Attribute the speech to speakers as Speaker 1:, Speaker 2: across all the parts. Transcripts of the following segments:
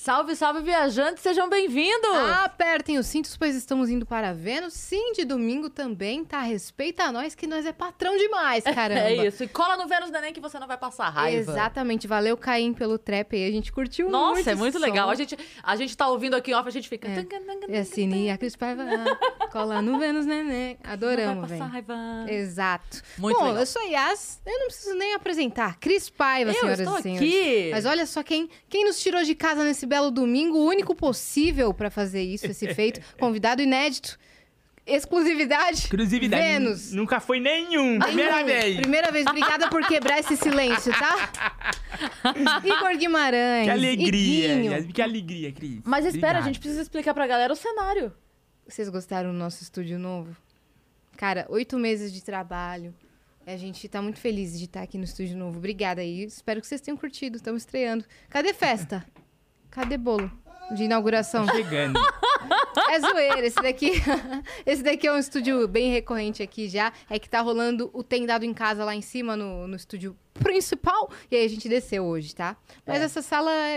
Speaker 1: Salve, salve, viajantes, sejam bem-vindos!
Speaker 2: Ah, Apertem os cintos, pois estamos indo para Vênus. Sim, de domingo também, tá? Respeita a nós, que nós é patrão demais, caramba.
Speaker 1: é isso, e cola no Vênus Neném que você não vai passar raiva.
Speaker 2: Exatamente, valeu Caim pelo trap aí, a gente curtiu
Speaker 1: Nossa,
Speaker 2: muito
Speaker 1: é muito
Speaker 2: esse
Speaker 1: legal.
Speaker 2: som.
Speaker 1: A gente, a gente tá ouvindo aqui em off, a gente fica.
Speaker 2: É.
Speaker 1: Tanga, tanga,
Speaker 2: E assim, a Cris Paiva, cola no Vênus Neném.
Speaker 1: não
Speaker 2: Adoramos,
Speaker 1: vai passar
Speaker 2: velho.
Speaker 1: raiva.
Speaker 2: Exato.
Speaker 1: Muito
Speaker 2: Bom,
Speaker 1: legal.
Speaker 2: eu sou a Yas, eu não preciso nem apresentar. Cris Paiva,
Speaker 1: Eu
Speaker 2: senhoras
Speaker 1: estou
Speaker 2: e senhores.
Speaker 1: aqui!
Speaker 2: Mas olha só quem, quem nos tirou de casa nesse belo domingo, o único possível pra fazer isso, esse feito, convidado inédito, exclusividade.
Speaker 3: Exclusividade.
Speaker 2: Vênus.
Speaker 3: Nunca foi nenhum. Primeira
Speaker 2: Nenhum.
Speaker 3: vez.
Speaker 2: Primeira vez, obrigada por quebrar esse silêncio, tá? Igor Guimarães.
Speaker 3: Que alegria.
Speaker 2: Iguinho.
Speaker 3: Yasmin, Que alegria, Cris.
Speaker 1: Mas espera, a
Speaker 3: Obrigado.
Speaker 1: gente precisa explicar pra galera o cenário.
Speaker 2: Vocês gostaram do nosso estúdio novo? Cara, oito meses de trabalho. A gente tá muito feliz de estar aqui no estúdio novo. Obrigada aí. Espero que vocês tenham curtido. Estamos estreando. Cadê festa? Cadê bolo de inauguração?
Speaker 3: Chegando.
Speaker 2: É zoeira, esse daqui. esse daqui é um estúdio bem recorrente aqui já. É que tá rolando o Tem Dado em Casa lá em cima, no, no estúdio principal. E aí a gente desceu hoje, tá? Mas essa sala é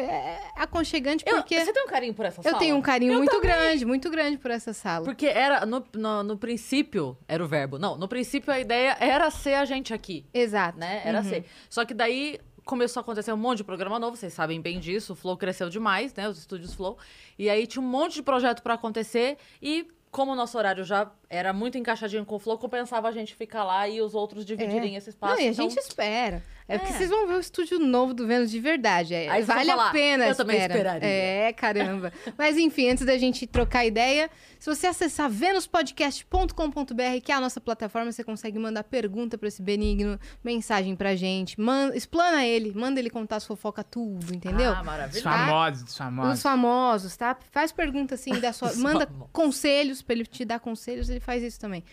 Speaker 2: é aconchegante
Speaker 1: Eu-
Speaker 2: porque
Speaker 1: Você tem um carinho por essa
Speaker 2: eu
Speaker 1: sala?
Speaker 2: tenho um carinho
Speaker 1: Eu
Speaker 2: muito
Speaker 1: também.
Speaker 2: grande, muito grande por essa sala.
Speaker 1: Porque era, no, no, no princípio, era o verbo. Não, no princípio a ideia era ser a gente aqui,
Speaker 2: Exato.
Speaker 1: né? Era
Speaker 2: Uhum.
Speaker 1: ser. Só que daí começou a acontecer um monte de programa novo, vocês sabem bem disso. O Flow cresceu demais, né? Os estúdios Flow. E aí tinha um monte de projeto pra acontecer e. Como o nosso horário já era muito encaixadinho com o Flow, compensava a gente ficar lá e os outros dividirem esse espaço.
Speaker 2: É. Não, e a
Speaker 1: Então,
Speaker 2: gente espera. É, porque
Speaker 1: É.
Speaker 2: vocês vão ver o estúdio novo do Vênus de verdade. É,
Speaker 1: Aí vocês
Speaker 2: vale
Speaker 1: vão falar,
Speaker 2: a pena,
Speaker 1: "Eu também
Speaker 2: espera.
Speaker 1: esperaria."
Speaker 2: É, caramba. Mas enfim, antes da gente trocar ideia, se você acessar venuspodcast.com.br, que é a nossa plataforma, você consegue mandar pergunta pra esse benigno, mensagem pra gente, man... explana ele, manda ele contar as fofocas tudo, entendeu?
Speaker 1: Ah,
Speaker 3: Os
Speaker 1: maravilhoso.
Speaker 3: famosos, os
Speaker 2: Os
Speaker 3: famosos.
Speaker 2: famosos, tá? Faz pergunta assim, da sua,
Speaker 1: Os
Speaker 2: manda
Speaker 1: famosos.
Speaker 2: conselhos pra ele te dar conselhos, ele faz isso também.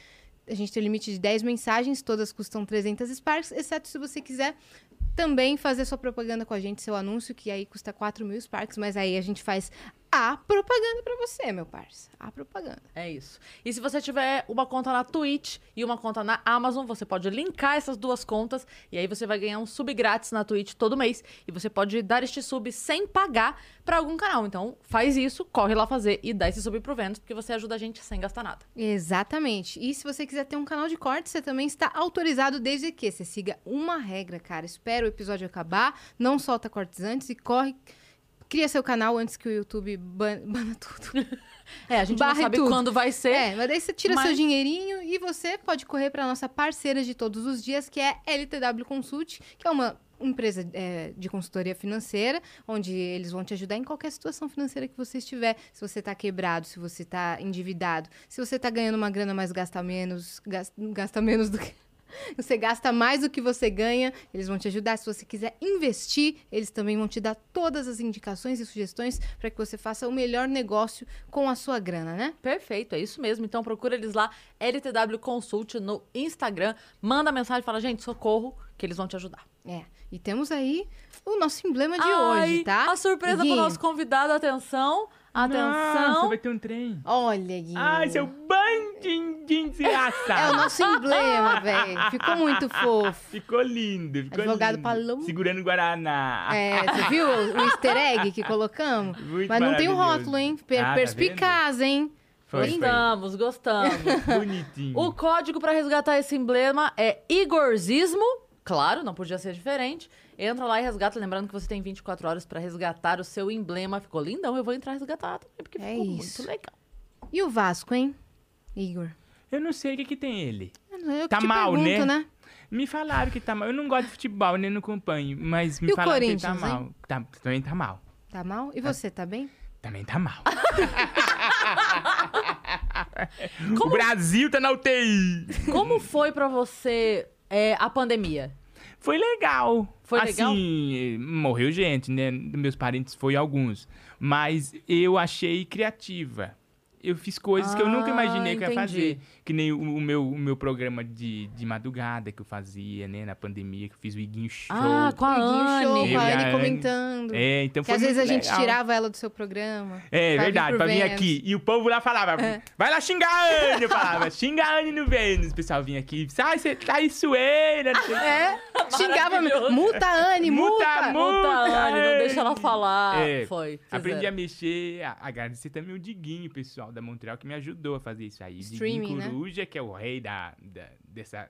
Speaker 2: A gente tem um limite de 10 mensagens, todas custam 300 Sparks, exceto se você quiser também fazer sua propaganda com a gente, seu anúncio, que aí custa 4 mil Sparks, mas aí a gente faz a propaganda pra você, meu parça. A propaganda.
Speaker 1: É isso. E se você tiver uma conta na Twitch e uma conta na Amazon, você pode linkar essas duas contas e aí você vai ganhar um sub grátis na Twitch todo mês e você pode dar este sub sem pagar pra algum canal. Então, faz isso, corre lá fazer e dá esse sub pro Vênus, porque você ajuda a gente sem gastar nada.
Speaker 2: Exatamente. E se você quiser ter um canal de corte, você também está autorizado desde que você siga uma regra, cara. Espera o episódio acabar, não solta cortes antes e corre. Cria seu canal antes que o YouTube ban- bana tudo.
Speaker 1: É, a gente
Speaker 2: Barre
Speaker 1: não sabe
Speaker 2: tudo.
Speaker 1: quando vai ser.
Speaker 2: É, mas daí você tira
Speaker 1: Mas-
Speaker 2: seu dinheirinho e você pode correr para nossa parceira de todos os dias, que é LTW Consult, que é uma empresa é, de consultoria financeira, onde eles vão te ajudar em qualquer situação financeira que você estiver. Se você está quebrado, se você está endividado, se você está ganhando uma grana, mas gasta menos, gas- gasta menos do que... Você gasta mais do que você ganha, eles vão te ajudar. Se você quiser investir, eles também vão te dar todas as indicações e sugestões para que você faça o melhor negócio com a sua grana, né?
Speaker 1: Perfeito, é isso mesmo. Então procura eles lá, LTW Consult no Instagram, manda mensagem, fala, gente, socorro, que eles vão te ajudar.
Speaker 2: É, e temos aí o nosso emblema de
Speaker 1: Ai,
Speaker 2: hoje, tá?
Speaker 1: A surpresa pro
Speaker 2: Guinho.
Speaker 1: nosso convidado, atenção, atenção.
Speaker 3: Nossa, vai ter um trem.
Speaker 2: Olha, Gui.
Speaker 3: Ai, seu bandinho de desgraça.
Speaker 2: É o nosso emblema, velho. Ficou muito fofo.
Speaker 3: Ficou lindo, ficou
Speaker 2: Advogado
Speaker 3: lindo.
Speaker 2: Paloma.
Speaker 3: Segurando o Guaraná.
Speaker 2: É, você viu o easter egg que colocamos?
Speaker 3: Muito
Speaker 2: Mas não tem o
Speaker 3: maravilhoso.
Speaker 2: rótulo, hein? Per-
Speaker 3: Ah, tá
Speaker 2: perspicaz, hein?
Speaker 3: Foi, foi.
Speaker 1: Gostamos, gostamos.
Speaker 3: Bonitinho.
Speaker 1: o código para resgatar esse emblema é Igorzismo. Claro, não podia ser diferente. Entra lá e resgata. Lembrando que você tem 24 horas para resgatar o seu emblema. Ficou lindão, eu vou entrar resgatar também, porque
Speaker 2: É
Speaker 1: ficou muito
Speaker 2: isso.
Speaker 1: legal.
Speaker 2: E o Vasco, hein? Igor.
Speaker 3: Eu não sei o que, que tem ele.
Speaker 2: Eu não- Eu que
Speaker 3: Tá
Speaker 2: te
Speaker 3: mal,
Speaker 2: pergunto,
Speaker 3: né?
Speaker 2: né?
Speaker 3: Me falaram que tá mal. Eu não gosto de futebol, nem não acompanho. Mas me
Speaker 2: E o
Speaker 3: falaram que tá
Speaker 2: Corinthians,
Speaker 3: mal. Tá- também tá mal.
Speaker 2: Tá mal? E você, tá bem?
Speaker 3: Também tá mal. O Brasil tá na UTI.
Speaker 1: Como foi para você é, a pandemia?
Speaker 3: Foi legal.
Speaker 1: Foi legal?
Speaker 3: assim, eh, morreu gente, né? Meus parentes foi alguns. Mas eu achei criativa. eu fiz coisas que eu nunca
Speaker 1: Ah,
Speaker 3: imaginei que eu ia
Speaker 1: entendi.
Speaker 3: fazer. Que nem o, o meu, o meu programa de, de madrugada que eu fazia, né? Na pandemia, que eu fiz o Iguinho Show.
Speaker 1: Ah, com a
Speaker 2: Amiguinho
Speaker 1: Anne.
Speaker 2: show, com a
Speaker 3: Eu e é a
Speaker 2: Anne
Speaker 3: Anne.
Speaker 2: comentando.
Speaker 3: É, então
Speaker 2: que
Speaker 3: foi
Speaker 2: às vezes a
Speaker 3: muito
Speaker 2: gente
Speaker 3: legal.
Speaker 2: tirava ela do seu programa.
Speaker 3: É
Speaker 2: pra vir
Speaker 3: verdade,
Speaker 2: pro
Speaker 3: pra vir
Speaker 2: Vênus.
Speaker 3: aqui. E o povo lá falava,
Speaker 1: É.
Speaker 3: vai lá xingar a Anne, eu falava, xinga a Anne no Vênus. O pessoal vinha aqui, ai, você tá aí sueira, não sei o quê.
Speaker 2: É, xingava mesmo.
Speaker 1: Maravilhoso.
Speaker 2: Multa, Anne, multa.
Speaker 3: Multa, multa.
Speaker 1: Puta, Anne, não
Speaker 3: Ai.
Speaker 1: deixa ela falar.
Speaker 3: É,
Speaker 1: Foi.
Speaker 3: Aprendi a
Speaker 1: fizeram.
Speaker 3: mexer, a- agradecer também o Diguinho, pessoal da Montreal, que me ajudou a fazer isso aí.
Speaker 2: Streaming,
Speaker 3: Diguinho
Speaker 2: né?
Speaker 3: Coruja, que é o rei da, da- dessa,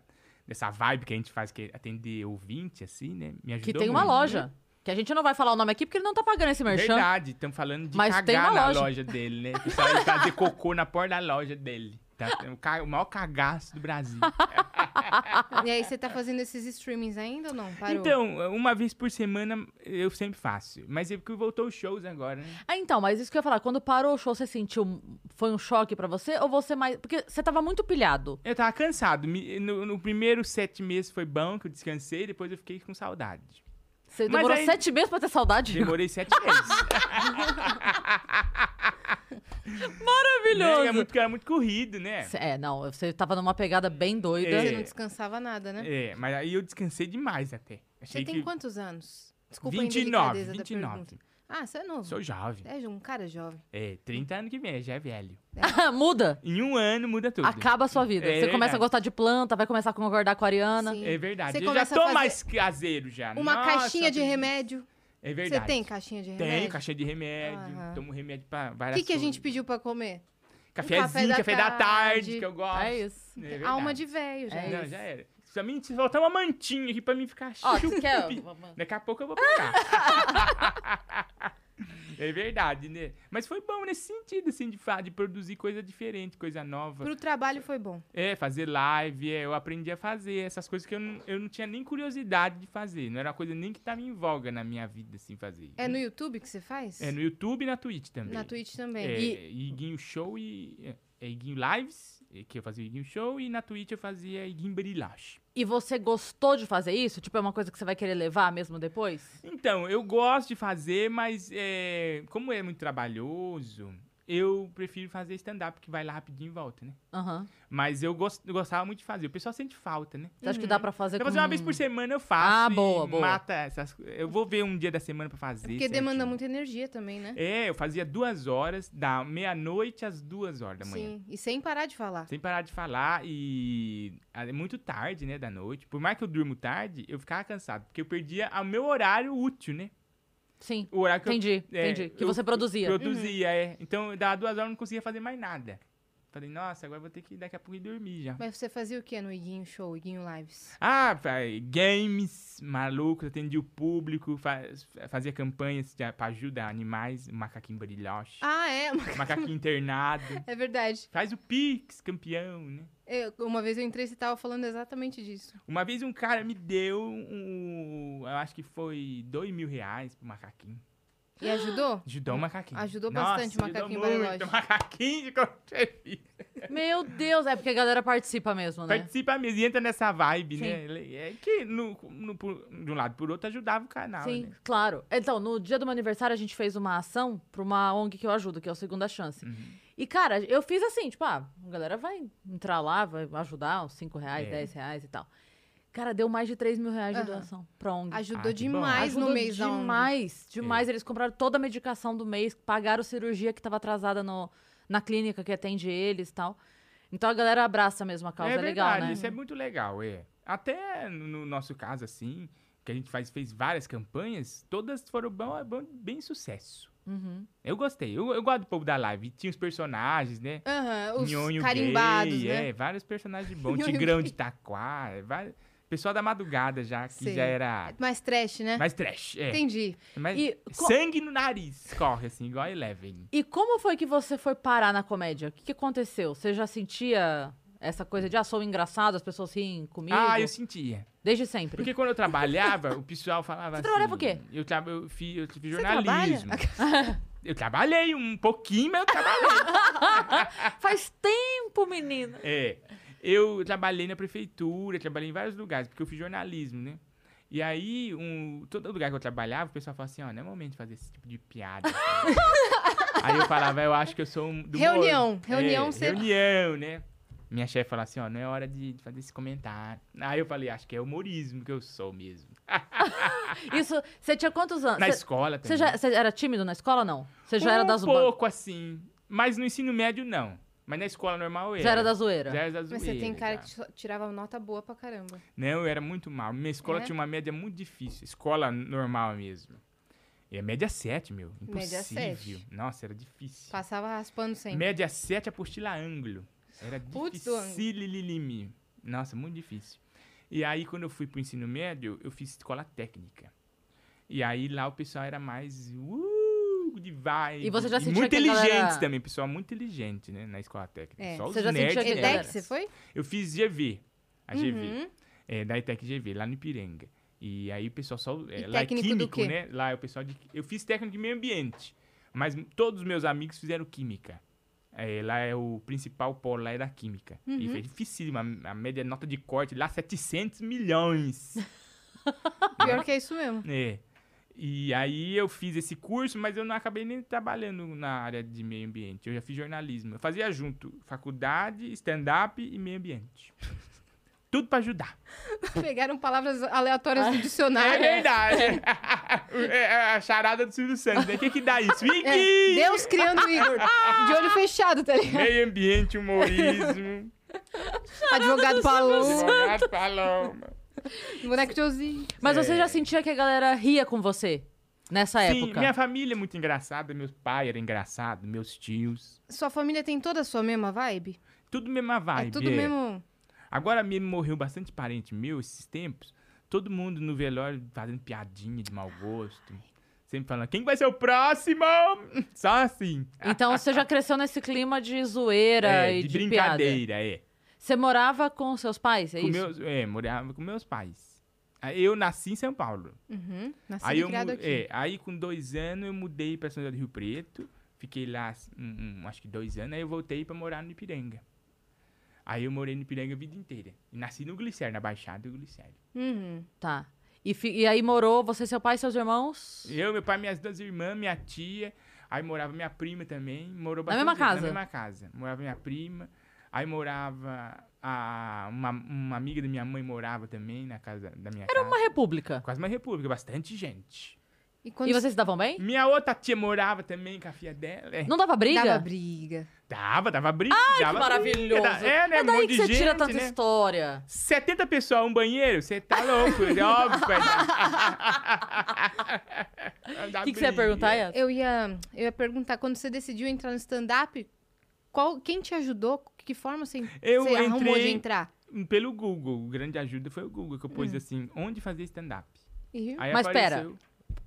Speaker 3: dessa vibe que a gente faz, que é atender ouvinte, assim, né? Me ajudou
Speaker 1: Que tem uma
Speaker 3: muito. né?
Speaker 1: loja. Que a gente não vai falar o nome aqui porque ele não tá pagando esse merchan.
Speaker 3: Verdade, estamos falando de
Speaker 1: Mas tem
Speaker 3: cagar
Speaker 1: uma
Speaker 3: na
Speaker 1: loja.
Speaker 3: loja. dele, né? O pessoal ia fazer cocô na porta da loja dele. Tá, é o ca- o maior cagaço do Brasil.
Speaker 2: E aí, você tá fazendo esses streamings ainda ou não? Parou.
Speaker 3: Então, uma vez por semana eu sempre faço. Mas é porque voltou os shows agora, né?
Speaker 1: Ah, então, mas isso que eu ia falar, quando parou o show, você sentiu. Foi um choque pra você? Ou você mais. Porque você tava muito pilhado.
Speaker 3: Eu tava cansado. Me- No, no primeiro sete meses foi bom, que eu descansei, depois eu fiquei com saudade.
Speaker 1: Você
Speaker 3: Mas
Speaker 1: demorou
Speaker 3: aí-
Speaker 1: sete meses pra ter saudade?
Speaker 3: Demorei sete meses.
Speaker 1: Maravilhoso!
Speaker 3: Né? É muito, porque era muito corrido, né?
Speaker 1: É, não, você tava numa pegada bem doida.
Speaker 2: Você
Speaker 3: é.
Speaker 2: não descansava nada, né?
Speaker 3: É, mas aí eu descansei demais até.
Speaker 2: Você
Speaker 3: Achei
Speaker 2: tem
Speaker 3: que...
Speaker 2: quantos anos? Desculpa a
Speaker 3: 29,
Speaker 2: indelicadeza da
Speaker 3: 29.
Speaker 2: pergunta. Ah, você é novo.
Speaker 3: Sou jovem.
Speaker 2: É um cara jovem.
Speaker 3: É, 30 anos que vem, já é velho.
Speaker 1: Muda!
Speaker 3: Em um ano muda tudo.
Speaker 1: Acaba a sua vida.
Speaker 3: É
Speaker 1: você começa a
Speaker 3: verdade.
Speaker 1: gostar de planta, vai começar a concordar com a Ariana.
Speaker 2: Sim.
Speaker 3: É verdade.
Speaker 2: Você
Speaker 3: eu já
Speaker 2: começa a
Speaker 3: tô
Speaker 2: fazer
Speaker 3: mais caseiro já.
Speaker 2: Uma
Speaker 3: Nossa,
Speaker 2: caixinha de
Speaker 3: eu-
Speaker 2: remédio.
Speaker 3: É
Speaker 2: Você
Speaker 3: verdade.
Speaker 2: tem caixinha de remédio?
Speaker 3: Tenho caixinha de remédio,
Speaker 2: Aham.
Speaker 3: tomo remédio pra
Speaker 2: O
Speaker 3: várias
Speaker 2: que, que a
Speaker 3: coisas.
Speaker 2: gente pediu pra
Speaker 3: É
Speaker 2: comer?
Speaker 3: Cafézinho,
Speaker 2: café
Speaker 3: café
Speaker 2: da
Speaker 3: da tarde,
Speaker 2: tarde.
Speaker 3: que eu gosto.
Speaker 1: É isso.
Speaker 3: É
Speaker 2: Alma
Speaker 3: verdade.
Speaker 2: de velho, já.
Speaker 1: É
Speaker 3: Não,
Speaker 1: isso.
Speaker 3: já era. Pra mim, se faltar uma mantinha aqui pra mim ficar
Speaker 1: Ó,
Speaker 3: chup.
Speaker 1: você quer.
Speaker 3: Daqui a pouco eu vou pegar. é verdade, né? Mas foi bom nesse sentido, assim, de, fa- de produzir coisa diferente, coisa nova.
Speaker 2: Pro trabalho foi bom.
Speaker 3: É, fazer live, é, eu aprendi a fazer essas coisas que eu não, eu não tinha nem curiosidade de fazer. Não era uma coisa nem que tava em voga na minha vida, assim, fazer.
Speaker 2: É no YouTube que você faz?
Speaker 3: É no YouTube e na Twitch também.
Speaker 2: Na Twitch também.
Speaker 3: É,
Speaker 2: E
Speaker 3: Iguinho Show e... É, é Iguinho Lives, é, que eu fazia Iguinho Show, e na Twitch eu fazia Iguinho Brilhache.
Speaker 1: E você gostou de fazer isso? Tipo, é uma coisa que você vai querer levar mesmo depois?
Speaker 3: Então, eu gosto de fazer, mas é, como é muito trabalhoso, eu prefiro fazer stand-up, que vai lá rapidinho e volta, né?
Speaker 1: Aham.
Speaker 3: Mas eu, gos- eu gostava muito de fazer. O pessoal sente falta, né?
Speaker 1: Você acha que dá pra fazer Tá
Speaker 3: Pra
Speaker 1: com...
Speaker 3: fazer uma vez por semana eu faço.
Speaker 1: Ah,
Speaker 3: e
Speaker 1: boa, boa.
Speaker 3: Mata essas co- Eu vou ver um dia da semana pra fazer.
Speaker 2: É porque demanda
Speaker 3: certinho.
Speaker 2: muita energia também, né?
Speaker 3: É, eu fazia duas horas, da meia-noite às duas horas da manhã.
Speaker 2: Sim. E sem parar de falar.
Speaker 3: Sem parar de falar e ah, é muito tarde, né, da noite. Por mais que eu durmo tarde, eu ficava cansado, porque eu perdia o meu horário útil, né?
Speaker 1: Sim.
Speaker 3: O horário que eu
Speaker 1: Entendi,
Speaker 3: É,
Speaker 1: entendi. Que
Speaker 3: eu-
Speaker 1: você produzia.
Speaker 3: Produzia,
Speaker 2: Uhum.
Speaker 3: é. Então, dava duas horas, eu não conseguia fazer mais nada. Falei, nossa, agora vou ter que daqui a pouco ir dormir já.
Speaker 2: Mas você fazia o que no Iguinho Show, Iguinho Lives?
Speaker 3: Ah, vai, games, malucos, atendia o público, faz- fazia campanhas de- pra ajudar animais, macaquinho brilhoche,
Speaker 2: Ah, é?
Speaker 3: macaquinho internado.
Speaker 2: É verdade.
Speaker 3: Faz o Pix, campeão, né?
Speaker 2: Eu- É, uma vez eu entrei e você tava falando exatamente disso.
Speaker 3: Uma vez um cara me deu, um, eu acho que foi dois mil reais pro macaquinho.
Speaker 2: E ajudou?
Speaker 3: Ajudou o macaquinho.
Speaker 2: Ajudou
Speaker 3: Nossa,
Speaker 2: bastante o
Speaker 3: ajudou
Speaker 2: macaquinho
Speaker 3: muito,
Speaker 2: bariloche.
Speaker 3: o macaquinho de cortejo.
Speaker 1: Meu Deus, é porque a galera participa mesmo, né?
Speaker 3: Participa mesmo e entra nessa vibe, né? Ele- É que no, no- por- de um lado por outro ajudava o canal.
Speaker 1: Sim,
Speaker 3: né?
Speaker 1: claro. Então, no dia do meu aniversário, a gente fez uma ação pra uma ONG que eu ajudo, que é o Segunda Chance. E, cara, eu fiz assim, tipo, ah, a galera vai entrar lá, vai ajudar, uns 5 reais,
Speaker 3: É.
Speaker 1: 10 reais e tal. Cara, deu mais de 3 mil reais de
Speaker 2: Aham.
Speaker 1: doação pra ONG.
Speaker 3: Ah,
Speaker 2: Ajudou
Speaker 3: que bom.
Speaker 2: demais
Speaker 1: Ajudou
Speaker 2: no mês da ONG.
Speaker 1: demais, demais. Eles compraram toda a medicação do mês, pagaram cirurgia que tava atrasada no, na clínica que atende eles e tal. Então a galera abraça mesmo a causa, é,
Speaker 3: verdade,
Speaker 1: legal, né?
Speaker 3: isso é muito legal, é. Até no- no nosso caso, assim, que a gente faz, fez várias campanhas, todas foram bom, bom- bem sucesso.
Speaker 1: Uhum.
Speaker 3: Eu gostei, eu, eu gosto do povo da live. Tinha os personagens, né?
Speaker 2: Aham, os
Speaker 3: Nhonho
Speaker 2: carimbados,
Speaker 3: gay,
Speaker 2: né?
Speaker 3: É, vários personagens bons.
Speaker 2: Nhonho
Speaker 3: Tigrão de Taquá, é, vários- pessoal da madrugada já, que
Speaker 2: Sim.
Speaker 3: já era
Speaker 2: Mais trash, né?
Speaker 3: mais trash, é.
Speaker 2: Entendi.
Speaker 3: Mas
Speaker 1: E co-
Speaker 3: sangue no nariz corre, assim, igual a Eleven.
Speaker 1: E como foi que você foi parar na comédia? O que, que aconteceu? Você já sentia essa coisa de, ah, sou engraçado, as pessoas riem comigo?
Speaker 3: Ah, eu sentia.
Speaker 1: Desde sempre.
Speaker 3: Porque quando eu trabalhava, o pessoal falava
Speaker 1: Você
Speaker 3: assim...
Speaker 1: trabalhava o quê?
Speaker 3: Eu, tra eu, fiz, eu fiz
Speaker 2: Você trabalha?
Speaker 3: jornalismo. Eu trabalhei um pouquinho, mas eu trabalhei.
Speaker 1: Ah, Faz tempo, menina.
Speaker 3: é. Eu trabalhei na prefeitura, trabalhei em vários lugares, porque eu fiz jornalismo, né? E aí, um, todo lugar que eu trabalhava, o pessoal falava assim, ó, não é momento de fazer esse tipo de piada. Aí eu falava, eu acho que eu sou um. Do
Speaker 2: Reunião,
Speaker 3: Moro.
Speaker 2: reunião
Speaker 3: é,
Speaker 2: você-
Speaker 3: Reunião, né? Minha chefe falou assim: ó, não é hora de de fazer esse comentário. Aí eu falei, acho que é humorismo que eu sou mesmo.
Speaker 1: Isso, você tinha quantos anos?
Speaker 3: Ah, Na
Speaker 1: Você-
Speaker 3: escola também.
Speaker 1: Você Ah, já você era tímido na escola não? Você já era
Speaker 3: um
Speaker 1: das zoeira?
Speaker 3: pouco assim. Mas no ensino médio, não. Mas na escola normal eu
Speaker 1: Já era da zoeira.
Speaker 3: é. Já era da
Speaker 2: Mas
Speaker 3: zoeira,
Speaker 2: você tem cara
Speaker 3: já.
Speaker 2: que só tirava nota boa pra caramba.
Speaker 3: Não, né? eu era muito mal. Minha escola
Speaker 2: É?
Speaker 3: tinha uma média muito difícil. Escola normal mesmo. E a média 7, meu.
Speaker 2: Média
Speaker 3: Impossível.
Speaker 2: sete.
Speaker 3: Nossa, era difícil.
Speaker 2: Passava raspando sempre.
Speaker 3: Média 7, apostila ângulo. Era
Speaker 2: Putz, do ângulo.
Speaker 3: dificilililimi. Nossa, muito difícil. E aí, quando eu fui pro ensino médio, eu fiz escola técnica. E aí, lá o pessoal era mais... Uh, de vibe.
Speaker 1: E você já sentia
Speaker 3: Muito
Speaker 1: que a galera-
Speaker 3: inteligente também. Pessoal muito inteligente, né? Na escola técnica.
Speaker 2: É,
Speaker 3: Só os
Speaker 1: você já
Speaker 3: nerds,
Speaker 1: sentia que-
Speaker 3: nerds.
Speaker 2: EDEC, você foi?
Speaker 3: Eu fiz GV. A GV.
Speaker 2: Uhum.
Speaker 3: É, da ETEC GV, lá no Ipiranga. E aí o pessoal só. É,
Speaker 2: E
Speaker 3: lá é
Speaker 2: técnico do
Speaker 3: químico,
Speaker 2: quê?
Speaker 3: né? Lá é o pessoal de. Eu fiz técnico de meio ambiente. Mas m- todos os meus amigos fizeram química. É, lá é o principal polo, lá é da química. E
Speaker 2: Uhum.
Speaker 3: foi dificílimo. A, a média nota de corte lá, 700 milhões. Né?
Speaker 2: Pior que é isso mesmo.
Speaker 3: É. E aí eu fiz esse curso, mas eu não acabei nem trabalhando na área de meio ambiente. Eu já fiz jornalismo. Eu fazia junto faculdade, stand-up e meio ambiente. Tudo pra ajudar.
Speaker 2: Pegaram palavras aleatórias do dicionário.
Speaker 3: É verdade. É a charada do Silvio Santos, né? O que, que dá isso? Ih,
Speaker 2: Deus criando o Igor. De olho fechado, tá ligado?
Speaker 3: Meio ambiente, humorismo.
Speaker 2: Advogado Paloma.
Speaker 3: advogado Paloma.
Speaker 2: Boneco Josinho.
Speaker 1: Mas você já
Speaker 3: É.
Speaker 1: sentia que a galera ria com você nessa
Speaker 3: Sim,
Speaker 1: época?
Speaker 3: minha família é muito engraçada. Meu pai era engraçado, meus tios.
Speaker 2: Sua família tem toda a sua mesma vibe?
Speaker 3: Tudo mesma vibe.
Speaker 2: é tudo
Speaker 3: é.
Speaker 2: mesmo.
Speaker 3: Agora mesmo morreu bastante parente meu esses tempos. Todo mundo no velório fazendo piadinha de mau gosto. Sempre falando, quem vai ser o próximo? Só assim.
Speaker 1: Então você já cresceu nesse clima de zoeira
Speaker 3: É,
Speaker 1: e
Speaker 3: de
Speaker 1: de, piada.
Speaker 3: brincadeira, é.
Speaker 1: Você morava com seus pais, é
Speaker 3: com
Speaker 1: isso?
Speaker 3: meus, é, morava com meus pais. Aí eu nasci em São Paulo.
Speaker 2: Uhum. Nascido
Speaker 3: Aí,
Speaker 2: e
Speaker 3: eu, mu-
Speaker 2: criado aqui.
Speaker 3: é, aí com dois anos eu mudei pra São José do Rio Preto. Fiquei lá, um- um, acho que dois anos. Aí eu voltei pra morar no Ipiranga. Aí eu morei no Ipiranga a vida inteira. E nasci no Glicério, na Baixada do Glicério.
Speaker 2: Uhum.
Speaker 1: Tá. E, fi- e aí morou você, seu pai e seus irmãos?
Speaker 3: Eu, meu pai, minhas duas irmãs, minha tia. Aí morava minha prima também. Morou
Speaker 1: Na
Speaker 3: bastante
Speaker 1: mesma
Speaker 3: tempo,
Speaker 1: casa?
Speaker 3: Na mesma casa. Morava minha prima. Aí morava a, uma, uma amiga da minha mãe morava também na casa da minha casa.
Speaker 1: Uma república.
Speaker 3: Quase uma república, bastante gente.
Speaker 2: E quando
Speaker 1: E vocês se davam bem?
Speaker 3: Minha outra tia morava também com a filha dela. é.
Speaker 1: Não dava briga?
Speaker 2: dava briga.
Speaker 3: Dava, dava briga. dava
Speaker 1: Maravilhoso.
Speaker 3: briga, da- É, né?
Speaker 1: Mas
Speaker 3: Um
Speaker 1: daí
Speaker 3: monte
Speaker 1: que
Speaker 3: de
Speaker 1: você
Speaker 3: gente,
Speaker 1: tira tanta
Speaker 3: né?
Speaker 1: história.
Speaker 3: 70 pessoas, um banheiro? Você tá louco, é óbvio. que vai dar.
Speaker 1: O
Speaker 3: Dá
Speaker 1: que, que você ia
Speaker 3: briga.
Speaker 1: perguntar, Yas?
Speaker 2: Eu ia, eu ia perguntar, quando você decidiu entrar no stand-up, qual, quem te ajudou? Que forma você,
Speaker 3: Eu
Speaker 2: você arrumou de
Speaker 3: entrei-
Speaker 2: entrar?
Speaker 3: Pelo Google, o grande ajuda foi o Google, que eu pus assim, onde fazer stand-up.
Speaker 2: E-
Speaker 3: Aí
Speaker 1: Hum. Mas pera,
Speaker 3: apareceu-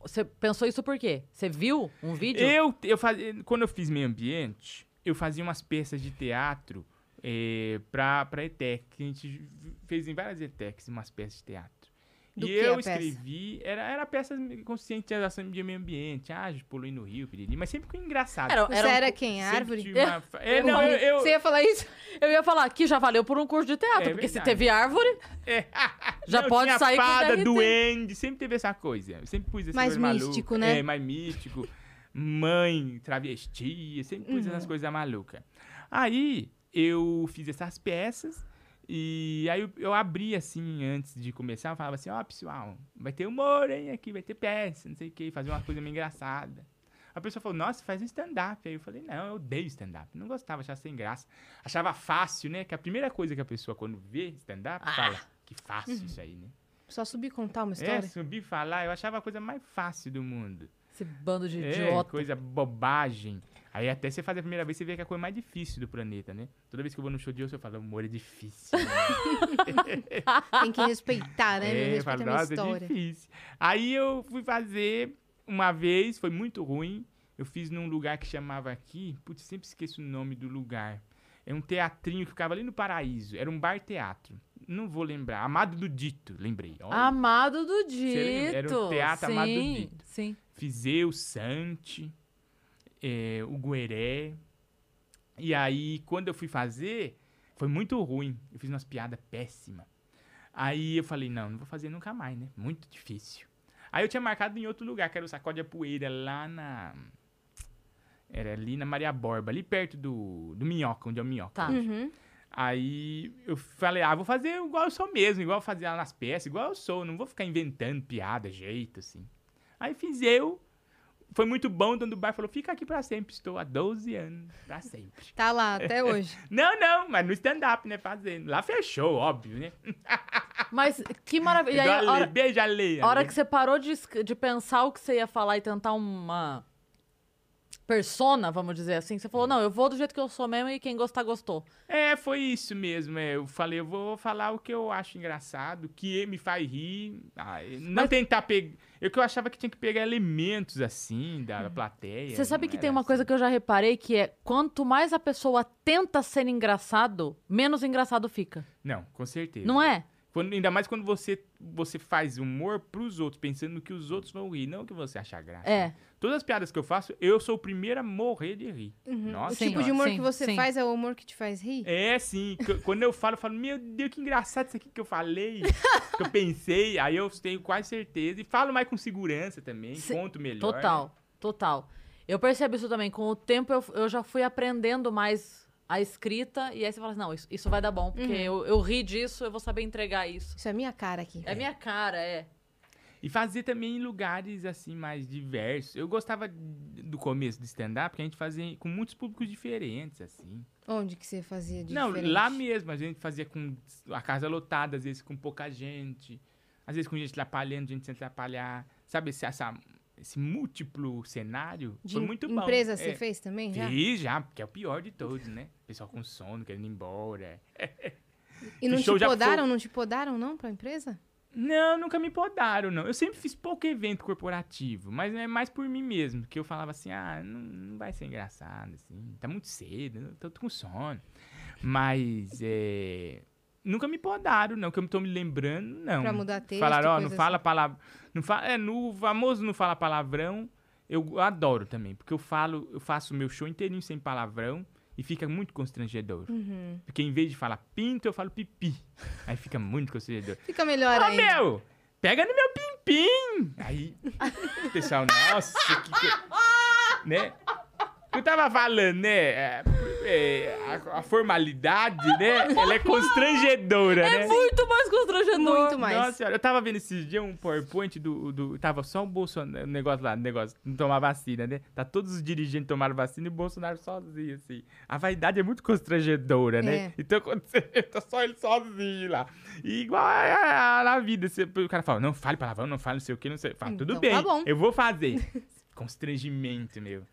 Speaker 1: Você pensou isso por quê? Você viu um vídeo?
Speaker 3: Eu, eu fazia, quando eu fiz meio ambiente, eu fazia umas peças de teatro eh, pra, pra ETEC. que A gente fez em várias ETECs umas peças de teatro.
Speaker 2: Do
Speaker 3: e
Speaker 2: que
Speaker 3: eu
Speaker 2: a peça?
Speaker 3: escrevi, era, era peças de conscientização de meio ambiente, ah, poluir no rio, piriri, mas sempre com engraçado.
Speaker 1: Era,
Speaker 2: Você
Speaker 1: era um-
Speaker 2: era quem? A
Speaker 3: Sempre
Speaker 2: árvore?
Speaker 3: tinha uma fa- É, não, eu, eu-
Speaker 2: Você ia falar isso?
Speaker 1: Eu ia falar que já valeu por um curso de teatro,
Speaker 3: É
Speaker 1: porque se
Speaker 3: verdade.
Speaker 1: teve árvore,
Speaker 3: é,
Speaker 1: já
Speaker 3: não,
Speaker 1: pode
Speaker 3: tinha
Speaker 1: sair com
Speaker 3: fada,
Speaker 1: DRT.
Speaker 3: duende, sempre teve essa coisa. Eu sempre pus esse
Speaker 2: Mais místico, né?
Speaker 3: É, mais místico. Mãe, travesti, eu sempre pus
Speaker 2: Uhum.
Speaker 3: essas coisas malucas. Aí eu fiz essas peças e aí eu, eu abri assim, antes de começar, eu falava assim, ó, pessoal, vai ter humor, hein, aqui, vai ter peça, não sei o quê, fazer uma coisa meio engraçada. A pessoa falou, nossa, faz um stand-up. Aí eu falei, não, eu odeio stand-up. Não gostava, achava sem graça. Achava fácil, né? Que a primeira coisa que a pessoa, quando vê stand-up,
Speaker 1: Ah.
Speaker 3: fala, que fácil
Speaker 2: Uhum.
Speaker 3: isso aí, né?
Speaker 2: Só subir e contar uma
Speaker 3: É,
Speaker 2: história.
Speaker 3: subir e falar, eu achava a coisa mais fácil do mundo.
Speaker 1: Esse bando de
Speaker 3: É,
Speaker 1: idiota.
Speaker 3: coisa bobagem. Aí até você fazer a primeira vez, você vê que é a coisa mais difícil do planeta, né? Toda vez que eu vou no show de hoje, eu falo, humor é difícil. né?"
Speaker 2: Tem que respeitar, né?
Speaker 3: é, eu
Speaker 2: Respeita a
Speaker 3: falo,
Speaker 2: minha
Speaker 3: nossa, é
Speaker 2: história.
Speaker 3: difícil. Aí eu fui fazer uma vez, foi muito ruim. Eu fiz num lugar que chamava aqui, putz, sempre esqueço o nome do lugar. É um teatrinho que ficava ali no Paraíso. Era um bar-teatro. Não vou lembrar. Amado do Dito, lembrei. Olha.
Speaker 1: Amado do Dito.
Speaker 3: lembra? Era o teatro
Speaker 1: sim,
Speaker 3: Amado do Dito.
Speaker 1: Sim.
Speaker 3: Fizeu, Sante, eh, o Gueré. E aí, quando eu fui fazer, foi muito ruim. Eu fiz umas piadas péssimas. Aí eu falei, não, não vou fazer nunca mais, né? Muito difícil. Aí eu tinha marcado em outro lugar, que era o Sacode a Poeira, lá na... Era ali na Maria Borba, ali perto do, do Minhoca, onde é o Minhoca.
Speaker 1: Tá.
Speaker 3: hoje.
Speaker 2: Uhum.
Speaker 3: Aí eu falei, ah, vou fazer igual eu sou mesmo, igual eu fazia lá nas peças, igual eu sou, não vou ficar inventando piada, jeito, assim. Aí fiz eu, foi muito bom, o dono do bar falou, fica aqui pra sempre, estou há 12 anos, pra sempre.
Speaker 2: Tá lá até hoje.
Speaker 3: Não, não, mas no stand-up, né, fazendo. Lá fechou, óbvio, né?
Speaker 1: Mas que maravilha. E aí,
Speaker 3: Igual a
Speaker 1: a
Speaker 3: lei,
Speaker 1: hora,
Speaker 3: beija a lei.
Speaker 1: a hora
Speaker 3: amigo.
Speaker 1: que você parou de, esc- de pensar o que você ia falar e tentar uma persona, vamos dizer assim, você falou, não, eu vou do jeito que eu sou mesmo e quem gostar, gostou.
Speaker 3: É, foi isso mesmo. é, Eu falei, eu vou falar o que eu acho engraçado, o que me faz rir. ah, e não
Speaker 1: Mas-
Speaker 3: tentar pegar. Eu que eu achava que tinha que pegar elementos assim da, da plateia.
Speaker 1: Uhum. Você sabe
Speaker 3: não
Speaker 1: que
Speaker 3: era
Speaker 1: tem uma coisa
Speaker 3: assim.
Speaker 1: que eu já reparei que é quanto mais a pessoa tenta ser engraçado, menos engraçado fica.
Speaker 3: Não, com certeza.
Speaker 1: Não é?
Speaker 3: Quando- ainda mais quando você, você faz humor pros outros, pensando no que os outros vão rir, não o que você achar graça.
Speaker 1: É.
Speaker 3: Todas as piadas que eu faço, eu sou o primeiro a morrer de rir.
Speaker 1: Uhum.
Speaker 3: Nossa,
Speaker 2: o tipo
Speaker 3: senhora.
Speaker 2: de humor
Speaker 1: sim,
Speaker 2: que você
Speaker 1: sim.
Speaker 2: faz é o humor que te faz rir?
Speaker 3: É, sim. Qu- Quando eu falo, eu falo, meu Deus, que engraçado isso aqui que eu falei, que eu pensei. Aí eu tenho quase certeza. E falo mais com segurança também,
Speaker 1: Se-
Speaker 3: conto melhor.
Speaker 1: Total, total. Eu percebo isso também. Com o tempo, eu, eu já fui aprendendo mais a escrita. E aí você fala assim, não, isso, isso vai dar bom. Porque eu, eu ri disso, eu vou saber entregar isso.
Speaker 2: Isso é minha cara aqui.
Speaker 1: É minha cara, é.
Speaker 3: E fazer também em lugares, assim, mais diversos. Eu gostava do começo do stand-up, porque a gente fazia com muitos públicos diferentes, assim.
Speaker 2: Onde que você fazia de
Speaker 3: Não,
Speaker 2: diferente?
Speaker 3: lá mesmo, a gente fazia com a casa lotada, às vezes com pouca gente. Às vezes com gente atrapalhando, gente sem atrapalhar. Sabe, esse, essa- esse múltiplo cenário
Speaker 2: De
Speaker 3: foi
Speaker 2: em-
Speaker 3: muito bom.
Speaker 2: empresa
Speaker 3: É.
Speaker 2: você fez também? Já?
Speaker 3: Fiz já, porque é o pior de todos, né? Pessoal com sono, querendo ir embora.
Speaker 2: E não
Speaker 3: show
Speaker 2: te
Speaker 3: já foi-
Speaker 2: podaram, não te podaram não pra empresa?
Speaker 3: Não, nunca me podaram, não. Eu sempre fiz pouco evento corporativo, mas é mais por mim mesmo, que eu falava assim, ah, não, não vai ser engraçado, assim, tá muito cedo, eu tô com sono. Mas, é... Nunca me podaram, não, que eu tô me lembrando, não.
Speaker 2: Pra mudar texto,
Speaker 3: Então,
Speaker 2: assim."
Speaker 3: Falaram, ó, não
Speaker 2: coisa
Speaker 3: fala palavra... Não fala, é, no famoso não fala palavrão, eu adoro também, porque eu falo, eu faço o meu show inteirinho sem palavrão e fica muito constrangedor.
Speaker 2: Uhum.
Speaker 3: Porque em vez de falar pinto, eu falo pipi. Aí fica muito constrangedor.
Speaker 2: assim. Fica melhor
Speaker 3: Ô,
Speaker 2: ainda.
Speaker 3: meu! Pega no meu pim-pim! Aí, pessoal, nossa, que que... Né? Eu tava falando, né? é, é, a, a formalidade, né? Ela é constrangedora, né?
Speaker 1: Muito mais constrangedor.
Speaker 2: Muito mais.
Speaker 3: Nossa senhora, eu tava vendo esses dias um PowerPoint do, do. Tava só o Bolsonaro. O negócio lá, o negócio, não tomar vacina, né? Tá todos os dirigentes tomaram vacina e o Bolsonaro sozinho, assim. A vaidade é muito constrangedora,
Speaker 2: É.
Speaker 3: né? Então quando você tá só ele sozinho lá. E igual a- a- na vida, você- o cara fala, não fale palavrão, não fale não sei o que, não sei. Fala, tudo
Speaker 2: Então tá
Speaker 3: bem,
Speaker 2: bom.
Speaker 3: eu vou fazer. Constrangimento, meu.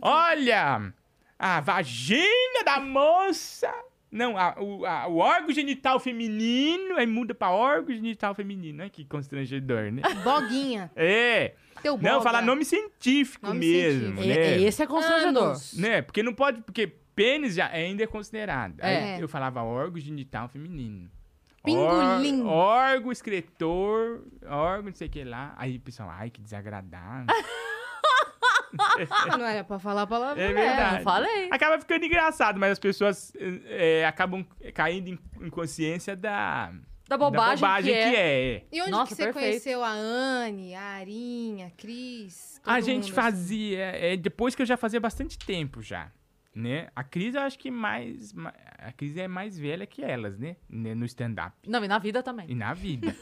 Speaker 3: Olha! A vagina da moça! Não, a- o, a- o órgão genital feminino, aí muda pra órgão genital feminino. Ai, que constrangedor, né?
Speaker 2: Boguinha.
Speaker 3: É!
Speaker 2: Teu boga.
Speaker 3: Não, falar nome científico
Speaker 2: Nome
Speaker 3: mesmo,
Speaker 1: É,
Speaker 3: né?
Speaker 1: é, esse é constrangedor.
Speaker 2: Anos.
Speaker 3: Né? Porque não pode, porque pênis já ainda é considerado. Aí
Speaker 2: É.
Speaker 3: eu falava órgão genital feminino.
Speaker 2: Pingolim.
Speaker 3: Or- Órgão escritor, órgão não sei o que lá. Aí, pessoal, ai, que desagradável.
Speaker 2: Ah, Não era pra falar a palavra. né?
Speaker 3: É
Speaker 1: É,
Speaker 3: verdade.
Speaker 1: eu falei.
Speaker 3: Acaba ficando engraçado, mas as pessoas eh, eh, acabam caindo em, em consciência da,
Speaker 1: Da bobagem,
Speaker 3: da bobagem
Speaker 1: que é.
Speaker 3: é.
Speaker 2: E onde
Speaker 1: Nossa,
Speaker 2: que você
Speaker 1: perfeito.
Speaker 2: conheceu a Anne, a Arinha, a Cris? todo
Speaker 3: A gente
Speaker 2: mundo, assim.
Speaker 3: fazia, eh, depois que eu já fazia bastante tempo já, né? A Cris eu acho que mais, ma- a Cris é mais velha que elas, né? Né, No stand-up
Speaker 1: Não, e na vida também.
Speaker 3: e na vida.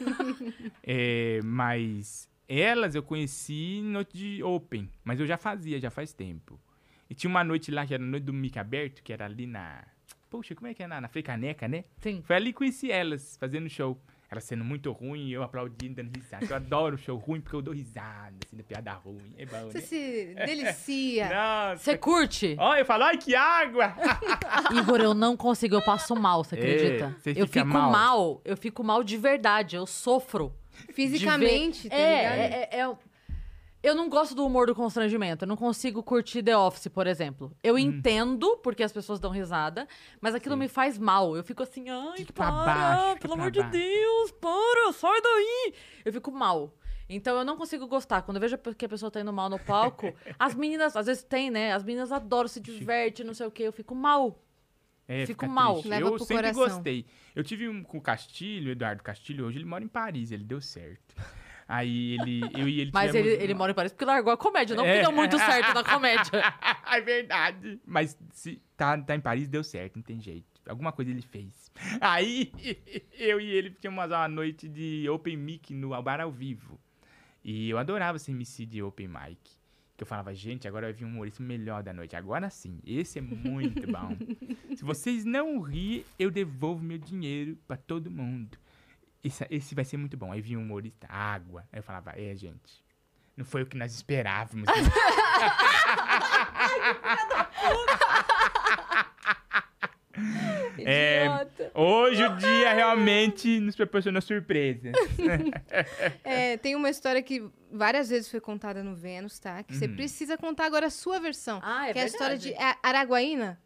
Speaker 3: Eh, mas elas eu conheci noite de Open, mas eu já fazia, já faz tempo. E tinha uma noite lá, que era a noite do Mica Aberto, que era ali na... Poxa, como é que é? Na, na Frei Caneca, né?
Speaker 1: Sim.
Speaker 3: Foi ali que conheci elas, fazendo show. Elas sendo muito ruim, eu aplaudindo, dando risada. Eu adoro show ruim porque eu dou risada, assim, da piada ruim. É bom,
Speaker 2: Você
Speaker 3: né?
Speaker 2: se delicia.
Speaker 3: Nossa.
Speaker 1: Você curte?
Speaker 3: Ó, eu falo, ai, que água!
Speaker 1: Igor, eu não consigo, eu passo mal, você
Speaker 3: É,
Speaker 1: acredita?
Speaker 3: você
Speaker 1: eu
Speaker 3: fica
Speaker 1: fico
Speaker 3: mal.
Speaker 1: eu fico mal de verdade, eu sofro.
Speaker 2: Fisicamente,
Speaker 1: de ver-
Speaker 2: tá ligado?
Speaker 1: é, é, é, é- Eu não gosto do humor do constrangimento. Eu não consigo curtir The Office, por exemplo. Eu
Speaker 3: Hum.
Speaker 1: entendo porque as pessoas dão risada, mas aquilo me faz mal. Eu fico assim, ai,
Speaker 3: Fica pra
Speaker 1: para,
Speaker 3: baixo, fica
Speaker 1: pelo
Speaker 3: pra
Speaker 1: amor de
Speaker 3: baixo."
Speaker 1: Deus, para, sai daí. Eu fico mal. Então eu não consigo gostar. Quando eu vejo que a pessoa tá indo mal no palco, as meninas, às vezes tem, né? As meninas adoram, se divertem, não sei o quê. Eu fico mal.
Speaker 3: É,
Speaker 1: Fico
Speaker 3: fica
Speaker 1: mal.
Speaker 3: triste.
Speaker 2: Leva
Speaker 3: eu
Speaker 2: pro
Speaker 3: sempre
Speaker 2: coração.
Speaker 3: gostei. Eu tive um com o Castilho, Eduardo Castilho, hoje ele mora em Paris, ele deu certo. Aí ele, eu e ele
Speaker 1: Mas ele,
Speaker 3: tivemos- um
Speaker 1: ele mora em Paris porque largou a comédia, não porque
Speaker 3: É.
Speaker 1: deu muito certo na comédia.
Speaker 3: é verdade. Mas se tá, tá em Paris, deu certo, não tem jeito. Alguma coisa ele fez. Aí eu e ele tínhamos uma noite de open mic no bar ao vivo. E eu adorava esse MC de open mic. Que eu falava, gente, agora vai vir um humorista melhor da noite. Agora sim, esse é muito bom. Se vocês não rirem, eu devolvo meu dinheiro pra todo mundo. Esse, esse vai ser muito bom. Aí vinha um humorista, água. Aí eu falava, é, gente, não foi o que nós esperávamos. É,
Speaker 4: Idiota.
Speaker 3: Hoje o dia realmente nos proporcionou surpresa.
Speaker 2: É, tem uma história que várias vezes foi contada no Vênus, tá? Que você
Speaker 3: Uhum.
Speaker 2: precisa contar agora a sua versão.
Speaker 1: Ah, é
Speaker 2: que é a história de
Speaker 1: verdade.
Speaker 2: A- Araguaína,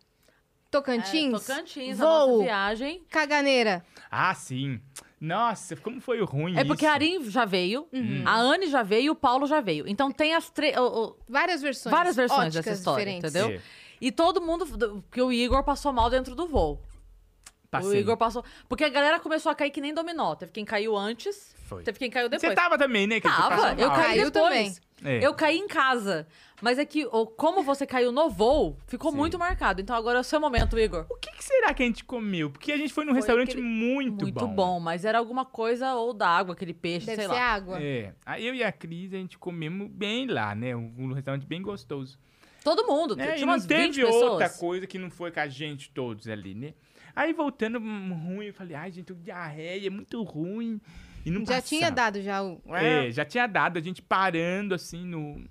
Speaker 2: Tocantins,
Speaker 1: É, Tocantins, a
Speaker 2: Voo.
Speaker 1: nossa viagem.
Speaker 2: Caganeira.
Speaker 3: Ah, sim. Nossa, como foi ruim
Speaker 1: É porque
Speaker 3: isso.
Speaker 1: a Arim já veio,
Speaker 3: Uhum.
Speaker 1: a Anne já veio e o Paulo já veio. Então tem as três.
Speaker 2: Várias versões.
Speaker 1: Várias versões dessa
Speaker 2: óticas
Speaker 1: história,
Speaker 2: diferentes.
Speaker 3: É,
Speaker 1: entendeu? E todo mundo. Porque o Igor passou mal dentro do voo. O
Speaker 3: passei.
Speaker 1: Igor passou. Porque a galera começou a cair que nem dominó. Teve quem caiu antes,
Speaker 3: Foi.
Speaker 1: teve quem caiu
Speaker 3: Você
Speaker 1: depois.
Speaker 3: tava também, né? que você
Speaker 1: Tava,
Speaker 3: passou
Speaker 1: eu
Speaker 3: mal.
Speaker 1: caí
Speaker 2: Caiu
Speaker 1: depois.
Speaker 2: também.
Speaker 3: É.
Speaker 1: Eu caí em casa. Mas é que, o- como você caiu no voo, ficou
Speaker 3: Sim.
Speaker 1: muito marcado. Então agora é o seu momento, Igor.
Speaker 3: O que, que será que a gente comeu? Porque a gente foi num
Speaker 1: Foi
Speaker 3: restaurante
Speaker 1: aquele-
Speaker 3: muito, né?
Speaker 1: Muito bom. mas era alguma coisa ou da água, aquele peixe,
Speaker 2: Deve
Speaker 1: sei
Speaker 2: ser
Speaker 1: lá.
Speaker 2: água.
Speaker 3: É. Aí eu e a Cris, a gente comemos bem lá, né? Um um restaurante bem gostoso.
Speaker 1: Todo mundo.
Speaker 3: É, e
Speaker 1: tinha
Speaker 3: não
Speaker 1: umas 20
Speaker 3: teve outra
Speaker 1: pessoas.
Speaker 3: coisa que não foi com a gente todos ali, né? Aí voltando hum, ruim, eu falei, ai, gente, eu diarreia, é muito ruim. E não
Speaker 2: Já tinha
Speaker 3: passava.
Speaker 2: dado já o...
Speaker 3: É, já tinha dado, a gente parando assim no.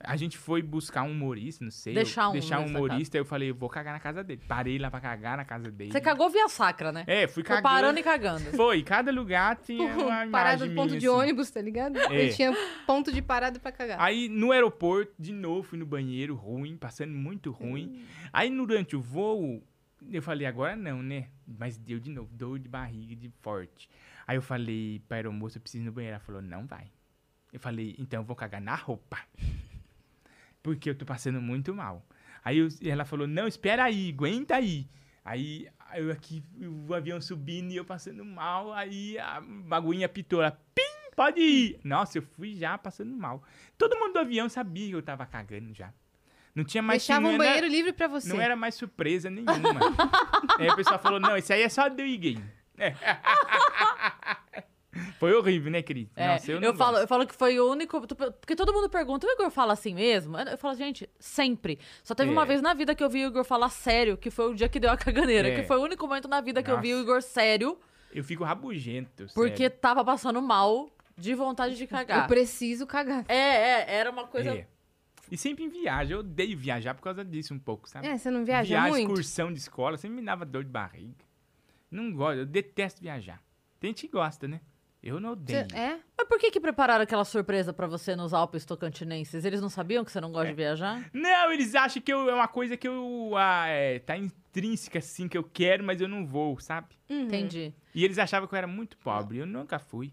Speaker 3: A gente foi buscar um humorista, não sei.
Speaker 1: Deixar
Speaker 3: eu-
Speaker 1: um
Speaker 3: deixar um
Speaker 1: humorista na
Speaker 3: humorista, aí eu falei, eu vou cagar na casa dele. Parei lá pra cagar na casa dele.
Speaker 1: Você cagou via sacra, né?
Speaker 3: É, fui
Speaker 1: Ficou
Speaker 3: cagando.
Speaker 1: parando e cagando.
Speaker 3: Foi, cada lugar tinha uma imagem
Speaker 2: Parada, ponto
Speaker 3: minha,
Speaker 2: de
Speaker 3: assim.
Speaker 2: ônibus, tá ligado?
Speaker 3: É. Ah,
Speaker 2: Ele tinha ponto de parada pra cagar.
Speaker 3: Aí no aeroporto, de novo, fui no banheiro, ruim, passando muito ruim. Aí durante o voo, eu falei, agora não, né? Mas deu de novo, dor de barriga de forte. Aí eu falei pra aeromoça, eu preciso ir no banheiro. Ela falou, não vai. Eu falei, então eu vou cagar na roupa. Porque eu tô passando muito mal. Aí eu- e ela falou, não, espera aí, aguenta aí. Aí eu aqui, o avião subindo e eu passando mal. Aí a baguinha apitou, ela, pim, pode ir. Nossa, eu fui já passando mal. Todo mundo do avião sabia que eu tava cagando já. Não tinha mais...
Speaker 2: Deixava
Speaker 3: não
Speaker 2: um
Speaker 3: era-
Speaker 2: banheiro livre pra você.
Speaker 3: não era mais surpresa nenhuma. aí o pessoal falou, não, esse aí é só do Iggy. Foi horrível, né, Cris?
Speaker 1: É,
Speaker 3: Nossa, eu
Speaker 1: eu,
Speaker 3: não
Speaker 1: falo, eu
Speaker 3: gosto.
Speaker 1: falo que foi o único. tu- Porque todo mundo pergunta, o Igor fala assim mesmo? Eu falo, gente, sempre. Só teve
Speaker 3: É.
Speaker 1: uma vez na vida que eu vi o Igor falar sério, que foi o dia que deu a caganeira.
Speaker 3: É.
Speaker 1: Que foi o único momento na vida que eu vi o
Speaker 3: Nossa.
Speaker 1: Igor sério,
Speaker 3: Eu fico rabugento,
Speaker 1: porque
Speaker 3: sério.
Speaker 1: tava passando mal de vontade de
Speaker 2: Eu
Speaker 1: cagar.
Speaker 2: preciso cagar.
Speaker 1: É, é, era uma coisa.
Speaker 3: É. E sempre em viagem, eu odeio viajar por causa disso um pouco, sabe?
Speaker 2: É, você não viaja
Speaker 3: viagem,
Speaker 2: muito?
Speaker 3: excursão de escola, sempre me dava dor de barriga. Não gosto, eu detesto viajar. Tem gente que gosta, né? Eu não
Speaker 2: Você-
Speaker 3: odeio.
Speaker 2: É?
Speaker 1: Mas por que que prepararam aquela surpresa pra você nos Alpes Tocantinenses? Eles não sabiam que você não
Speaker 3: É.
Speaker 1: gosta de viajar?
Speaker 3: Não, eles acham que eu- é uma coisa que eu. Ah, é, tá intrínseca, assim, que eu quero, mas eu não vou, sabe?
Speaker 2: Uhum.
Speaker 1: Entendi.
Speaker 3: E eles achavam que eu era muito pobre. Eu nunca fui.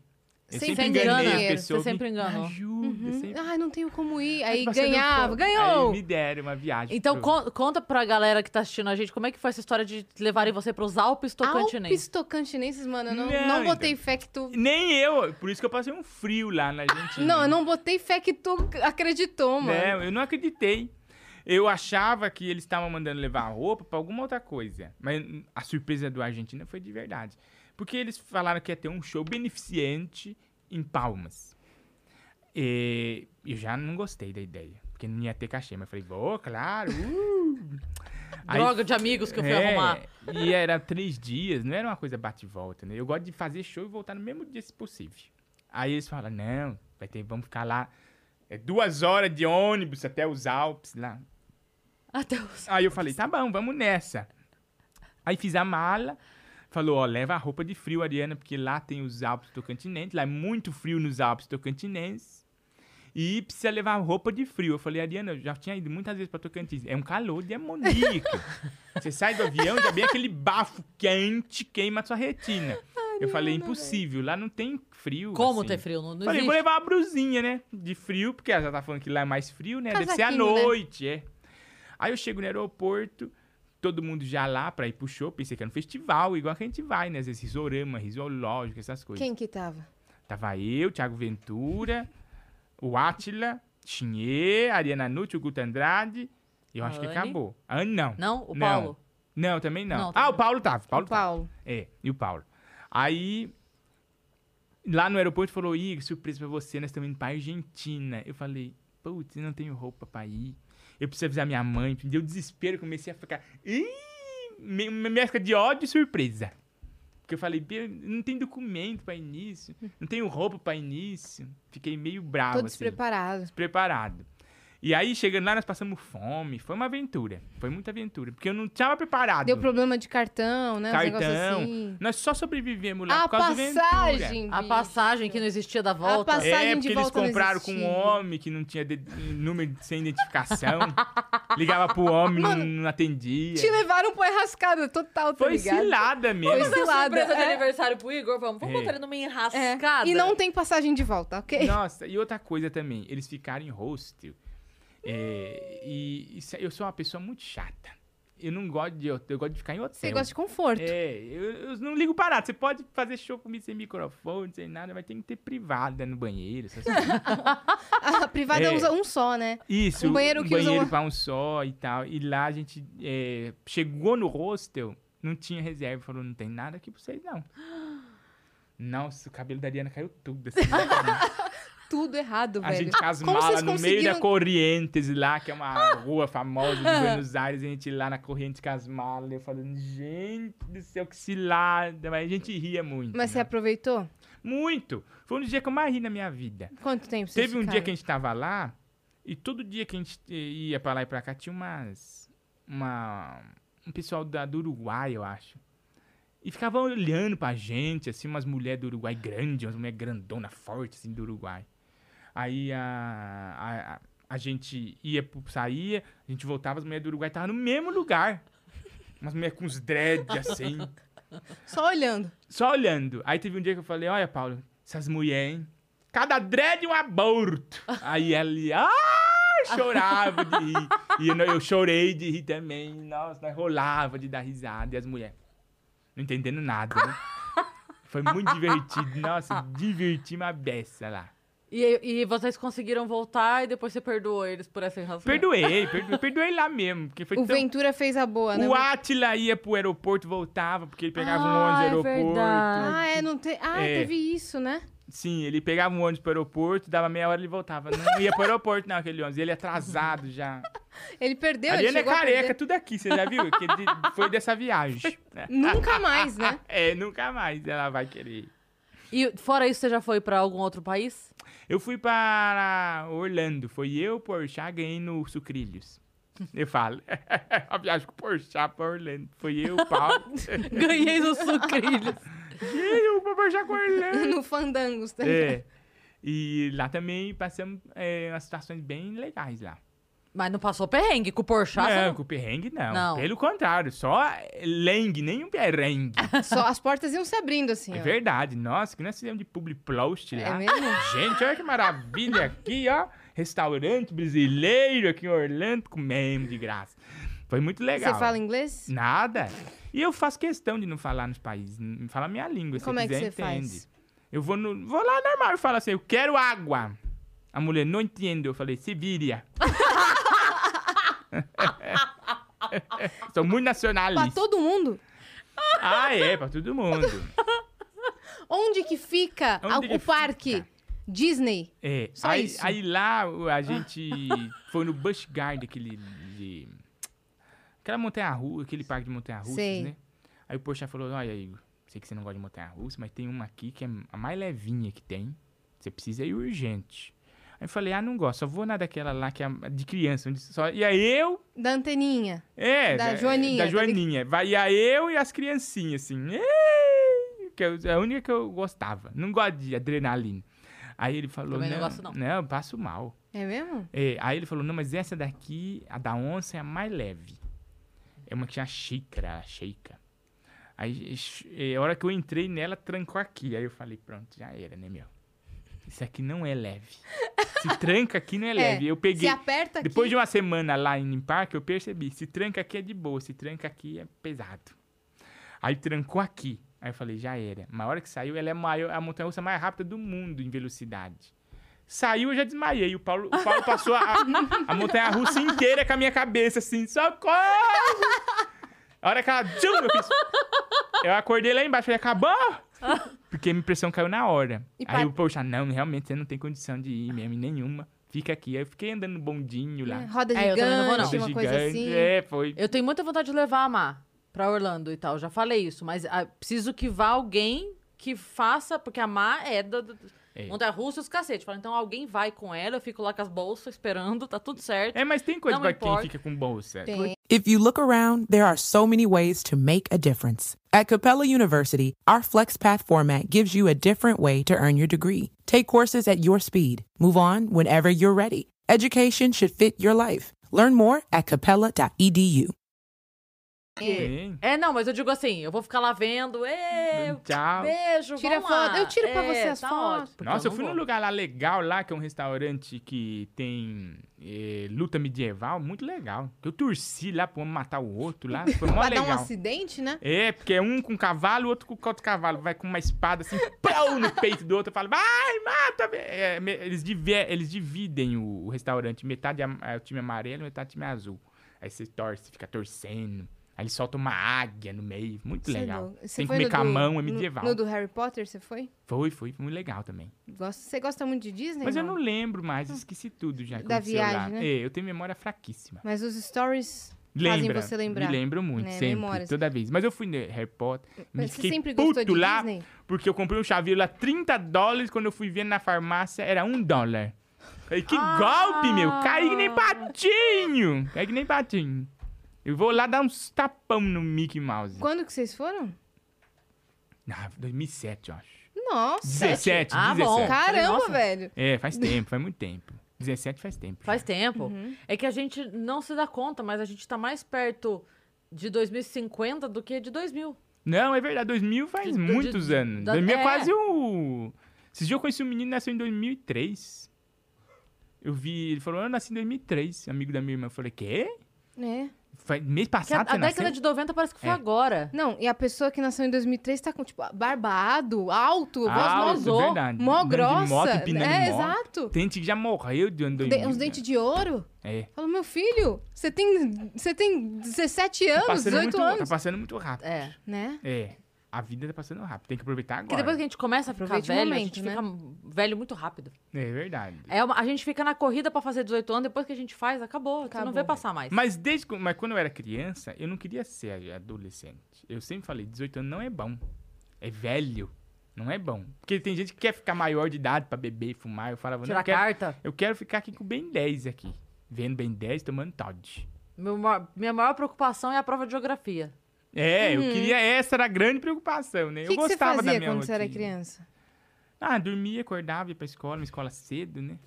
Speaker 3: Eu
Speaker 2: Sem
Speaker 3: sempre
Speaker 2: dinheiro.
Speaker 3: enganei
Speaker 2: Você
Speaker 3: as pessoas.
Speaker 1: sempre
Speaker 3: me
Speaker 1: enganou.
Speaker 3: Ajuda,
Speaker 2: Uhum.
Speaker 3: sempre.
Speaker 2: Ai, não tenho como ir. Aí
Speaker 3: Tô passando
Speaker 2: ganhava,
Speaker 3: fome.
Speaker 2: ganhou!
Speaker 3: Aí me deram uma viagem.
Speaker 1: Então
Speaker 3: pro-
Speaker 1: con- conta pra galera que tá assistindo a gente como é que foi essa história de levarem você pros Alpes Tocantinenses.
Speaker 2: Alpes tocantinenses, mano, eu não,
Speaker 3: Não,
Speaker 2: não
Speaker 3: então.
Speaker 2: botei fé que tu...
Speaker 3: Nem eu, por isso que eu passei um frio lá na Argentina.
Speaker 2: Não, eu não botei fé que tu acreditou, mano.
Speaker 3: Não, Né, eu não acreditei. Eu achava que eles estavam mandando levar roupa pra alguma outra coisa. Mas a surpresa do Argentina foi de verdade. Porque eles falaram que ia ter um show beneficente em Palmas. E eu já não gostei da ideia. Porque não ia ter cachê. Mas eu falei, vou, claro. uh." Aí
Speaker 1: Droga de amigos que eu fui
Speaker 3: é,
Speaker 1: arrumar.
Speaker 3: E era três dias, não era uma coisa bate e volta, né? Eu gosto de fazer show e voltar no mesmo dia, se possível. Aí eles falam, não, vai ter, vamos ficar lá é, duas horas de ônibus até os Alpes lá.
Speaker 1: Até os...
Speaker 3: Aí eu falei, tá bom, vamos nessa. Aí fiz a mala, falou, ó, leva a roupa de frio, Ariana, porque lá tem os Alpes Tocantinenses, lá é muito frio nos Alpes Tocantinenses. E precisa levar roupa de frio. Eu falei, Ariana, eu já tinha ido muitas vezes pra Tocantins. É um calor demoníaco. Você sai do avião, já vem aquele bafo quente, queima a sua retina. eu falei, impossível, lá não tem frio.
Speaker 1: Como
Speaker 3: assim.
Speaker 1: ter frio? Não, não
Speaker 3: Falei,
Speaker 1: existe.
Speaker 3: vou levar uma brusinha, né? De frio, porque ela já tá falando que lá é mais frio, né? Deve ser à
Speaker 2: Casaquinho, né?
Speaker 3: noite, é. Aí eu chego no aeroporto, todo mundo já lá pra ir pro show. Pensei que era um festival, igual que a gente vai, né? Às vezes risorama, risológico, essas coisas.
Speaker 2: Quem que tava?
Speaker 3: Tava eu, Thiago Ventura, o Átila, Chinê, Ariana Nucci, o Guto Andrade. Eu acho que
Speaker 1: Anne.
Speaker 3: acabou. A Anne não.
Speaker 1: Não? O
Speaker 3: Não.
Speaker 1: Paulo?
Speaker 3: Não, também não.
Speaker 1: Não,
Speaker 3: ah,
Speaker 1: também
Speaker 3: o Paulo tava. o Paulo, tava.
Speaker 2: Paulo.
Speaker 3: É, e o Paulo. Aí, lá no aeroporto, falou: Ih, que surpresa pra você, nós estamos indo pra Argentina. Eu falei: Putz, eu não tenho roupa pra ir. Eu preciso avisar minha mãe. Me deu desespero, comecei a ficar. Ih, me- me- mescla de ódio e surpresa. Porque eu falei: "Bia, não tem documento pra início, não tenho roupa pra início. Fiquei meio bravo.
Speaker 2: Todo
Speaker 3: assim
Speaker 2: despreparado.
Speaker 3: preparado. E aí, chegando lá, nós passamos fome. Foi uma aventura. Foi muita aventura. Porque eu não tava preparado.
Speaker 2: Deu problema de cartão, né? Uns negócios
Speaker 3: Cartão.
Speaker 2: assim.
Speaker 3: Nós só sobrevivemos lá
Speaker 2: A
Speaker 3: por causa da aventura.
Speaker 2: passagem.
Speaker 1: A
Speaker 2: bicho.
Speaker 1: passagem que não existia da
Speaker 2: A
Speaker 1: volta.
Speaker 2: passagem-
Speaker 3: É,
Speaker 2: de
Speaker 3: porque eles
Speaker 2: volta não
Speaker 3: compraram com um
Speaker 2: existia.
Speaker 3: homem que não tinha de- número de- sem identificação. Ligava pro homem, não, não atendia.
Speaker 2: Te levaram pro enrascada total, tá
Speaker 3: Foi
Speaker 2: ligado?
Speaker 3: cilada mesmo.
Speaker 1: Fazer uma
Speaker 2: Cilada,
Speaker 1: surpresa de
Speaker 2: é.
Speaker 1: aniversário pro Igor, vamos. Vamos
Speaker 3: É.
Speaker 1: botar ele numa
Speaker 2: É.
Speaker 1: enrascada.
Speaker 2: E não tem passagem de volta, ok?
Speaker 3: Nossa, e outra coisa também. Eles ficaram em hostel. É, e isso- eu sou uma pessoa muito chata. Eu não gosto de hotel, eu gosto de ficar em hotel.
Speaker 2: Você gosta de conforto.
Speaker 3: É, eu, eu não ligo pra nada. Você pode fazer show comigo sem microfone, sem nada, mas tem que ter privada no banheiro. essas coisas.
Speaker 2: A privada
Speaker 3: É.
Speaker 2: usa um só, né?
Speaker 3: Isso,
Speaker 2: Um banheiro que usa
Speaker 3: banheiro
Speaker 2: uma-
Speaker 3: pra um só e tal. E lá a gente é, chegou no hostel, não tinha reserva, falou, não tem nada aqui pra vocês, não. Nossa, o cabelo da Ariana caiu tudo. assim.
Speaker 2: Tudo errado,
Speaker 3: a
Speaker 2: velho.
Speaker 3: gente com as
Speaker 2: Como vocês
Speaker 3: malas no meio da
Speaker 2: conseguiram- Ah.
Speaker 3: Corrientes lá, que é uma rua famosa de Buenos Aires, a gente lá na Corrientes com as malas, eu falando, gente do céu, que cilada. Mas a gente ria muito.
Speaker 2: Mas você é
Speaker 3: né?
Speaker 2: aproveitou?
Speaker 3: Muito. Foi um dos dias que eu mais ri na minha vida.
Speaker 2: Quanto tempo você
Speaker 3: Teve um dia que a gente tava lá e todo dia que a gente eh, ia pra lá e pra cá tinha umas uma um pessoal da do Uruguai, eu acho. E ficava olhando pra gente, assim, umas mulheres do Uruguai grande, umas mulheres grandona, forte, assim, do Uruguai. Aí a, a, a- a gente ia, pro- saía, a gente voltava, as mulheres do Uruguai estavam no mesmo lugar. Umas mulheres com os dread, assim,
Speaker 2: Só olhando.
Speaker 3: só olhando. Aí teve um dia que eu falei, olha, Paulo, essas mulheres, hein? Cada dread um aborto. Aí ela, ah, chorava de rir. E eu, eu chorei de rir também. Nossa, nós rolava de dar risada. E as mulheres, não entendendo nada, né? Foi muito divertido. Nossa, diverti uma beça lá.
Speaker 1: E, e vocês conseguiram voltar e depois você perdoou eles por essa enrascada.
Speaker 3: Perdoei, perdoei, perdoei lá mesmo. Porque foi
Speaker 2: O
Speaker 3: tão...
Speaker 2: Ventura fez a boa, né?
Speaker 3: O Atila ia pro aeroporto, voltava, porque ele pegava
Speaker 1: Ah, é
Speaker 3: um ônibus no aeroporto.
Speaker 1: verdade.
Speaker 2: Ah, é, não tem. Ah,
Speaker 3: É.
Speaker 2: teve isso, né?
Speaker 3: Sim, ele pegava um ônibus pro aeroporto, dava meia hora e ele voltava. Não ia pro aeroporto, não, aquele ônibus. Ele é atrasado já.
Speaker 2: Ele perdeu,
Speaker 3: A
Speaker 2: ele
Speaker 3: Ariana é
Speaker 2: chegou a
Speaker 3: careca,
Speaker 2: perder.
Speaker 3: tudo aqui, você já viu? Que de- foi dessa viagem. né?
Speaker 2: Nunca mais, né?
Speaker 3: É, nunca mais ela vai querer.
Speaker 1: E fora isso, você já foi pra algum outro país?
Speaker 3: Eu fui para Orlando. Foi eu, Porchat, ganhei no Sucrilhos. Eu falo. A viagem com o Porchat pra Orlando. Foi eu, Paulo.
Speaker 1: Ganhei no sucrilhos.
Speaker 3: e eu, Porchat com Orlando.
Speaker 2: No Fandangos. Tá? ligado?
Speaker 3: É. E lá também passamos é, umas situações bem legais lá.
Speaker 1: Mas não passou perrengue com o Porchat? você
Speaker 3: Não,
Speaker 1: não-
Speaker 3: com perrengue não.
Speaker 1: Não.
Speaker 3: Pelo contrário, só eh, lengue, nenhum perrengue.
Speaker 2: Só as portas iam se abrindo, assim,
Speaker 3: é
Speaker 2: ó.
Speaker 3: verdade. Nossa, que nós fizemos de public post lá.
Speaker 2: É mesmo?
Speaker 3: Gente, olha que maravilha aqui, ó. Restaurante brasileiro aqui em Orlando, comemos de graça. Foi muito legal.
Speaker 2: Você fala inglês?
Speaker 3: Nada. E eu faço questão de não falar nos países. n- Falar minha língua, se
Speaker 2: Como
Speaker 3: eu
Speaker 2: é que
Speaker 3: quiser,
Speaker 2: você
Speaker 3: entende.
Speaker 2: faz?
Speaker 3: Eu vou, no, vou lá normal e falo assim, eu quero água. A mulher, não entendo. Eu falei, se vira. Sou muito
Speaker 2: Pra
Speaker 3: nacionalista.
Speaker 2: todo mundo?
Speaker 3: Ah, é, pra todo mundo.
Speaker 2: Onde que fica
Speaker 3: Onde
Speaker 2: a-
Speaker 3: que
Speaker 2: o
Speaker 3: fica?
Speaker 2: parque? Disney?
Speaker 3: É.
Speaker 2: Só
Speaker 3: aí,
Speaker 2: isso.
Speaker 3: aí lá o- a gente foi no Busch Garden, aquele. de- aquela montanha-russa, aquele parque de montanha-russa,
Speaker 2: Sei.
Speaker 3: né? Aí o Poxa falou: Olha, Igor, sei que você não gosta de montanha-russa, mas tem uma aqui que é a mais levinha que tem. Você precisa ir urgente. Aí eu falei: Ah, não gosto, só vou na daquela lá que é a- de criança. Onde só... E aí eu
Speaker 2: Da anteninha.
Speaker 3: é,
Speaker 2: Da Joaninha,
Speaker 3: Da
Speaker 2: tá ligado?
Speaker 3: Joaninha. Vai ia eu e as criancinhas, assim. "Ei!", Que eu- é a única que eu gostava. Não gosto de adrenalina. Aí ele falou,
Speaker 1: Também
Speaker 3: não,
Speaker 1: não
Speaker 3: não,
Speaker 1: gosto, não."
Speaker 3: eu passo mal.
Speaker 2: É mesmo?
Speaker 3: É, aí ele falou, não, mas essa daqui, a da onça, é a mais leve. É uma que tinha xícara, a sheika. Aí, sh- é, a hora que eu entrei nela, trancou aqui. Aí eu falei, pronto, já era, né, meu? Isso aqui não é leve. Se tranca aqui, não é leve. Eu peguei...
Speaker 2: Se aperta aqui.
Speaker 3: Depois de uma semana lá em Parque, eu percebi, se tranca aqui é de boa, se tranca aqui é pesado. Aí trancou aqui. Aí eu falei, já era. Mas a hora que saiu, ela é maior, a montanha russa mais rápida do mundo em velocidade. Saiu, eu já desmaiei. O Paulo, o Paulo passou a, a montanha russa inteira com a minha cabeça, assim, socorro! A hora que ela. Tchum, eu, fiz- eu acordei lá embaixo, falei, acabou! Porque a minha impressão caiu na hora.
Speaker 2: E
Speaker 3: aí
Speaker 2: pa-
Speaker 3: eu, poxa, não, realmente você não tem condição de ir mesmo, nenhuma. Fica aqui. Aí eu fiquei andando bondinho lá.
Speaker 2: Roda
Speaker 1: É, eu também não vou,
Speaker 2: gigante,
Speaker 1: não.
Speaker 2: uma coisa assim.
Speaker 3: um- É, foi.
Speaker 1: Eu tenho muita vontade de levar a Má pra Orlando e tal. Já falei isso, mas ah, preciso que vá alguém que faça, porque a Má é da. da
Speaker 3: É.
Speaker 1: Montanha russa e os cacete. Fala, então alguém vai com ela, eu fico lá com as bolsas esperando, tá tudo certo.
Speaker 3: É, mas tem coisa
Speaker 1: Não
Speaker 3: pra
Speaker 1: importa.
Speaker 3: quem fica com bolsa.
Speaker 2: Tem.
Speaker 5: If you look around, there are so many ways to make a difference. At Capella University, our FlexPath format gives you a different way to earn your degree. Take courses at your speed. Move on whenever you're ready. Education should fit your life. Learn more at E capella.edu.
Speaker 3: Tem.
Speaker 1: É, não, mas eu digo assim, eu vou ficar lá vendo, ê,
Speaker 3: Tchau.
Speaker 1: beijo,
Speaker 2: Tira
Speaker 1: vamos lá.
Speaker 2: foto, eu tiro pra
Speaker 1: É,
Speaker 2: você as
Speaker 1: tá
Speaker 2: fotos.
Speaker 1: ótimo, porque
Speaker 3: Nossa, eu
Speaker 1: não
Speaker 3: fui num
Speaker 1: vou.
Speaker 3: lugar lá legal lá, que é um restaurante que tem eh, luta medieval, muito legal. Eu torci lá pra um matar o outro lá, foi mó
Speaker 2: Pra dar um
Speaker 3: legal.
Speaker 2: acidente, né?
Speaker 3: É, porque é um com cavalo, outro com outro cavalo. Vai com uma espada assim, pau no peito do outro. Fala, vai, mata. É, me- eles, diver- eles dividem o, o restaurante. Metade é, am- é o time amarelo, metade é o time azul. Aí você torce, fica torcendo. Aí eles soltam uma águia no meio. Muito
Speaker 2: Cê é
Speaker 3: legal.
Speaker 2: louco. Cê
Speaker 3: Tem que
Speaker 2: foi
Speaker 3: comer
Speaker 2: no
Speaker 3: com a
Speaker 2: do-
Speaker 3: mão, é
Speaker 2: no-
Speaker 3: medieval.
Speaker 2: No do Harry Potter, você foi?
Speaker 3: Foi, foi, foi muito legal também.
Speaker 2: Gosta- Você gosta muito de Disney?
Speaker 3: Mas eu não lembro mais, esqueci tudo já. que
Speaker 2: Ah, Da
Speaker 3: aconteceu lá.
Speaker 2: viagem, né?
Speaker 3: É, eu tenho memória fraquíssima.
Speaker 2: Mas os stories
Speaker 3: Lembra?
Speaker 2: fazem você lembrar.
Speaker 3: Me lembro muito,
Speaker 2: né?
Speaker 3: sempre,
Speaker 2: Memórias.
Speaker 3: toda vez. Mas eu fui no Harry Potter, me
Speaker 2: Mas você
Speaker 3: fiquei
Speaker 2: sempre gostou
Speaker 3: puto
Speaker 2: de
Speaker 3: lá,
Speaker 2: Disney?
Speaker 3: porque eu comprei um chaveiro lá, 30 dólares, quando eu fui ver na farmácia, era um dólar. Falei, que
Speaker 2: Ah!
Speaker 3: golpe, meu! Caí que nem patinho! Caí que nem patinho. Eu vou lá dar uns tapão no Mickey Mouse.
Speaker 2: Quando que vocês foram?
Speaker 3: Ah, 2007, eu acho.
Speaker 2: Nossa!
Speaker 3: 17,
Speaker 1: Ah, bom.
Speaker 3: 17.
Speaker 2: Caramba,
Speaker 1: Nossa.
Speaker 2: velho!
Speaker 3: É, faz tempo, faz muito tempo. 17 faz tempo.
Speaker 1: Faz tempo.
Speaker 2: Uhum.
Speaker 1: É que a gente não se dá conta, mas a gente tá mais perto de 2050 do que de 2000.
Speaker 3: Não, é verdade. 2000 faz
Speaker 1: De- de-
Speaker 3: muitos
Speaker 1: de-
Speaker 3: anos.
Speaker 1: da-
Speaker 3: 2000 é
Speaker 1: é.
Speaker 3: quase o... Esses dias eu conheci um menino que nasceu em 2003. Eu vi... Ele falou, eu nasci em 2003. Amigo da minha irmã. Eu falei, quê?
Speaker 2: É.
Speaker 3: Fa- Mês
Speaker 1: Que a,
Speaker 3: passado
Speaker 1: a
Speaker 3: você nasceu?
Speaker 1: década de 90 parece que foi
Speaker 3: É.
Speaker 1: agora.
Speaker 2: Não, e a pessoa que nasceu em 2003 tá com, tipo, barbado, alto,
Speaker 3: Ah,
Speaker 2: voz
Speaker 3: isso
Speaker 2: mó,
Speaker 3: é verdade.
Speaker 2: mó
Speaker 3: Andando de
Speaker 2: grossa.
Speaker 3: moto, empinando
Speaker 2: é,
Speaker 3: moto.
Speaker 2: exato.
Speaker 3: Tem gente que já morreu de ano 2000.
Speaker 2: De- uns
Speaker 3: né?
Speaker 2: dentes de ouro.
Speaker 3: É.
Speaker 2: Falou, meu filho, você tem, você tem 17
Speaker 3: Tá
Speaker 2: anos,
Speaker 3: passando,
Speaker 2: 18
Speaker 3: muito, tá
Speaker 2: anos.
Speaker 3: passando muito rápido.
Speaker 1: É.
Speaker 2: Né?
Speaker 3: É. A vida tá passando rápido. Tem que aproveitar
Speaker 1: Porque
Speaker 3: agora.
Speaker 1: depois que a gente começa a ficar
Speaker 2: Aproveite o
Speaker 1: velho, a
Speaker 2: momento,
Speaker 1: gente
Speaker 2: né?
Speaker 1: fica velho muito rápido.
Speaker 3: É verdade.
Speaker 1: É uma- a gente fica na corrida pra fazer 18 anos, depois que a gente faz, acabou. Você não
Speaker 2: Acabou.
Speaker 1: vê passar mais.
Speaker 3: Mas desde que- mas quando eu era criança, eu não queria ser adolescente. Eu sempre falei, 18 anos não é bom. É velho. Não é bom. Porque tem gente que quer ficar maior de idade pra beber e fumar. Eu falava, não,
Speaker 1: Tirar
Speaker 3: eu quero,
Speaker 1: carta.
Speaker 3: eu quero ficar aqui com o Ben 10 aqui. Vendo Ben 10, tomando Todd.
Speaker 1: Meu ma- minha maior preocupação é a prova de geografia.
Speaker 3: É, eu queria... Essa era a grande preocupação, né?
Speaker 2: Uhum. O
Speaker 3: eu
Speaker 2: que, que você
Speaker 3: gostava da
Speaker 2: fazia
Speaker 3: minha
Speaker 2: quando você era
Speaker 3: rotina.
Speaker 2: criança?
Speaker 3: Ah, dormia, acordava, ia pra escola, uma escola cedo, né?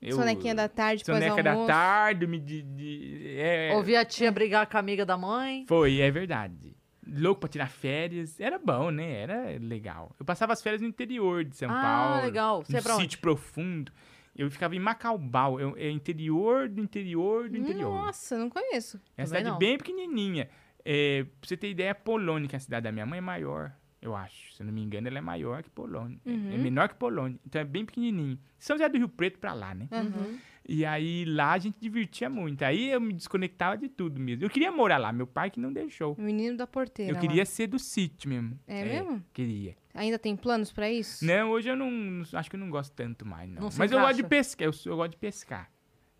Speaker 3: Eu-
Speaker 2: Sonequinha da tarde, depois
Speaker 3: Soneca
Speaker 2: Tipo
Speaker 3: da
Speaker 2: almoço.
Speaker 3: tarde, me de... de- é,
Speaker 1: Ouvir a tia brigar com a amiga da mãe.
Speaker 3: Foi, é verdade. Louco pra tirar férias. Era bom, né? Era legal. Eu passava as férias no interior de São
Speaker 1: Ah,
Speaker 3: Paulo.
Speaker 1: legal. Você
Speaker 3: num
Speaker 1: é pra onde?
Speaker 3: sítio profundo. Eu ficava em Macaubal. Eu- É interior do interior do interior.
Speaker 2: Nossa, não conheço.
Speaker 3: é
Speaker 1: também
Speaker 3: uma cidade
Speaker 1: não.
Speaker 3: bem pequenininha. É, pra você ter ideia, Polônia, que é a cidade da minha mãe, é maior. Eu acho. Se eu não me engano, ela é maior que Polônia. É-
Speaker 1: Uhum.
Speaker 3: É menor que Polônia. Então é bem pequenininho. São José do Rio Preto pra lá, né?
Speaker 2: Uhum.
Speaker 3: E aí lá a gente divertia muito. Aí eu me desconectava de tudo mesmo. Eu queria morar lá. Meu pai que não deixou.
Speaker 2: O Menino da porteira.
Speaker 3: Eu
Speaker 2: lá.
Speaker 3: queria ser do sítio mesmo.
Speaker 2: É mesmo?
Speaker 3: Queria.
Speaker 2: Ainda tem planos pra isso?
Speaker 3: Não, hoje eu não, acho que eu não gosto tanto mais, não.
Speaker 1: Não se
Speaker 3: Mas eu gosto de
Speaker 1: encaixa.
Speaker 3: pescar, eu, sou- eu gosto de pescar.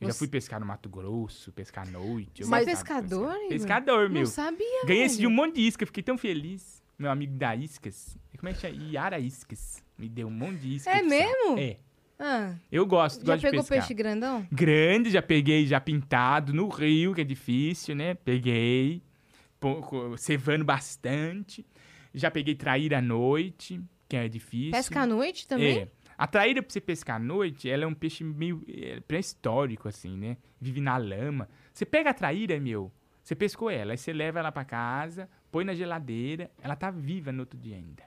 Speaker 3: Eu já
Speaker 2: Você-
Speaker 3: fui pescar no Mato Grosso, pescar à noite. eu
Speaker 2: Você é
Speaker 3: gostava de pescar.
Speaker 2: pescador, Igor?
Speaker 3: Pescador, meu.
Speaker 2: Não sabia.
Speaker 3: Ganhei esse de
Speaker 2: velho.
Speaker 3: um monte de isca, eu fiquei tão feliz. Meu amigo da Iscas, como é que chama? Iara Iscas. Me deu um monte de isca.
Speaker 2: É
Speaker 3: pra pescar.
Speaker 2: mesmo?
Speaker 3: É.
Speaker 2: Ah,
Speaker 3: Eu gosto,
Speaker 2: já
Speaker 3: gosto de
Speaker 2: pegou
Speaker 3: pescar.
Speaker 2: peixe grandão?
Speaker 3: grande, já peguei já pintado no rio, que é difícil, né? Peguei, pô- co- cevando bastante. Já peguei traíra à noite, que é difícil.
Speaker 2: Pesca à noite também?
Speaker 3: É. A traíra pra você pescar à noite, ela é um peixe meio é, pré-histórico, assim, né? Vive na lama. Você pega a traíra, é meu, você pescou ela, aí você leva ela pra casa, põe na geladeira, ela tá viva no outro dia ainda.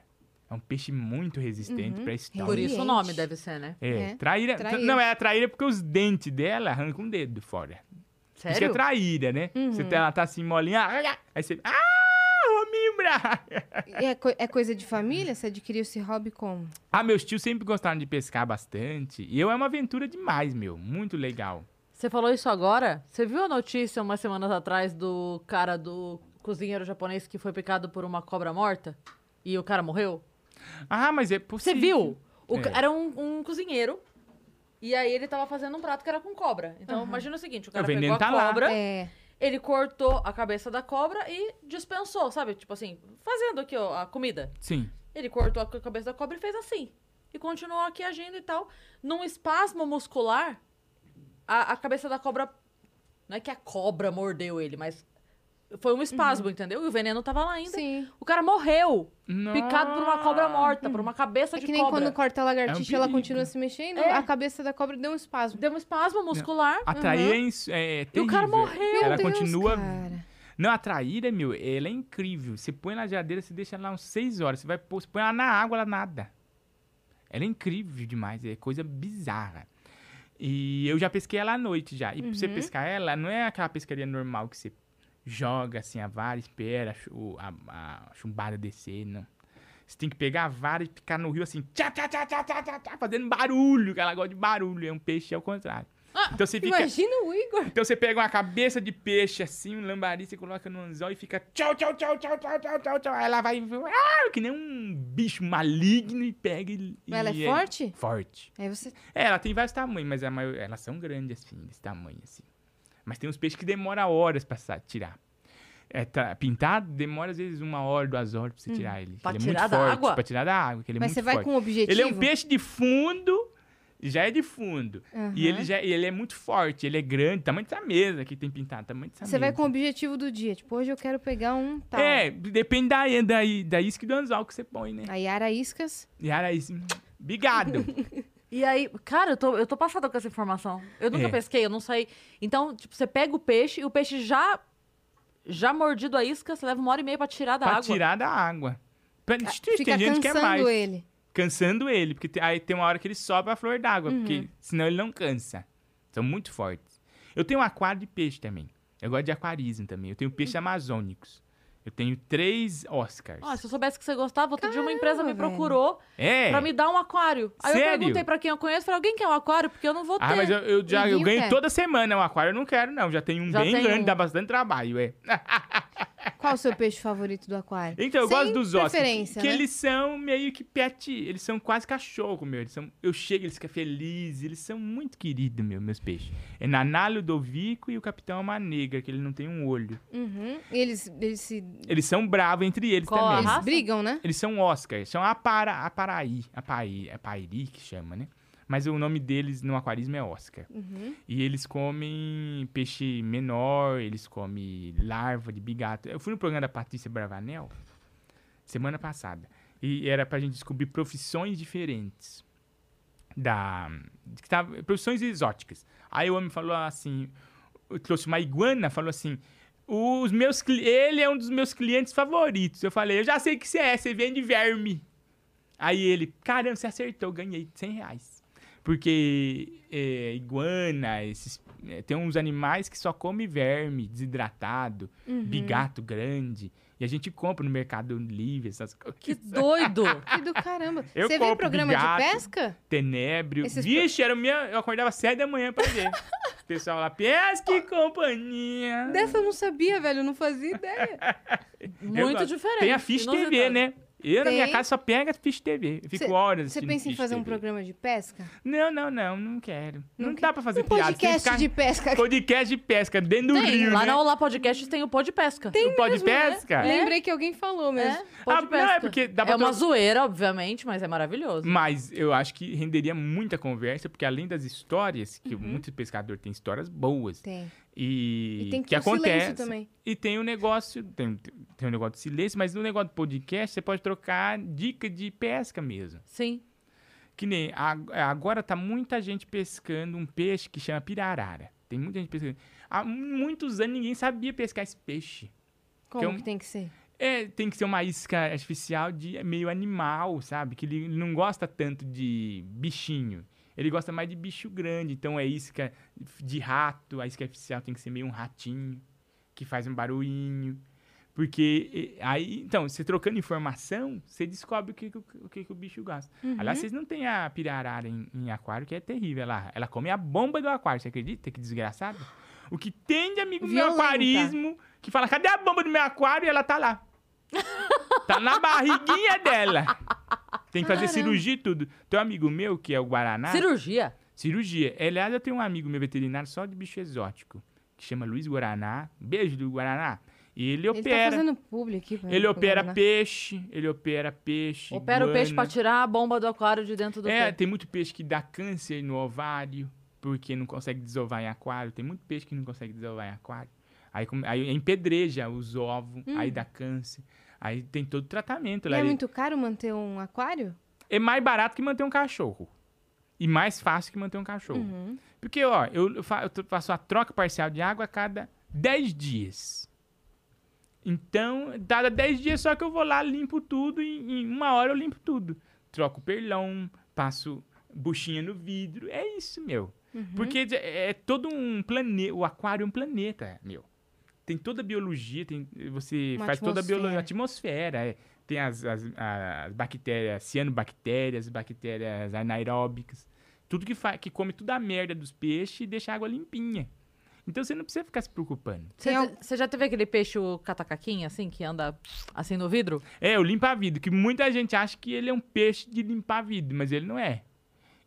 Speaker 3: É um peixe muito resistente,
Speaker 2: Uhum.
Speaker 3: pré-histórico.
Speaker 1: Por
Speaker 2: Oriente.
Speaker 1: isso o nome deve ser, né?
Speaker 3: É,
Speaker 2: É.
Speaker 3: Traíra, tra-
Speaker 2: Traíra.
Speaker 3: Não, é a traíra porque os dentes dela arrancam um dedo fora. Isso que é
Speaker 1: Sério? Uhum.
Speaker 3: traíra, né? Você tá, ela tá assim molinha, ah, ah, aí você. Ah, Rominho
Speaker 2: E é, co- é coisa de família? Você adquiriu esse hobby como?
Speaker 3: ah, meus tios sempre gostaram de pescar bastante. E eu é uma aventura demais, meu. Muito legal.
Speaker 1: Você falou isso agora? Você viu a notícia umas semanas atrás do cara do cozinheiro japonês que foi picado por uma cobra morta? E o cara morreu?
Speaker 3: Ah, mas é
Speaker 1: Você
Speaker 3: possível.
Speaker 1: viu? O
Speaker 3: É.
Speaker 1: ca- Era um, um cozinheiro. E aí ele tava fazendo um prato que era com cobra. Então imagina o seguinte, o cara pegou
Speaker 3: veneno
Speaker 1: a
Speaker 3: tá lá.
Speaker 1: cobra,
Speaker 2: É.
Speaker 1: ele cortou a cabeça da cobra e dispensou, sabe? Tipo assim, fazendo aqui ó, a comida.
Speaker 3: Sim.
Speaker 1: Ele cortou a c- cabeça da cobra e fez assim. E continuou aqui agindo e tal. Num espasmo muscular, a, a cabeça da cobra. Não é que a cobra mordeu ele, mas foi um espasmo, entendeu? E o veneno tava lá ainda.
Speaker 2: Uhum. Sim.
Speaker 1: O cara morreu,
Speaker 3: Nossa.
Speaker 1: picado por uma
Speaker 3: Ah.
Speaker 1: cobra morta, por uma cabeça
Speaker 2: É
Speaker 1: de
Speaker 2: que nem
Speaker 1: cobra.
Speaker 2: quando corta a lagartixa,
Speaker 3: É um
Speaker 2: ela
Speaker 3: perigo.
Speaker 2: continua se mexendo,
Speaker 1: É.
Speaker 2: a cabeça da cobra deu um espasmo.
Speaker 1: Deu um espasmo muscular.
Speaker 3: A traíra é, ins- é
Speaker 1: Uhum. E o cara
Speaker 3: terrível.
Speaker 1: morreu.
Speaker 2: Meu
Speaker 3: Ela
Speaker 2: Deus,
Speaker 3: continua.
Speaker 2: cara.
Speaker 3: Não, a traíra, meu, ela é incrível. Você põe na geladeira, você deixa ela uns 6 horas. Você vai pôr, você põe ela na água, ela nada. Ela é incrível demais, é coisa bizarra. E eu já pesquei ela à noite já. E pra você pescar ela, não é aquela pescaria normal que você joga assim a vara, espera a chu- a, a chumbada descer, não. Você tem que pegar a vara e ficar no rio assim, tchá, tchá, tchá, tchá, tchá, tchá, tchá, fazendo barulho, que ela gosta de barulho. É um peixe ao contrário. então você fica.
Speaker 2: Imagina o Igor.
Speaker 3: Então você pega uma cabeça de peixe assim, um lambari, você coloca no anzol e fica tchau, tchau, tchau, tchau, tchau, tchau, tchau, tchau. Aí ela vai, ah, que nem um bicho maligno e pega e...
Speaker 2: Mas ela é
Speaker 3: e
Speaker 2: forte?
Speaker 3: Forte.
Speaker 2: Aí você.
Speaker 3: É, ela tem vários tamanhos, mas a maior- elas são grandes assim, desse tamanho assim. Mas tem uns peixes que demora horas pra sa- tirar. É, tá- pintado demora às vezes uma hora, duas horas
Speaker 2: Hum,
Speaker 3: pra você tirar ele. que
Speaker 1: Pra
Speaker 3: ele
Speaker 1: tirar
Speaker 3: é muito
Speaker 1: da
Speaker 3: forte,
Speaker 1: água?
Speaker 3: Pra tirar da água, que ele é
Speaker 2: Mas
Speaker 3: muito
Speaker 2: você vai
Speaker 3: forte.
Speaker 2: com o objetivo.
Speaker 3: Ele é um peixe de fundo, já é de fundo. E ele, já, ele é muito forte, ele é grande, tamanho dessa mesa que tem pintado, tamanho dessa
Speaker 2: Você
Speaker 3: mesa.
Speaker 2: vai com o objetivo do dia. Tipo, hoje eu quero pegar um tal.
Speaker 3: É, depende da, da, da isca e do anzol que você põe, né?
Speaker 2: Aí ara iscas.
Speaker 3: E era isso. Obrigado.
Speaker 1: E aí, cara, eu tô, eu tô passada com essa informação. Eu nunca
Speaker 3: É.
Speaker 1: pesquei, eu não sei. Então, tipo, você pega o peixe e o peixe já. Já mordido a isca, você leva uma hora e meia pra tirar da
Speaker 3: pra
Speaker 1: água.
Speaker 3: tirar da água. Pra,
Speaker 2: Fica
Speaker 3: tem gente que é mais.
Speaker 2: cansando ele.
Speaker 3: Cansando ele, porque te- aí tem uma hora que ele sobe a flor d'água,
Speaker 2: Uhum.
Speaker 3: porque senão ele não cansa. São muito fortes. Eu tenho um aquário de peixe também. Eu gosto de aquarismo também. Eu tenho
Speaker 2: Uhum.
Speaker 3: peixes amazônicos. Eu tenho três Oscars.
Speaker 1: Ah, se eu soubesse que você gostava, outro dia uma empresa me
Speaker 2: Caramba, velho.
Speaker 1: procurou
Speaker 3: é.
Speaker 1: pra me dar um aquário. Aí eu
Speaker 3: Sério?
Speaker 1: perguntei pra quem eu conheço, falei, alguém quer um aquário? Porque eu não vou ter. é.
Speaker 3: Ah, mas eu, eu já
Speaker 2: E
Speaker 3: eu
Speaker 2: viu,
Speaker 3: ganho
Speaker 2: Té?
Speaker 3: toda semana um aquário, eu não quero, não. Já tem um
Speaker 1: Já
Speaker 3: bem
Speaker 1: tem
Speaker 3: grande,
Speaker 1: um.
Speaker 3: dá bastante trabalho, é.
Speaker 2: Qual o seu peixe favorito do aquário?
Speaker 3: Então, eu
Speaker 2: Sem
Speaker 3: gosto dos ossos.
Speaker 2: preferência,
Speaker 3: Que
Speaker 2: né?
Speaker 3: eles são meio que pet, eles são quase cachorro, meu. Eles são, eu chego, eles ficam felizes, eles são muito queridos, meu, meus peixes. É Naná, Ludovico e o Capitão Alma Negra, que ele não tem um olho.
Speaker 2: Uhum. E Eles, eles se.
Speaker 3: Eles são bravos entre eles
Speaker 1: Qual a
Speaker 3: também.
Speaker 1: raça?
Speaker 2: Eles brigam, né?
Speaker 3: Eles são Oscars, são Apara, Aparaí, Apai, Apairi que chama, né? Mas o nome deles no aquarismo é Oscar. E eles comem peixe menor, eles comem larva de bigato. Eu fui no programa da Patrícia Bravanel semana passada. E era pra gente descobrir profissões diferentes. Da. que tava- profissões exóticas. Aí o homem falou assim. eu Trouxe uma iguana, falou assim. Os meus, cli- ele é um dos meus clientes favoritos. Eu falei, eu já sei que você é, você vende verme. Aí ele, caramba, você acertou, ganhei 100 reais. Porque é, iguana, esses, é, tem uns animais que só comem verme, desidratado, bigato grande. E a gente compra no Mercado Livre essas coisas.
Speaker 1: Que doido!
Speaker 2: E do caramba.
Speaker 3: Eu
Speaker 2: você vê
Speaker 3: compro
Speaker 2: programa
Speaker 3: gato.
Speaker 2: de pesca?
Speaker 3: Tenébrio.
Speaker 2: Esses pro-
Speaker 3: Vixe, era minha, eu acordava 7 da manhã pra ver. o pessoal lá, pesca e companhia.
Speaker 2: Dessa eu não sabia, velho. Eu não fazia ideia.
Speaker 3: Eu
Speaker 1: Muito
Speaker 3: gosto.
Speaker 1: diferente.
Speaker 3: Tem a Fish TV,
Speaker 1: inusitado.
Speaker 3: né? Eu, na minha
Speaker 2: Tem.
Speaker 3: casa, só pega Fish TV. Eu fico
Speaker 2: Cê-
Speaker 3: horas
Speaker 2: Você
Speaker 3: assistindo
Speaker 2: pensa em
Speaker 3: Fish
Speaker 2: fazer um
Speaker 3: TV.
Speaker 2: programa de pesca?
Speaker 3: Não, não, não, não quero. Não, dá pra fazer
Speaker 2: Um
Speaker 3: piada. tem que
Speaker 2: podcast
Speaker 3: ficar-
Speaker 2: de pesca.
Speaker 3: Podcast de pesca, dentro do
Speaker 1: Tem,
Speaker 3: rio,
Speaker 1: lá
Speaker 3: né?
Speaker 1: na Olá Podcasts tem o Pó de Pesca.
Speaker 3: Tem
Speaker 2: né?
Speaker 3: pode pesca?
Speaker 2: Lembrei que alguém falou mesmo.
Speaker 1: Pó
Speaker 3: Ah,
Speaker 1: de
Speaker 3: não,
Speaker 1: Pesca.
Speaker 3: é porque dá pra Hum.
Speaker 1: é uma
Speaker 3: to-
Speaker 1: zoeira, obviamente, mas é maravilhoso.
Speaker 3: Mas eu acho que renderia muita conversa, porque além das histórias, que
Speaker 2: Uhum.
Speaker 3: muitos pescadores têm histórias boas.
Speaker 2: Tem.
Speaker 3: E,
Speaker 2: E tem que ter o
Speaker 3: acontece.
Speaker 2: silêncio também.
Speaker 3: E tem o negócio, tem, tem o negócio do silêncio, mas no negócio do podcast você pode trocar dica de pesca mesmo.
Speaker 1: Sim.
Speaker 3: Que nem a- agora tá muita gente pescando um peixe que chama pirarara. Tem muita gente pescando. Há muitos anos ninguém sabia pescar esse peixe.
Speaker 2: Como
Speaker 3: eu-
Speaker 2: que tem que ser?
Speaker 3: É, tem que ser uma isca artificial de meio animal, sabe? Que ele não gosta tanto de bichinho. Ele gosta mais de bicho grande. Então é isca de rato, a isca artificial tem que ser meio um ratinho, que faz um barulhinho. Porque eh, aí, então, você trocando informação, você descobre o que, que o o que, que o bicho gasta. Aliás, vocês não têm a pirarara em, em aquário, que é terrível. Ela, ela come a bomba do aquário, você acredita? Que desgraçado. O que tem de amigo meu
Speaker 2: Violenta.
Speaker 3: aquarismo que fala, cadê a bomba do meu aquário? E ela tá lá. tá na barriguinha dela. Tem que fazer cirurgia e tudo. Tem um amigo meu, que é o Guaraná.
Speaker 1: Cirurgia?
Speaker 3: Cirurgia. Aliás, eu tenho um amigo meu veterinário só de bicho exótico, que chama Luiz Guaraná. Beijo do Guaraná. E ele
Speaker 2: Ele tá
Speaker 3: opera.
Speaker 2: fazendo público aqui. pra-
Speaker 3: Ele
Speaker 2: pro
Speaker 3: opera
Speaker 2: Guaraná.
Speaker 3: peixe, ele opera peixe.
Speaker 1: Opera o peixe pra
Speaker 3: iguana.
Speaker 1: tirar a bomba do aquário de dentro do
Speaker 3: É,
Speaker 1: peixe.
Speaker 3: tem muito peixe que dá câncer no ovário, porque não consegue desovar em aquário. Tem muito peixe que não consegue desovar em aquário. Aí, come- aí empedreja os ovos, aí dá câncer. Aí tem todo o tratamento.
Speaker 2: E
Speaker 3: lá.
Speaker 2: é
Speaker 3: Ele-
Speaker 2: muito caro manter um aquário?
Speaker 3: é mais barato que manter um cachorro. E mais fácil que manter um cachorro. Porque, ó, eu, eu fa- eu tro- faço a troca parcial de água a cada 10 dias. Então, dada 10 dias, só que eu vou lá, limpo tudo, e em uma hora eu limpo tudo. Troco perlão, passo buchinha no vidro. É isso, meu. Porque de- é todo um planeta. O aquário é um planeta, meu. Tem toda a biologia, tem, você
Speaker 2: Uma
Speaker 3: faz toda a biologia,
Speaker 2: atmosfera.
Speaker 3: atmosfera. é. Tem as, as, as bactérias, cianobactérias, bactérias anaeróbicas. Tudo que, fa, que come toda a merda dos peixes e deixa a água limpinha. Então você não precisa ficar se preocupando.
Speaker 1: Você
Speaker 2: Tem al-
Speaker 1: você já teve aquele peixe o catacaquinha, assim, que anda assim no vidro?
Speaker 3: É, o limpa-vidro, que muita gente acha que ele é um peixe de limpar-vidro, mas ele não é.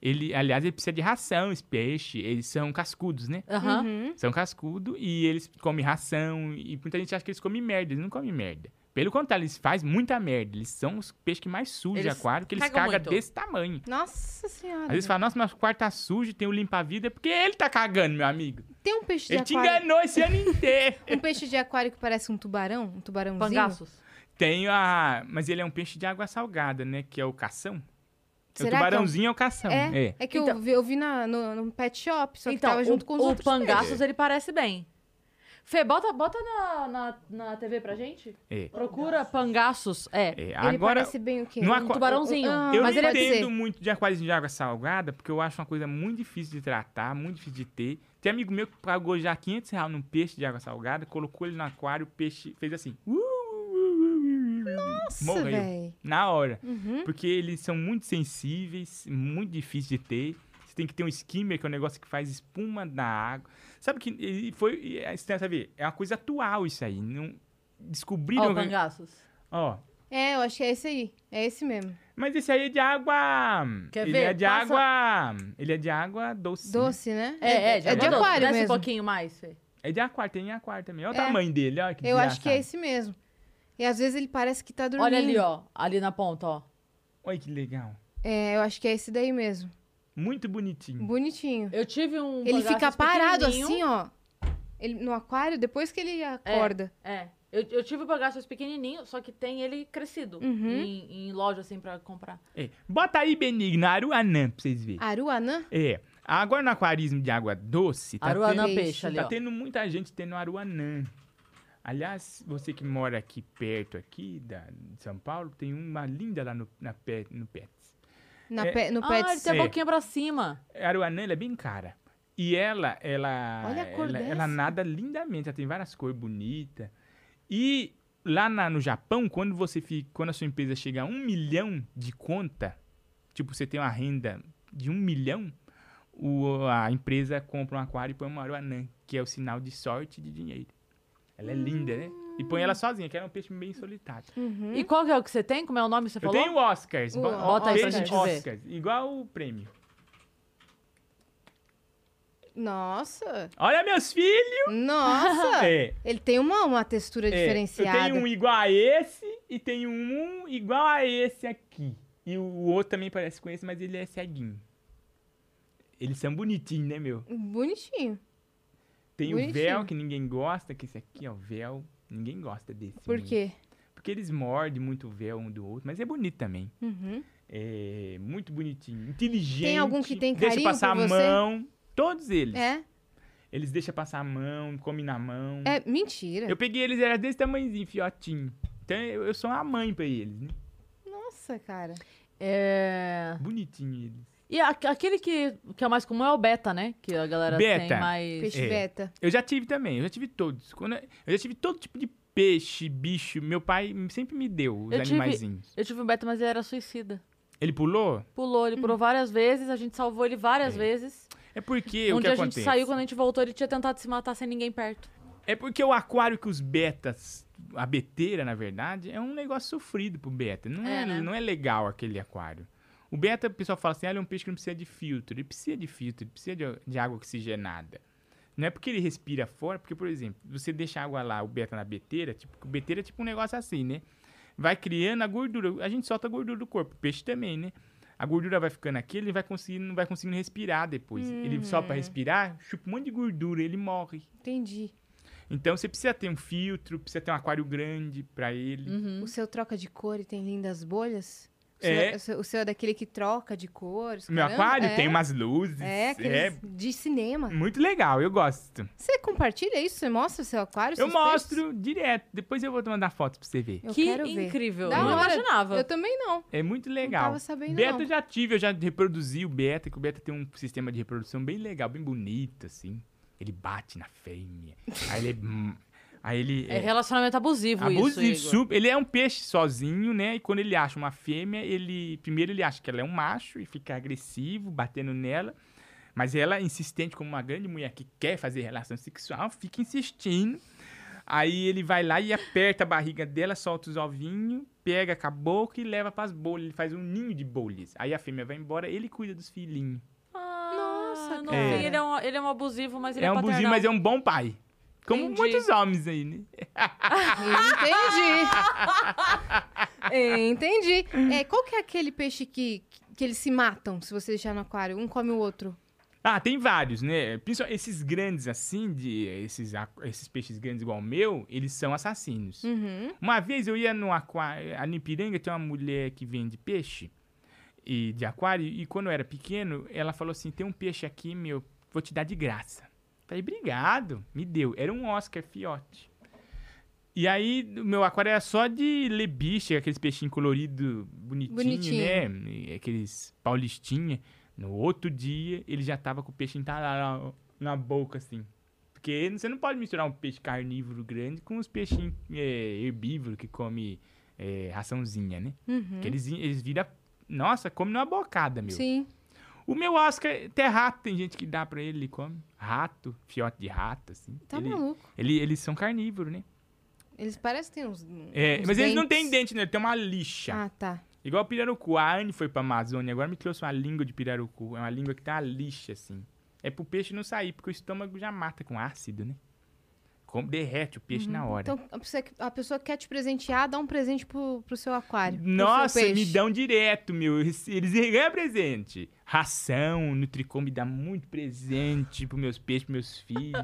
Speaker 3: Ele, aliás, ele precisa de ração, esse peixe. Eles são cascudos, né?
Speaker 1: Aham.
Speaker 2: Uhum.
Speaker 3: São cascudo e eles comem ração. E muita gente acha que eles comem merda. Eles não comem merda. Pelo contrário, eles fazem muita merda. Eles são os peixes que mais sujam
Speaker 1: Eles
Speaker 3: aquário, que eles
Speaker 1: cagam
Speaker 3: cagam
Speaker 1: muito.
Speaker 3: desse tamanho.
Speaker 2: Nossa senhora.
Speaker 3: Às vezes fala, nossa, mas o quarto tá sujo, tem o limpa-vida, porque ele tá cagando, meu amigo.
Speaker 2: Tem um peixe de
Speaker 3: Ele te
Speaker 2: aquário.
Speaker 3: enganou esse ano inteiro.
Speaker 2: Um peixe de aquário que parece um tubarão, um tubarãozinho.
Speaker 1: Pangaços.
Speaker 3: tem a. Mas ele é um peixe de água salgada, né? Que é o cação.
Speaker 2: Será
Speaker 3: o
Speaker 2: que é um-
Speaker 3: tubarãozinho é, o cação.
Speaker 2: É, é, que eu
Speaker 1: Então-
Speaker 2: vi, eu vi na, no, no pet shop, só que
Speaker 1: então,
Speaker 2: tava junto
Speaker 1: o,
Speaker 2: com os
Speaker 1: o
Speaker 2: outros
Speaker 1: pangaços, ele parece bem. Fê, bota, bota na, na, na TV pra gente.
Speaker 3: É.
Speaker 1: Procura pangaços. É.
Speaker 3: É,
Speaker 2: peixes. Ele
Speaker 3: Agora,
Speaker 2: parece bem o quê?
Speaker 3: no
Speaker 2: Um
Speaker 3: aqua-
Speaker 1: Um tubarãozinho.
Speaker 2: Ah,
Speaker 3: Eu
Speaker 1: mas
Speaker 3: não
Speaker 1: ele é...
Speaker 2: pode
Speaker 3: entendo
Speaker 2: ser.
Speaker 3: muito de aquarismo de água salgada, porque eu acho uma coisa muito difícil de tratar, muito difícil de ter. Tem amigo meu que pagou já 500 reais num peixe de água salgada, colocou ele no aquário, o peixe fez assim. "Uh, uh, uh, uh, uh",
Speaker 2: Nossa,
Speaker 3: morreu.
Speaker 2: velho.
Speaker 3: Na hora.
Speaker 2: Uhum.
Speaker 3: Porque eles são muito sensíveis, muito difíceis de ter. Você tem que ter um skimmer, que é um negócio que faz espuma na água. Sabe que e foi. e é- Você tem que saber, é uma coisa atual isso aí. Não,
Speaker 1: Ó,
Speaker 3: descobriram.
Speaker 1: o pangaços.
Speaker 3: Ó,
Speaker 2: É, eu acho que é esse aí. É esse mesmo.
Speaker 3: Mas esse aí é de água.
Speaker 1: Quer
Speaker 3: ele
Speaker 1: ver?
Speaker 3: é de
Speaker 1: Passa-
Speaker 3: água. Ele é de água doce. né?
Speaker 2: Doce, né?
Speaker 1: É, é, já
Speaker 2: é de
Speaker 1: mandou.
Speaker 2: aquário
Speaker 1: Desce
Speaker 2: mesmo.
Speaker 1: um pouquinho mais, Fê.
Speaker 3: É de aquário, tem em aquário também. Olha
Speaker 2: É.
Speaker 3: o tamanho dele, olha que
Speaker 2: eu acho que é
Speaker 3: desgraçado.
Speaker 2: esse mesmo. E às vezes ele parece que tá dormindo.
Speaker 1: Olha ali, ó. Ali na ponta, ó.
Speaker 3: Olha que legal.
Speaker 2: É, eu acho que é esse daí mesmo.
Speaker 3: Muito bonitinho.
Speaker 2: Bonitinho.
Speaker 1: Eu tive um
Speaker 2: ele
Speaker 1: pangaços
Speaker 2: fica parado
Speaker 1: pequenininho.
Speaker 2: assim, ó. Ele, no aquário, depois que ele acorda.
Speaker 1: É. Eu, eu tive o bagaço pequenininho, só que tem ele crescido
Speaker 2: Uhum.
Speaker 1: em, em loja, assim, pra comprar.
Speaker 3: É. Bota aí, Benigno, Aruanã, pra vocês verem.
Speaker 2: Aruanã?
Speaker 3: É. Agora no aquarismo de água doce, tá
Speaker 1: Aruanã
Speaker 2: tendo-
Speaker 1: peixe ali,
Speaker 3: Tá
Speaker 1: ó.
Speaker 3: tendo muita gente tendo Aruanã. Aliás, você que mora aqui perto aqui da, de São Paulo, tem uma linda lá no, na, Pe- no Pets.
Speaker 2: Na
Speaker 3: É.
Speaker 2: pe- no
Speaker 1: Ah, ele
Speaker 2: pet.
Speaker 1: tem a
Speaker 3: É.
Speaker 1: boquinha pra cima.
Speaker 3: Aruanã, ela é bem cara. E ela, ela,
Speaker 2: Olha a cor
Speaker 3: ela,
Speaker 2: dessa.
Speaker 3: ela nada lindamente, ela tem várias cores bonitas. E lá na- no Japão, quando você fica, quando a sua empresa chega a um milhão de conta, tipo, você tem uma renda de um milhão, o- a empresa compra um aquário e põe uma aruanã, que é o sinal de sorte e de dinheiro. Ela é linda, né? E põe ela sozinha, que ela é um peixe bem solitário.
Speaker 2: Uhum.
Speaker 1: E qual que é o que você tem? Como é o nome que você
Speaker 3: Eu
Speaker 1: falou?
Speaker 3: tenho Oscars.
Speaker 2: O-
Speaker 3: bo-
Speaker 2: Bota
Speaker 1: aí pra
Speaker 3: peixe
Speaker 1: gente ver.
Speaker 3: Oscars, igual o prêmio.
Speaker 2: Nossa!
Speaker 3: Olha meus filhos!
Speaker 2: Nossa!
Speaker 3: É,
Speaker 2: Ele tem uma, uma textura
Speaker 3: É,
Speaker 2: diferenciada.
Speaker 3: Eu tenho um igual a esse e tenho um igual a esse aqui. E o outro também parece com esse, mas ele é ceguinho. Eles são bonitinhos, né, meu?
Speaker 2: Bonitinho.
Speaker 3: Tem
Speaker 2: Bonitinho.
Speaker 3: o véu que ninguém gosta, que esse aqui é o véu. Ninguém gosta desse.
Speaker 2: Por
Speaker 3: muito.
Speaker 2: quê?
Speaker 3: Porque eles mordem muito o véu um do outro, mas é bonito também.
Speaker 2: Uhum.
Speaker 3: É muito bonitinho, inteligente.
Speaker 2: Tem algum que tem
Speaker 3: Deixa
Speaker 2: carinho
Speaker 3: passar
Speaker 2: por
Speaker 3: a
Speaker 2: você?
Speaker 3: mão. Todos eles.
Speaker 2: É?
Speaker 3: Eles deixam passar a mão, comem na mão.
Speaker 2: É mentira.
Speaker 3: Eu peguei eles, era desse tamanhozinho, fiotinho. Então eu, eu sou uma mãe pra eles, né?
Speaker 2: Nossa, cara.
Speaker 1: É...
Speaker 3: Bonitinho eles.
Speaker 1: E a- aquele que, que é o mais comum é o beta, né? Que a galera tem
Speaker 3: Beta.
Speaker 1: mais...
Speaker 2: Peixe
Speaker 3: É.
Speaker 2: beta.
Speaker 3: Eu já tive também, eu já tive todos. Quando eu, eu já tive todo tipo de peixe, bicho. Meu pai sempre me deu os
Speaker 1: Eu tive-
Speaker 3: animaizinhos.
Speaker 1: Eu tive um Beto, mas ele era suicida.
Speaker 3: Ele pulou?
Speaker 1: Pulou, ele
Speaker 2: Hum.
Speaker 1: pulou várias vezes, a gente salvou ele várias vezes.
Speaker 3: É porque
Speaker 1: um
Speaker 3: o que
Speaker 1: dia a
Speaker 3: acontece?
Speaker 1: gente saiu, quando a gente voltou, ele tinha tentado se matar sem ninguém perto.
Speaker 3: É porque o aquário que os betas, a beteira, na verdade, é um negócio sofrido pro beta. Não é,
Speaker 1: É, né?
Speaker 3: não é legal aquele aquário. O beta, o pessoal fala assim, ah, ele é um peixe que não precisa de filtro. Ele precisa de filtro, ele precisa de, de água oxigenada. Não é porque ele respira fora, porque, por exemplo, você deixa a água lá, o beta na beteira, tipo, o beteira é tipo um negócio assim, né? Vai criando a gordura. A gente solta a gordura do corpo, o peixe também, né? A gordura vai ficando aqui, ele vai conseguindo, não vai conseguindo respirar depois. Ele só para respirar, chupa um monte de gordura, ele morre.
Speaker 2: Entendi.
Speaker 3: Então você precisa ter um filtro, precisa ter um aquário grande pra ele.
Speaker 1: Uhum.
Speaker 2: O seu troca de cor e tem lindas bolhas? O seu-
Speaker 3: É.
Speaker 2: O seu, o seu é daquele que troca de cores?
Speaker 3: Meu
Speaker 2: caramba?
Speaker 3: aquário
Speaker 2: é.
Speaker 3: tem umas luzes.
Speaker 2: É,
Speaker 3: É,
Speaker 2: aqueles de cinema.
Speaker 3: muito legal, eu gosto.
Speaker 2: Você compartilha isso? Você mostra o seu aquário?
Speaker 3: Eu
Speaker 2: seus peixes?
Speaker 3: mostro direto, depois eu vou te mandar foto pra você ver.
Speaker 2: Eu
Speaker 1: que
Speaker 2: quero ver.
Speaker 1: incrível.
Speaker 2: Da
Speaker 1: não
Speaker 2: hora.
Speaker 1: imaginava.
Speaker 2: Eu também não.
Speaker 3: É muito legal.
Speaker 2: tava sabendo,
Speaker 3: beta
Speaker 2: não.
Speaker 3: eu já tive, eu já reproduzi o beta, que o beta tem um sistema de reprodução bem legal, bem bonito, assim. Ele bate na fêmea. aí ele. hum, Aí ele.
Speaker 1: É relacionamento abusivo, isso.
Speaker 3: Abusivo,
Speaker 1: Igor.
Speaker 3: super. Ele é um peixe sozinho, né? E quando ele acha uma fêmea, ele. Primeiro ele acha que ela é um macho e fica agressivo, batendo nela. Mas ela, insistente, como uma grande mulher que quer fazer relação sexual, fica insistindo. Aí ele vai lá e aperta a barriga dela, solta os ovinhos, pega com a boca e leva pras bolhas. Ele faz um ninho de bolhas. Aí a fêmea vai embora, ele cuida dos filhinhos.
Speaker 1: Ah,
Speaker 2: Nossa,
Speaker 1: no
Speaker 3: cara.
Speaker 1: fim, ele, é um, ele é um abusivo, mas ele
Speaker 3: É,
Speaker 1: é,
Speaker 3: um abusivo,
Speaker 1: paternal.
Speaker 3: mas é um bom pai. Como
Speaker 1: Entendi.
Speaker 3: muitos homens aí, né?
Speaker 2: Entendi. Entendi. É, qual que é aquele peixe que, que eles se matam se você deixar no aquário? Um come o outro.
Speaker 3: Ah, tem vários, né? Principalmente esses grandes assim, de esses, aqu- esses peixes grandes igual o meu, eles são assassinos.
Speaker 2: Uhum.
Speaker 3: Uma vez eu ia no aquário, ali em Piranga tem uma mulher que vende peixe e de aquário, e quando eu era pequeno, ela falou assim: tem um peixe aqui, meu, vou te dar de graça. Falei, obrigado, me deu. Era um Oscar fiote. E aí, o meu aquário era só de lebiche, aqueles peixinhos coloridos, bonitinho,
Speaker 2: Bonitinho.
Speaker 3: né? E Aqueles paulistinha. No outro dia, ele já tava com o peixe entalado na, na boca, assim. Porque você não pode misturar um peixe carnívoro grande com os peixinhos é, herbívoros que come é, raçãozinha, né?
Speaker 2: Uhum.
Speaker 3: Porque eles, eles viram. Nossa, come numa bocada, meu.
Speaker 2: Sim.
Speaker 3: O meu Oscar, é até rato, tem gente que dá pra ele, ele come. Rato, fiote de rato, assim.
Speaker 2: Tá
Speaker 3: ele,
Speaker 2: maluco.
Speaker 3: ele- eles são carnívoros, né?
Speaker 2: Eles parecem que tem uns.
Speaker 3: É,
Speaker 2: uns
Speaker 3: mas eles não
Speaker 2: dentes.
Speaker 3: têm dente, né? Ele tem uma lixa.
Speaker 2: Ah, tá.
Speaker 3: Igual o pirarucu. A Anne foi pra Amazônia, agora me trouxe uma língua de pirarucu. É uma língua que tem uma lixa, assim. É pro peixe não sair, porque o estômago já mata com ácido, né? Como derrete o peixe na hora.
Speaker 2: Então, a pessoa, a pessoa quer te presentear, dá um presente pro, pro seu aquário. pro
Speaker 3: Nossa,
Speaker 2: seu
Speaker 3: me um
Speaker 2: peixe.
Speaker 3: dão direto, meu. Eles eles ganham presente. Ração, Nutricom me dá muito presente pros meus peixes, pros meus filhos.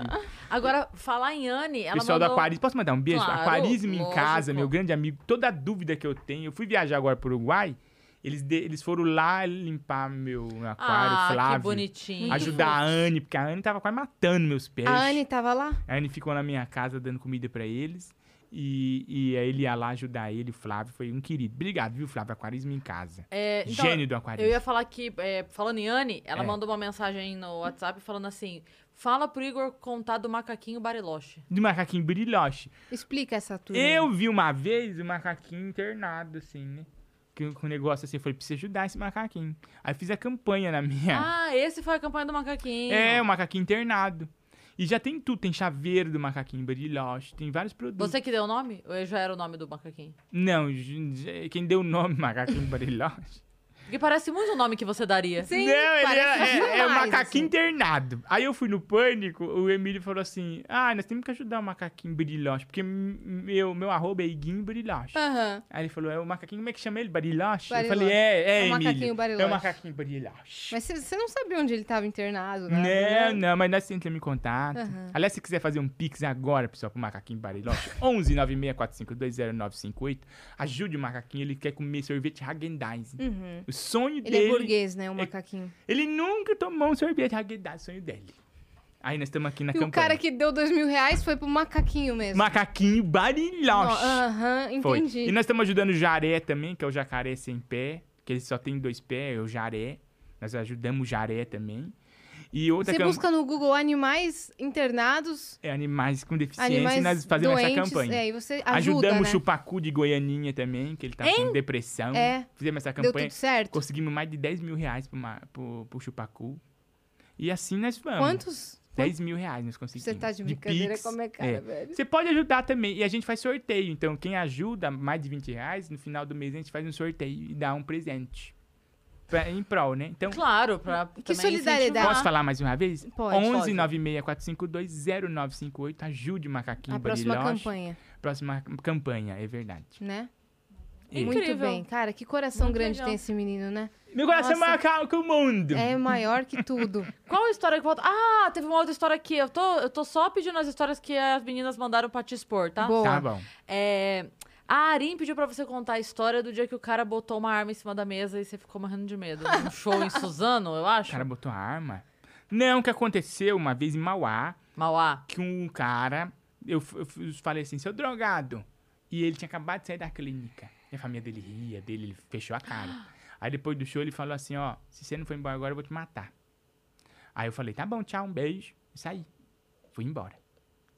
Speaker 1: Agora, falar em Anne, ela
Speaker 3: Pessoal do
Speaker 1: mandou...
Speaker 3: Aquarismo, posso mandar um beijo?
Speaker 1: Claro,
Speaker 3: Aquarismo em casa,
Speaker 1: lógico.
Speaker 3: meu grande amigo. Toda dúvida que eu tenho. Eu fui viajar agora pro Uruguai. Eles, de- eles foram lá limpar meu aquário,
Speaker 1: Ah, que
Speaker 3: Flávio.
Speaker 1: bonitinho.
Speaker 3: ajudar a Anne, porque a Anne tava quase matando meus peixes.
Speaker 2: A Anne tava lá?
Speaker 3: A Anne ficou na minha casa dando comida pra eles. E, e aí ele ia lá ajudar ele, o Flávio. Foi um querido. Obrigado, viu, Flávio? Aquarismo em casa.
Speaker 1: É, então,
Speaker 3: Gênio do aquarismo.
Speaker 1: Eu ia falar que, é, falando em Anne, ela
Speaker 3: É.
Speaker 1: mandou uma mensagem no WhatsApp falando assim: fala pro Igor contar do macaquinho Bariloche.
Speaker 3: De macaquinho brilhoche.
Speaker 2: Explica essa turma.
Speaker 3: Eu vi uma vez o macaquinho internado, assim, né? Que com o negócio assim, foi pra você ajudar esse macaquinho. Aí eu fiz a campanha na minha.
Speaker 1: Ah, esse foi a campanha do macaquinho.
Speaker 3: É, o macaquinho internado. E já tem tudo, tem chaveiro do macaquinho brilhoche, tem vários produtos.
Speaker 1: Você que deu o nome? Ou já era o nome do macaquinho?
Speaker 3: Não, j- j- quem deu o nome macaquinho brilhoche?
Speaker 1: Porque parece muito o nome que você daria.
Speaker 2: Sim,
Speaker 3: não, ele é,
Speaker 2: parece
Speaker 3: é, é o
Speaker 2: demais,
Speaker 3: macaquinho
Speaker 2: assim.
Speaker 3: internado. Aí eu fui no pânico, o Emílio falou assim: Ah, nós temos que ajudar o macaquinho brilhoche, porque m- meu, meu arroba é iguinho
Speaker 1: Ah.
Speaker 3: brilhoche.
Speaker 2: Aham.
Speaker 3: Aí ele falou, é o macaquinho, como é que chama ele? Bariloche? Eu
Speaker 2: Bariloche.
Speaker 3: falei, é, é,
Speaker 2: É o
Speaker 3: Emílio.
Speaker 2: macaquinho
Speaker 3: É o
Speaker 2: Bariloche.
Speaker 3: macaquinho bariloche.
Speaker 2: Mas você não sabia onde ele tava internado, né?
Speaker 3: Não, não, mas nós tentamos em contato. Aliás, se quiser fazer um pix agora, pessoal, pro Macaquinho Bariloche, 11 964520958, ajude o Macaquinho, ele quer comer sorvete Häagen-Dazs.
Speaker 2: Uhum.
Speaker 3: O sonho
Speaker 2: Ele é
Speaker 3: dele...
Speaker 2: burguês, né? O macaquinho.
Speaker 3: ele nunca tomou um sorvete Häagen-Dazs, sonho dele. Aí nós estamos aqui na
Speaker 2: E o
Speaker 3: é campanha.
Speaker 2: cara que deu dois mil reais foi pro macaquinho mesmo.
Speaker 3: Macaquinho
Speaker 2: Ó,
Speaker 3: Bariloche.
Speaker 2: Aham,
Speaker 3: Foi.
Speaker 2: entendi.
Speaker 3: E nós estamos ajudando o Jaré também, que é o jacaré sem pé, que ele só tem dois pés, é o Jaré. Nós ajudamos o Jaré também. E outra
Speaker 2: Você
Speaker 3: cam-
Speaker 2: busca no Google animais internados,
Speaker 3: é animais com deficiência
Speaker 2: animais
Speaker 3: e nós fazemos
Speaker 2: doentes.
Speaker 3: essa campanha.
Speaker 2: É, e você ajuda,
Speaker 3: Ajudamos o
Speaker 2: né?
Speaker 3: Chupacu de Goianinha também, que ele tá com depressão.
Speaker 2: É.
Speaker 3: Fizemos essa
Speaker 2: Deu
Speaker 3: campanha.
Speaker 2: tudo certo?
Speaker 3: Conseguimos mais de 10 mil reais pro, ma- pro- pro Chupacu. E assim nós vamos.
Speaker 2: Quantos?
Speaker 3: 10 mil reais nós conseguimos.
Speaker 2: Você tá de brincadeira
Speaker 3: Pix. É.
Speaker 2: com a minha cara, é, né? velho.
Speaker 3: Você pode ajudar também. E a gente faz sorteio. Então, quem ajuda mais de 20 reais, no final do mês a gente faz um sorteio e dá um presente. Pra- em prol, né? Então,
Speaker 1: Claro, pra também
Speaker 2: solidariedade.
Speaker 1: incentivar.
Speaker 3: posso falar mais uma vez?
Speaker 2: Pode.
Speaker 3: 11 964520958. Ajude o macaquinho
Speaker 2: A próxima
Speaker 3: Bariloche.
Speaker 2: campanha,
Speaker 3: Próxima campanha, é verdade.
Speaker 2: né?
Speaker 3: É.
Speaker 2: Muito
Speaker 1: Incrível.
Speaker 2: bem. Cara, que coração
Speaker 1: Muito
Speaker 2: grande
Speaker 1: legal.
Speaker 2: tem esse menino, né?
Speaker 3: Meu coração é
Speaker 2: Nossa.
Speaker 3: maior que- que o mundo.
Speaker 2: É maior que tudo.
Speaker 1: Qual a história que falta? Ah, teve uma outra história aqui. Eu tô, eu tô só pedindo as histórias que as meninas mandaram pra te expor, tá?
Speaker 2: Boa.
Speaker 3: Tá bom.
Speaker 1: É, a Arim pediu pra você contar a história do dia que o cara botou uma arma em cima da mesa e você ficou morrendo de medo. Um show em Suzano, eu
Speaker 3: O
Speaker 1: acho.
Speaker 3: cara botou a arma. Não, o que aconteceu uma vez em Mauá,
Speaker 1: Mauá.
Speaker 3: que um cara. Eu, f- eu f- falei assim, seu drogado. E ele tinha acabado de sair da clínica. E a família dele ria, dele, ele fechou a cara. Aí depois do show ele falou assim: ó, se você não for embora agora, eu vou te matar. Aí eu falei: tá bom, tchau, um beijo. E saí. Fui embora.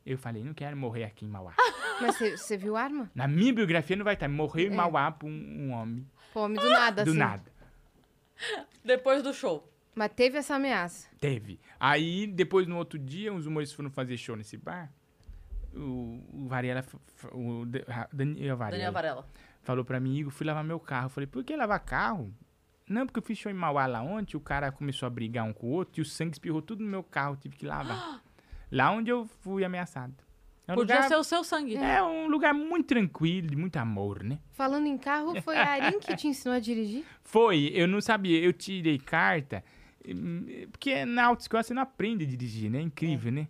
Speaker 3: Eu falei: não quero morrer aqui em Mauá.
Speaker 2: Mas você- você viu arma?
Speaker 3: Na minha biografia não vai estar. Morreu em Mauá por um, um homem.
Speaker 2: Fome do nada,
Speaker 3: Do
Speaker 2: assim.
Speaker 3: nada.
Speaker 1: Depois do show.
Speaker 2: Mas teve essa ameaça.
Speaker 3: Teve. Aí, depois, no outro dia, os humoristas foram fazer show nesse bar. O, o Varela, f- f- o Da- Ra- Daniel Varela,
Speaker 1: Daniel Varela.
Speaker 3: falou pra mim, Igor, fui lavar meu carro. Eu falei, por que lavar carro? Não, porque eu fiz show em Mauá lá ontem, o cara começou a brigar um com o outro e o sangue espirrou tudo no meu carro, eu tive que lavar. lá onde eu fui ameaçado. É um,
Speaker 1: Podia
Speaker 3: lugar,
Speaker 1: ser o seu sangue.
Speaker 3: é um lugar muito tranquilo, de muito amor, né?
Speaker 2: Falando em carro, foi a Arin que te ensinou a dirigir?
Speaker 3: Foi, eu não sabia, eu tirei carta, hum, porque na autoescola você não aprende a dirigir, né? É Incrível, né?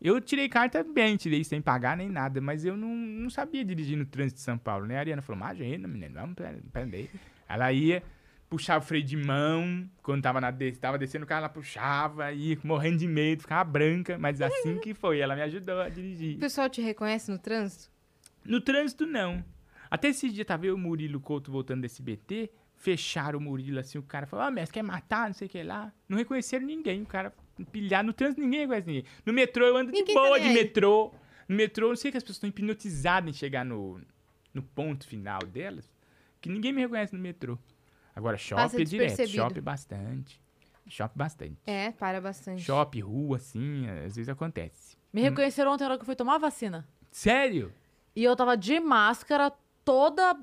Speaker 3: Eu tirei carta bem, tirei sem pagar nem nada, mas eu não, não sabia dirigir no trânsito de São Paulo, né? A Ariana falou, imagina, menino, vamos pre- aprender. Ela ia, puxava o freio de mão, quando tava, na, des- tava descendo o carro, ela puxava, ia morrendo de medo, ficava branca, mas assim que foi, ela me ajudou a dirigir.
Speaker 2: O pessoal te reconhece no trânsito?
Speaker 3: No trânsito, não. Até esse dia, tava eu e o Murilo Couto voltando desse BT, fecharam o Murilo assim, o cara falou, ah, mestre, quer matar, não sei o que lá. Não reconheceram ninguém, o cara pilhado. No trânsito, ninguém reconhece ninguém. No metrô, eu ando
Speaker 2: Ninguém
Speaker 3: de
Speaker 2: tá
Speaker 3: boa
Speaker 2: nem
Speaker 3: de
Speaker 2: aí.
Speaker 3: metrô. No metrô, eu não sei que as pessoas estão hipnotizadas em chegar no, no ponto final delas, que ninguém me reconhece no metrô. Agora, shopping é direto,
Speaker 2: despercebido.
Speaker 3: shopping bastante. Shopping bastante.
Speaker 2: É, para bastante.
Speaker 3: Shopping, rua, assim, às vezes acontece.
Speaker 1: Me reconheceram ontem na hora que eu fui tomar a vacina.
Speaker 3: Sério?
Speaker 1: E eu tava de máscara, toda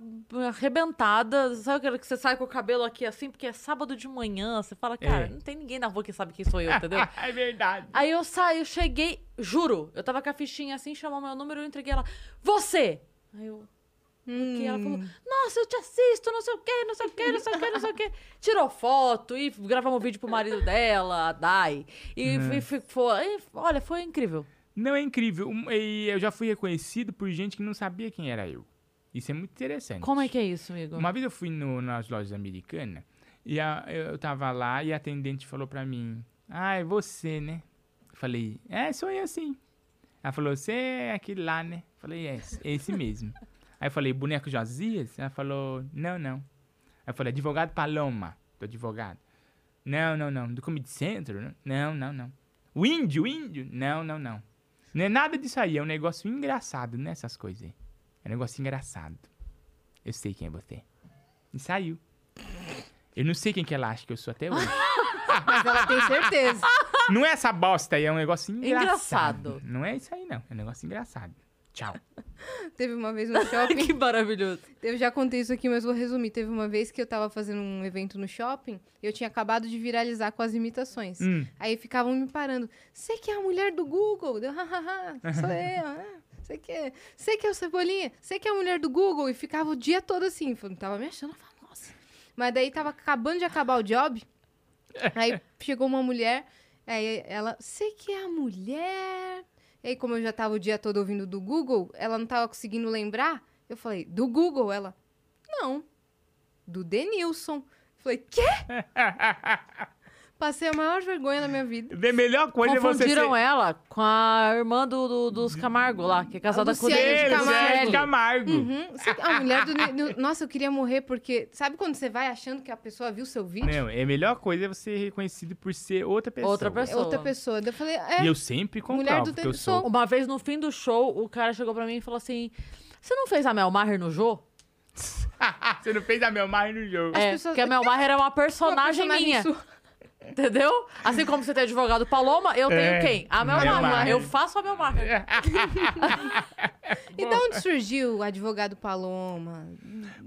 Speaker 1: arrebentada. Sabe aquela que você sai com o cabelo aqui assim, porque é sábado de manhã. Você fala, cara,
Speaker 3: É.
Speaker 1: não tem ninguém na rua que sabe quem sou eu, entendeu?
Speaker 3: é verdade.
Speaker 1: Aí eu saí, eu cheguei, juro, eu tava com a fichinha assim, chamou meu número, eu entreguei ela, você! Aí eu. Porque ela falou, nossa, eu te assisto, não sei o quê, não sei o quê, não sei o quê, não sei o quê. Tirou foto e gravamos um vídeo pro marido dela, a Dai. E, e fi- foi, e, olha, foi incrível.
Speaker 3: Não, é incrível. Um- E eu já fui reconhecido por gente que não sabia quem era eu. Isso é muito interessante.
Speaker 1: Como é que é isso, amigo?
Speaker 3: Uma vez eu fui no- nas lojas americanas e a- eu tava lá e a atendente falou pra mim: Ah, é você, né? Eu Falei: É, sou eu sim. Ela falou: Você é aquele lá, né? Eu Falei: É, esse- esse mesmo. Aí eu falei: Boneco Josias? Ela falou: Não, não. Aí eu falei: Advogado Paloma, do advogado. Não, não, não. Do Comedy Centro? né? Não, não, não. O índio, o índio? Não, não, não. Não é nada disso aí, é um negócio engraçado, né? Essas coisas aí. É um negócio engraçado. Eu sei quem é você. E saiu. Eu não sei quem que ela acha que eu sou até hoje.
Speaker 2: Mas ela tem certeza.
Speaker 3: não é essa bosta aí, é um negócio engraçado.
Speaker 1: Engraçado.
Speaker 3: Não é isso aí, não. É um negócio engraçado. Tchau.
Speaker 2: Teve uma vez no shopping.
Speaker 1: que maravilhoso.
Speaker 2: Eu já contei isso aqui, mas vou resumir. Teve uma vez que eu tava fazendo um evento no shopping, eu tinha acabado de viralizar com as imitações.
Speaker 3: Hum.
Speaker 2: Aí ficavam me parando. Você que é a mulher do Google? Deu, hahaha, sou eu, né? Você que, é- você que é o Cebolinha? Você que é a mulher do Google? E ficava o dia todo assim. Eu tava me achando famosa. Mas daí tava acabando de acabar o job. Aí chegou uma mulher, aí ela, você que é a mulher? E aí, como eu já tava o dia todo ouvindo do Google, ela não tava conseguindo lembrar. Eu falei, do Google? Ela, não, do Denilson. Eu falei, quê? Passei a maior vergonha da minha vida.
Speaker 3: A melhor coisa é você ser...
Speaker 1: Confundiram ela com a irmã do, do- dos Camargo lá, que é casada
Speaker 2: A
Speaker 1: com o
Speaker 2: Luciene
Speaker 1: David
Speaker 3: Ele, Zé né? de
Speaker 1: Camargo.
Speaker 3: Camargo.
Speaker 2: Uhum. Você- A mulher do. do- Nossa, eu queria morrer porque. Sabe quando você vai achando que a pessoa viu seu vídeo?
Speaker 3: Não, é a melhor coisa é você ser reconhecido por ser outra pessoa.
Speaker 1: Outra
Speaker 2: É outra
Speaker 1: pessoa.
Speaker 2: pessoa. Daí eu falei,
Speaker 3: E
Speaker 2: é.
Speaker 3: eu sempre
Speaker 2: Mulher do
Speaker 3: comprovo que eu
Speaker 2: Taylor
Speaker 3: sou.
Speaker 2: Swift.
Speaker 1: Uma vez no fim do show, o cara chegou pra mim e falou assim: Você não fez a Mel Maher no Jô?
Speaker 3: você não fez a Mel Maher no jogo.
Speaker 1: É,
Speaker 2: pessoas-
Speaker 1: porque a Mel Maher é uma
Speaker 2: uma
Speaker 1: personagem, minha.
Speaker 2: sua.
Speaker 1: Entendeu? Assim como você tem advogado Paloma, eu
Speaker 3: É.
Speaker 1: tenho quem? A Mel
Speaker 3: Mel
Speaker 1: Maher.
Speaker 3: Maher.
Speaker 1: Eu faço a Mel Maher.
Speaker 2: E de onde surgiu o advogado Paloma?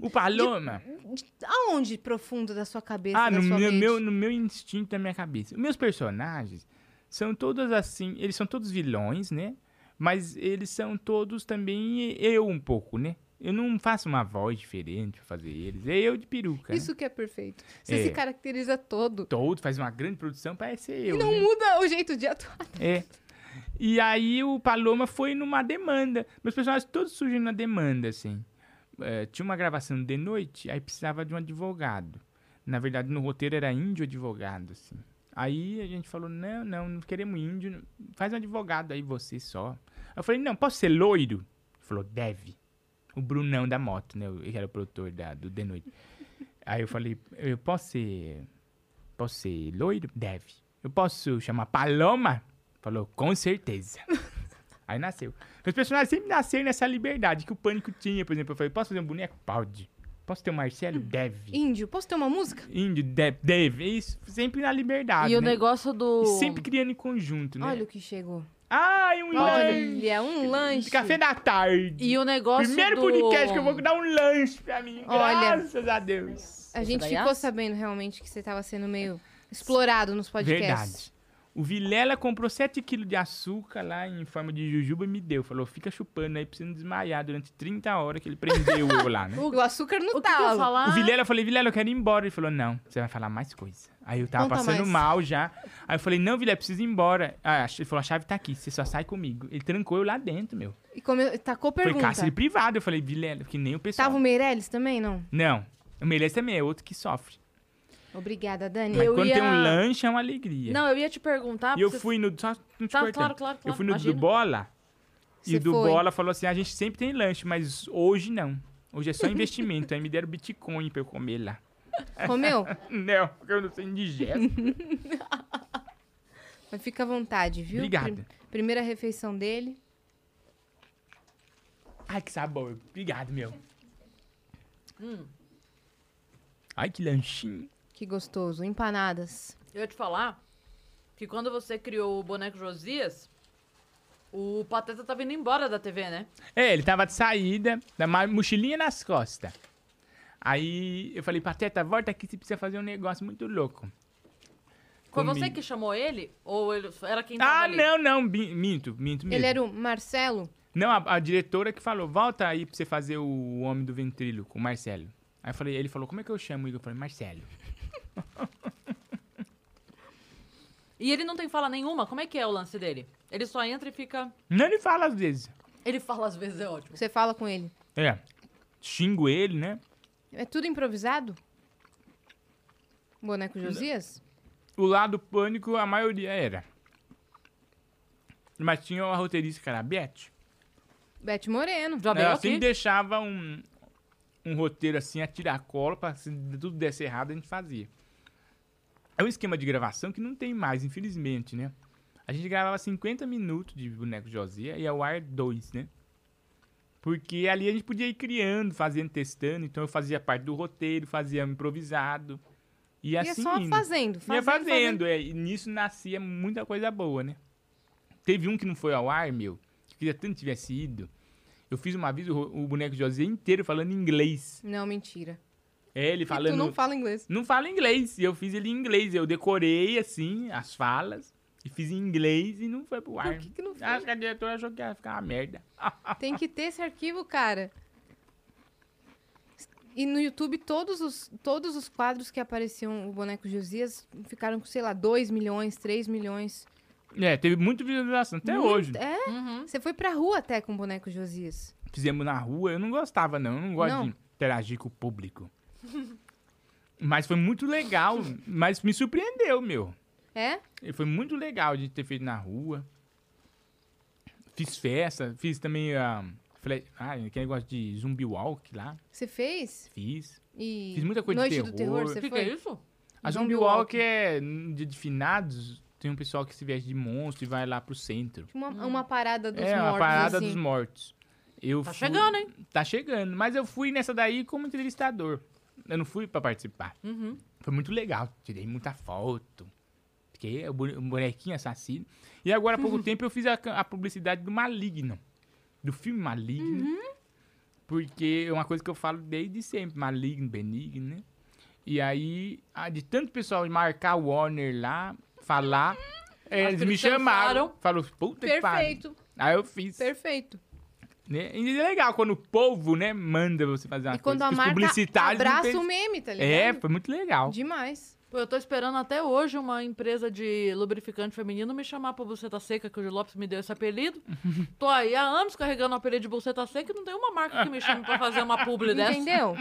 Speaker 3: O Paloma.
Speaker 2: De- Aonde profundo da sua cabeça?
Speaker 3: Ah,
Speaker 2: da
Speaker 3: no
Speaker 2: sua
Speaker 3: meu,
Speaker 2: mente?
Speaker 3: meu- no meu instinto da minha cabeça. Meus personagens são todos assim, eles são todos vilões, né? Mas eles são todos também eu um pouco, né? Eu não faço uma voz diferente pra fazer eles. É eu de peruca. né?
Speaker 2: Isso que é perfeito. Você
Speaker 3: É.
Speaker 2: se caracteriza todo.
Speaker 3: Todo faz uma grande produção, parece ser eu.
Speaker 2: E não
Speaker 3: né?
Speaker 2: muda o jeito de atuar.
Speaker 3: É. E aí o Paloma foi numa demanda. Meus personagens todos surgem na demanda, assim. É, tinha uma gravação de noite, aí precisava de um advogado. Na verdade, no roteiro era índio advogado, assim. Aí a gente falou, não, não, não queremos índio. não. Faz um advogado aí você só. Eu falei, não, posso ser loiro? Ele falou, deve. O Brunão da moto, né? Ele era o produtor da, do The Noite. Aí eu falei, eu posso ser... Posso ser loiro? Deve. Eu posso chamar Paloma? Falou, com certeza. Aí nasceu. Meus personagens sempre nasceram nessa liberdade que o pânico tinha, por exemplo. Eu falei, posso fazer um boneco? Pode. Posso ter um Marcelo? Deve.
Speaker 2: Índio, posso ter uma música?
Speaker 3: Índio, deve, deve. É Isso, sempre na liberdade.
Speaker 1: E o
Speaker 3: né?
Speaker 1: negócio do.
Speaker 3: E sempre criando em conjunto, né?
Speaker 2: Olha o que chegou.
Speaker 3: Ai, um lanche.
Speaker 2: Olha, um lanche.
Speaker 3: Café da tarde.
Speaker 1: E o negócio
Speaker 3: Primeiro
Speaker 1: do...
Speaker 3: podcast que eu vou dar um lanche pra mim.
Speaker 2: Olha.
Speaker 3: Graças a Deus.
Speaker 2: A gente
Speaker 1: daí
Speaker 2: ficou
Speaker 1: é?
Speaker 2: sabendo realmente que você tava sendo meio explorado nos podcasts.
Speaker 3: É. Verdade. O Vilela comprou 7 quilos de açúcar lá em forma de jujuba e me deu. Falou, fica chupando aí pra você não desmaiar durante 30 horas que ele prendeu eu lá, né?
Speaker 2: O açúcar não
Speaker 1: O que, que eu ia
Speaker 2: tava.
Speaker 1: falar?
Speaker 3: O Vilela, eu falei, Vilela, eu quero ir embora. Ele falou, não, você vai falar mais coisa. Aí eu tava
Speaker 2: Conta
Speaker 3: passando
Speaker 2: mais.
Speaker 3: mal já. Aí eu falei, não, Vilela, eu preciso ir embora. Ah, a ch- ele falou, a chave tá aqui, você só sai comigo. Ele trancou eu lá dentro, meu.
Speaker 2: E come... tacou
Speaker 3: Foi
Speaker 2: pergunta.
Speaker 3: cárcere privado. Eu falei, Vilela, que nem o pessoal.
Speaker 2: Tava um o Meirelles também, não?
Speaker 3: Não, o Meirelles também é outro que sofre.
Speaker 2: Obrigada, Dani.
Speaker 3: Mas
Speaker 1: Eu
Speaker 3: quando
Speaker 1: ia-
Speaker 3: tem um lanche, é uma alegria.
Speaker 1: Não, eu ia te perguntar.
Speaker 3: e eu
Speaker 1: porque-
Speaker 3: fui no... Só não te
Speaker 1: Tá,
Speaker 3: cortando.
Speaker 1: claro, claro,
Speaker 3: Eu
Speaker 1: claro,
Speaker 3: fui no
Speaker 1: imagina.
Speaker 3: do Bola. E
Speaker 2: Você
Speaker 3: o do
Speaker 2: foi.
Speaker 3: Bola falou assim, a gente sempre tem lanche, mas hoje não. Hoje é só investimento. Aí me deram Bitcoin pra eu comer lá.
Speaker 2: Comeu?
Speaker 3: Não, porque eu não sou indigesto.
Speaker 2: Mas fica à vontade, viu?
Speaker 3: Obrigado.
Speaker 2: Pri- Primeira refeição dele.
Speaker 3: Ai, que sabor. Obrigado, meu.
Speaker 1: Hum.
Speaker 3: Ai, que lanchinho.
Speaker 2: Que gostoso. Empanadas.
Speaker 1: Eu ia te falar que quando você criou o boneco Josias, o Pateta tava indo embora da TV, né?
Speaker 3: É, ele tava de saída, da ma- mochilinha nas costas. Aí eu falei, Pateta, volta aqui, você precisa fazer um negócio muito louco.
Speaker 1: Foi
Speaker 3: Comigo.
Speaker 1: você que chamou ele? Ou ele era quem tava
Speaker 3: Ah,
Speaker 1: ali?
Speaker 3: não, não, mi- minto, minto mesmo.
Speaker 2: Então, Ele era o Marcelo.
Speaker 3: Não, a, a diretora que falou, volta aí pra você fazer o Homem do Ventríloco, o Marcelo. Aí eu falei, ele falou, como é que eu chamo o Igor? Eu falei, Marcelo.
Speaker 1: E ele não tem fala nenhuma? Como é que é o lance dele? Ele só entra e fica...
Speaker 3: Não, ele fala às vezes.
Speaker 1: Ele fala às vezes, é ótimo.
Speaker 2: Você fala com ele.
Speaker 3: É, xingo ele, né?
Speaker 2: É tudo improvisado? Boneco Josias?
Speaker 3: O lado pânico, a maioria era. Mas tinha uma roteirista que era a Beth.
Speaker 2: Bete Moreno.
Speaker 1: Já veio
Speaker 3: Ela
Speaker 1: aqui?
Speaker 3: sempre É, assim deixava um, um roteiro assim, a tiracolo, pra se tudo desse errado, a gente fazia. É um esquema de gravação que não tem mais, infelizmente, né? A gente gravava 50 minutos de Boneco Josia e ao ar 2, né? Porque ali a gente podia ir criando, fazendo, testando. Então eu fazia parte do roteiro, fazia improvisado. E,
Speaker 2: E é
Speaker 3: assim
Speaker 2: só
Speaker 3: indo.
Speaker 2: fazendo. fazendo
Speaker 3: Ia fazendo, é, e nisso nascia muita coisa boa, né? Teve um que não foi ao ar, meu, que eu queria tanto que tivesse ido. Eu fiz uma vez o, ro- o boneco José inteiro falando inglês.
Speaker 2: Não, mentira.
Speaker 3: É, ele
Speaker 2: Falando...
Speaker 3: falando.
Speaker 2: tu não fala inglês.
Speaker 3: Não fala inglês. E eu fiz ele em inglês. Eu decorei, assim, as falas. E fiz em inglês e não foi pro ar.
Speaker 2: Por que, que não fala?
Speaker 3: Acho que a diretora achou que ia ficar uma merda.
Speaker 2: Tem que ter esse arquivo, cara. E no YouTube, todos os, todos os quadros que apareciam o boneco Josias ficaram com, sei lá, 2 milhões, 3 milhões.
Speaker 3: É, teve muita visualização até
Speaker 2: Muito-
Speaker 3: hoje.
Speaker 2: É? Você foi pra rua até com o boneco Josias.
Speaker 3: fizemos na rua, eu não gostava, não. Eu não gosto
Speaker 2: Não.
Speaker 3: de interagir com o público. mas foi muito legal. Mas me surpreendeu, meu.
Speaker 2: É?
Speaker 3: E foi muito legal de ter feito na rua. Fiz festa, fiz também ahn, fle- ah, aquele negócio de zumbi walk lá.
Speaker 2: Você fez?
Speaker 3: Fiz.
Speaker 2: E
Speaker 3: Fiz muita coisa de
Speaker 2: Noite do
Speaker 3: terror.
Speaker 2: Terror,
Speaker 1: O
Speaker 2: você
Speaker 1: que, que
Speaker 2: foi?
Speaker 1: é isso?
Speaker 3: A
Speaker 2: Zumbi
Speaker 3: Zumbi Walk
Speaker 2: Walk.
Speaker 3: é no dia de finados. Tem um pessoal que se veste de monstro e vai lá pro centro.
Speaker 2: Uma, uma parada dos
Speaker 3: é,
Speaker 2: mortos,
Speaker 3: uma parada
Speaker 2: assim.
Speaker 3: dos mortos. Eu
Speaker 1: Tá
Speaker 3: fui-
Speaker 1: chegando, hein?
Speaker 3: Tá chegando. Mas eu fui nessa daí como entrevistador. Eu não fui pra participar.
Speaker 1: Uhum.
Speaker 3: Foi muito legal. Tirei muita foto. Fiquei é, o bone- o bonequinho assassino. E agora, há pouco tempo, eu fiz a, ca- a publicidade do Maligno. Do filme Maligno.
Speaker 1: Uhum.
Speaker 3: Porque é uma coisa que eu falo desde sempre. Maligno, benigno, né? E aí, a- de tanto pessoal marcar o Warner lá, falar... eh,
Speaker 1: As
Speaker 3: eles me
Speaker 1: pessoas
Speaker 3: chamaram.
Speaker 1: falaram.
Speaker 3: Falou, puta que pariu.
Speaker 2: Perfeito,
Speaker 3: Aí eu fiz.
Speaker 2: perfeito.
Speaker 3: Né? E é legal quando o povo, né, manda você fazer uma
Speaker 2: e quando
Speaker 3: coisa.
Speaker 2: a
Speaker 3: que os
Speaker 2: marca
Speaker 3: publicitários não
Speaker 2: abraça
Speaker 3: pensam-
Speaker 2: o meme, tá
Speaker 3: É,
Speaker 2: ligado?
Speaker 3: foi muito legal.
Speaker 2: Demais.
Speaker 1: Pô, eu tô esperando até hoje uma empresa de lubrificante feminino me chamar pra buceta seca, que o Gil Lopes me deu esse apelido. tô aí há anos carregando o apelido de buceta seca e não tem uma marca que me chame pra fazer uma publi dessa.
Speaker 2: Entendeu?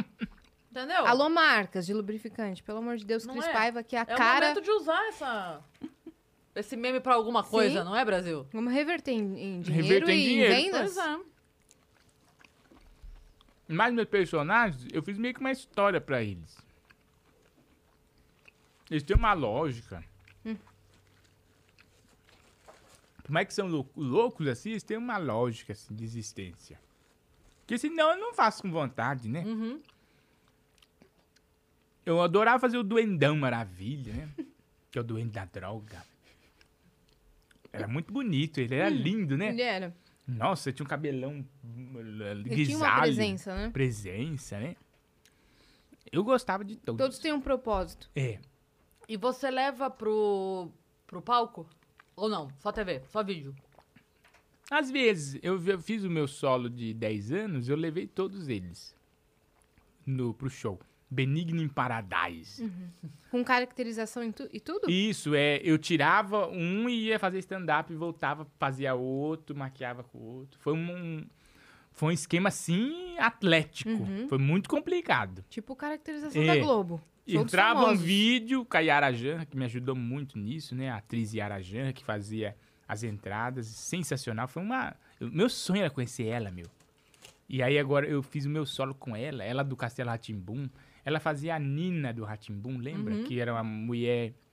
Speaker 1: Entendeu?
Speaker 2: Alô, marcas de lubrificante. Pelo amor de Deus,
Speaker 1: Não
Speaker 2: Cris
Speaker 1: é?
Speaker 2: Paiva, que a
Speaker 1: é o
Speaker 2: cara...
Speaker 1: momento de usar essa... esse meme pra alguma coisa, não é, Brasil?
Speaker 2: Vamos reverter em, em dinheiro
Speaker 3: Reverter em
Speaker 2: e
Speaker 3: dinheiro.
Speaker 2: em vendas?
Speaker 1: Pois é.
Speaker 3: Mas meus personagens, eu fiz meio que uma história pra eles. Eles têm uma lógica.
Speaker 2: Hum.
Speaker 3: Por mais é que são lou- loucos assim, eles têm uma lógica assim, de existência. Porque senão eu não faço com vontade, né?
Speaker 2: Uhum.
Speaker 3: Eu adorava fazer o Duendão Maravilha, né? que é o Duende da Droga. Era muito bonito, ele
Speaker 2: Hum.
Speaker 3: era lindo,
Speaker 1: é.
Speaker 3: né?
Speaker 2: Mulher,
Speaker 3: Nossa, tinha um cabelão hum,
Speaker 2: ele tinha uma
Speaker 3: grisalho.
Speaker 2: presença, né?
Speaker 3: Presença, né? Eu gostava de todos.
Speaker 2: Todos têm um propósito.
Speaker 3: É.
Speaker 1: E você leva pro, pro palco? Ou não? Só TV, só vídeo.
Speaker 3: Às vezes, eu vi- eu fiz o meu solo de 10 anos, eu levei todos eles no, pro show. Benigno em Paradise.
Speaker 2: Com caracterização em tu- e tudo?
Speaker 3: Isso, é, eu tirava um e ia fazer stand-up e voltava, fazia outro, maquiava com o outro. Foi um, foi um esquema, assim, atlético. Foi muito complicado.
Speaker 2: Tipo caracterização
Speaker 3: É.
Speaker 2: da Globo. Todos
Speaker 3: Entrava um
Speaker 2: famosos.
Speaker 3: vídeo com a Yara Jan, que me ajudou muito nisso, né? A atriz Yara Jan, que fazia as entradas. Sensacional. Foi uma... eu- Meu sonho era conhecer ela, meu. E aí agora eu fiz o meu solo com ela. Ela do Castelo Ratimbum. Ela fazia a Nina do Ratimbum, lembra? Que era uma mulher... Uma,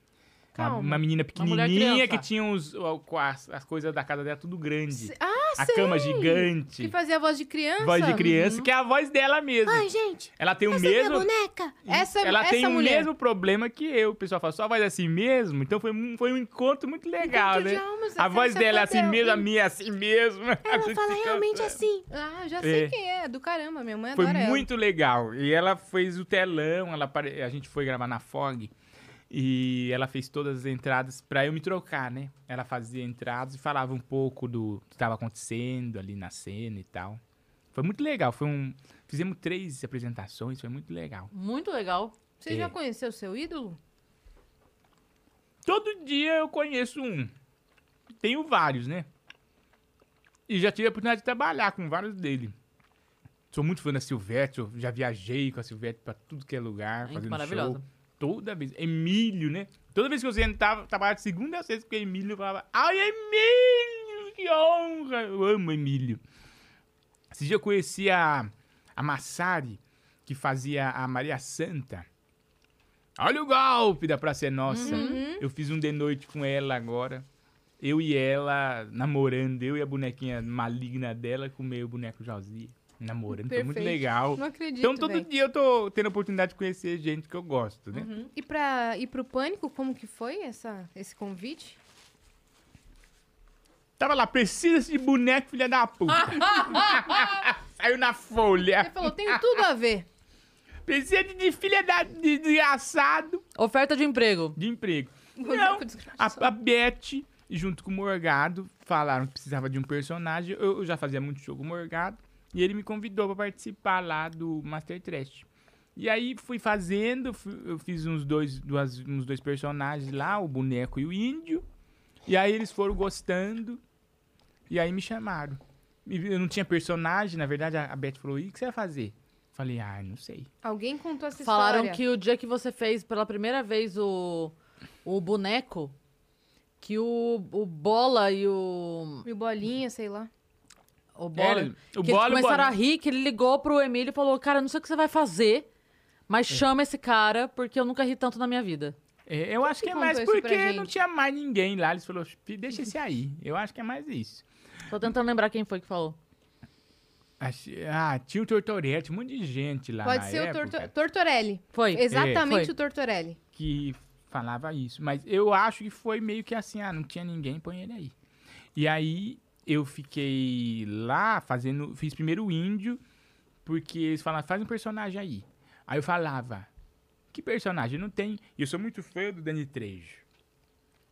Speaker 2: Uhum. Calma.
Speaker 3: uma menina
Speaker 1: mulher
Speaker 3: pequenininha que
Speaker 1: criança.
Speaker 3: tinha os, o- com as, as coisas da casa dela tudo grande.
Speaker 2: Ah,
Speaker 3: a
Speaker 2: sei!
Speaker 3: cama gigante.
Speaker 2: Que fazia a voz de criança.
Speaker 3: Voz de criança, que é a voz dela mesmo.
Speaker 6: Uhum. Ai, gente,
Speaker 3: Ela tem o
Speaker 6: essa é
Speaker 3: mesmo...
Speaker 6: minha boneca.
Speaker 2: Essa,
Speaker 3: ela
Speaker 2: essa
Speaker 3: tem o
Speaker 2: mulher.
Speaker 3: mesmo problema que eu. O pessoal fala, só voz assim mesmo. Então foi, um- foi um encontro muito legal,
Speaker 2: Encontro de
Speaker 3: né?
Speaker 2: almas,
Speaker 3: a
Speaker 2: essa
Speaker 3: voz
Speaker 2: você
Speaker 3: dela é assim
Speaker 2: aprendeu,
Speaker 3: mesmo, a
Speaker 2: hein?
Speaker 3: minha é assim mesmo. A
Speaker 6: Ela
Speaker 3: gente
Speaker 6: fala
Speaker 3: fica-
Speaker 6: realmente assim.
Speaker 2: Ah, já sei
Speaker 3: É.
Speaker 2: quem é. Do caramba, minha mãe
Speaker 3: Foi
Speaker 2: adora ela.
Speaker 3: muito legal. E ela fez o telão, ela apare- a gente foi gravar na Fog. E ela fez todas as entradas pra eu me trocar, né? Ela fazia entradas e falava um pouco do que estava acontecendo ali na cena e tal. Foi muito legal. Foi um... Fizemos três apresentações, foi muito legal.
Speaker 1: Muito legal.
Speaker 2: Você já
Speaker 3: É.
Speaker 2: conheceu o seu ídolo?
Speaker 3: Todo dia eu conheço um. Tenho vários, né? E já tive a oportunidade de trabalhar com vários dele. Sou muito fã da Silvete, eu já viajei com a Silvete pra tudo que é lugar,
Speaker 1: Ai, que
Speaker 3: fazendo
Speaker 1: maravilhosa.
Speaker 3: show. Toda vez. Emílio, né? Toda vez que eu sentava, trabalhava de segunda a sexta com o Emílio, eu falava, ai, Emílio, que honra! Eu amo Emílio. Esse dia eu conheci a, a Massari, que fazia a Maria Santa. Olha o golpe da Praça é Nossa.
Speaker 2: Uhum.
Speaker 3: Eu fiz um de noite com ela agora. Eu e ela namorando, eu e a bonequinha maligna dela com o meu boneco Josi. Namorando, foi muito
Speaker 2: Perfeito.
Speaker 3: legal.
Speaker 2: Não acredito,
Speaker 3: Então todo
Speaker 2: velho. Uhum.
Speaker 3: dia eu tô tendo a oportunidade de conhecer gente que eu gosto, né?
Speaker 2: E pra ir pro Pânico, como que foi essa, esse convite?
Speaker 3: Tava lá, precisa de boneco, filha da puta. Saiu na
Speaker 2: Você
Speaker 3: folha.
Speaker 2: falou, tem tudo a ver.
Speaker 3: Precisa de, de filha da, de desgraçado
Speaker 1: Oferta de emprego.
Speaker 3: de emprego. Não,
Speaker 2: Boneco desgraçado.
Speaker 3: a, a Beth, junto com o Morgado, falaram que precisava de um personagem. Eu, eu já fazia muito show com o Morgado. E ele me convidou pra participar lá do Master Trash. E aí fui fazendo, fu- eu fiz uns dois, duas- uns dois personagens lá, o boneco e o índio. E aí eles foram gostando. E aí me chamaram. E Eu não tinha personagem, na verdade, a a Beth falou: e o que você vai fazer? Falei, ah, não sei.
Speaker 2: Alguém contou essa
Speaker 1: Falaram
Speaker 2: história.
Speaker 1: que o dia que você fez pela primeira vez o, o boneco, que o, o Bola e o.
Speaker 2: E o Bolinha, sei lá.
Speaker 1: O Bola.
Speaker 3: É, ele-
Speaker 1: que
Speaker 3: o
Speaker 1: eles
Speaker 3: Bola e o
Speaker 1: começaram a
Speaker 3: Bolinha.
Speaker 1: rir, que ele ligou pro Emílio e falou: Cara, eu não sei o que você vai fazer, mas chama esse cara, porque eu nunca ri tanto na minha vida.
Speaker 3: É, eu acho que é
Speaker 2: que
Speaker 3: mais
Speaker 2: contou isso pra
Speaker 3: porque não
Speaker 2: gente?
Speaker 3: tinha mais ninguém lá. Eles falaram, "Fi, deixa esse aí. Eu acho que é mais isso.
Speaker 1: Tô tentando lembrar quem foi que falou.
Speaker 3: Achei- Ah, tinha o Tortoretti, um monte de gente lá
Speaker 2: Pode
Speaker 3: na
Speaker 2: ser
Speaker 3: época
Speaker 2: o Torto- Tortorelli.
Speaker 1: Foi.
Speaker 2: Exatamente
Speaker 1: Foi.
Speaker 2: o Tortorelli.
Speaker 3: que falava isso. Mas eu acho que foi meio que assim, ah, não tinha ninguém, põe ele aí. E aí eu fiquei lá fazendo, fiz primeiro o índio, porque eles falavam, faz um personagem aí. Aí eu falava, que personagem? Não tem. E eu sou muito fã do Danny Trejo,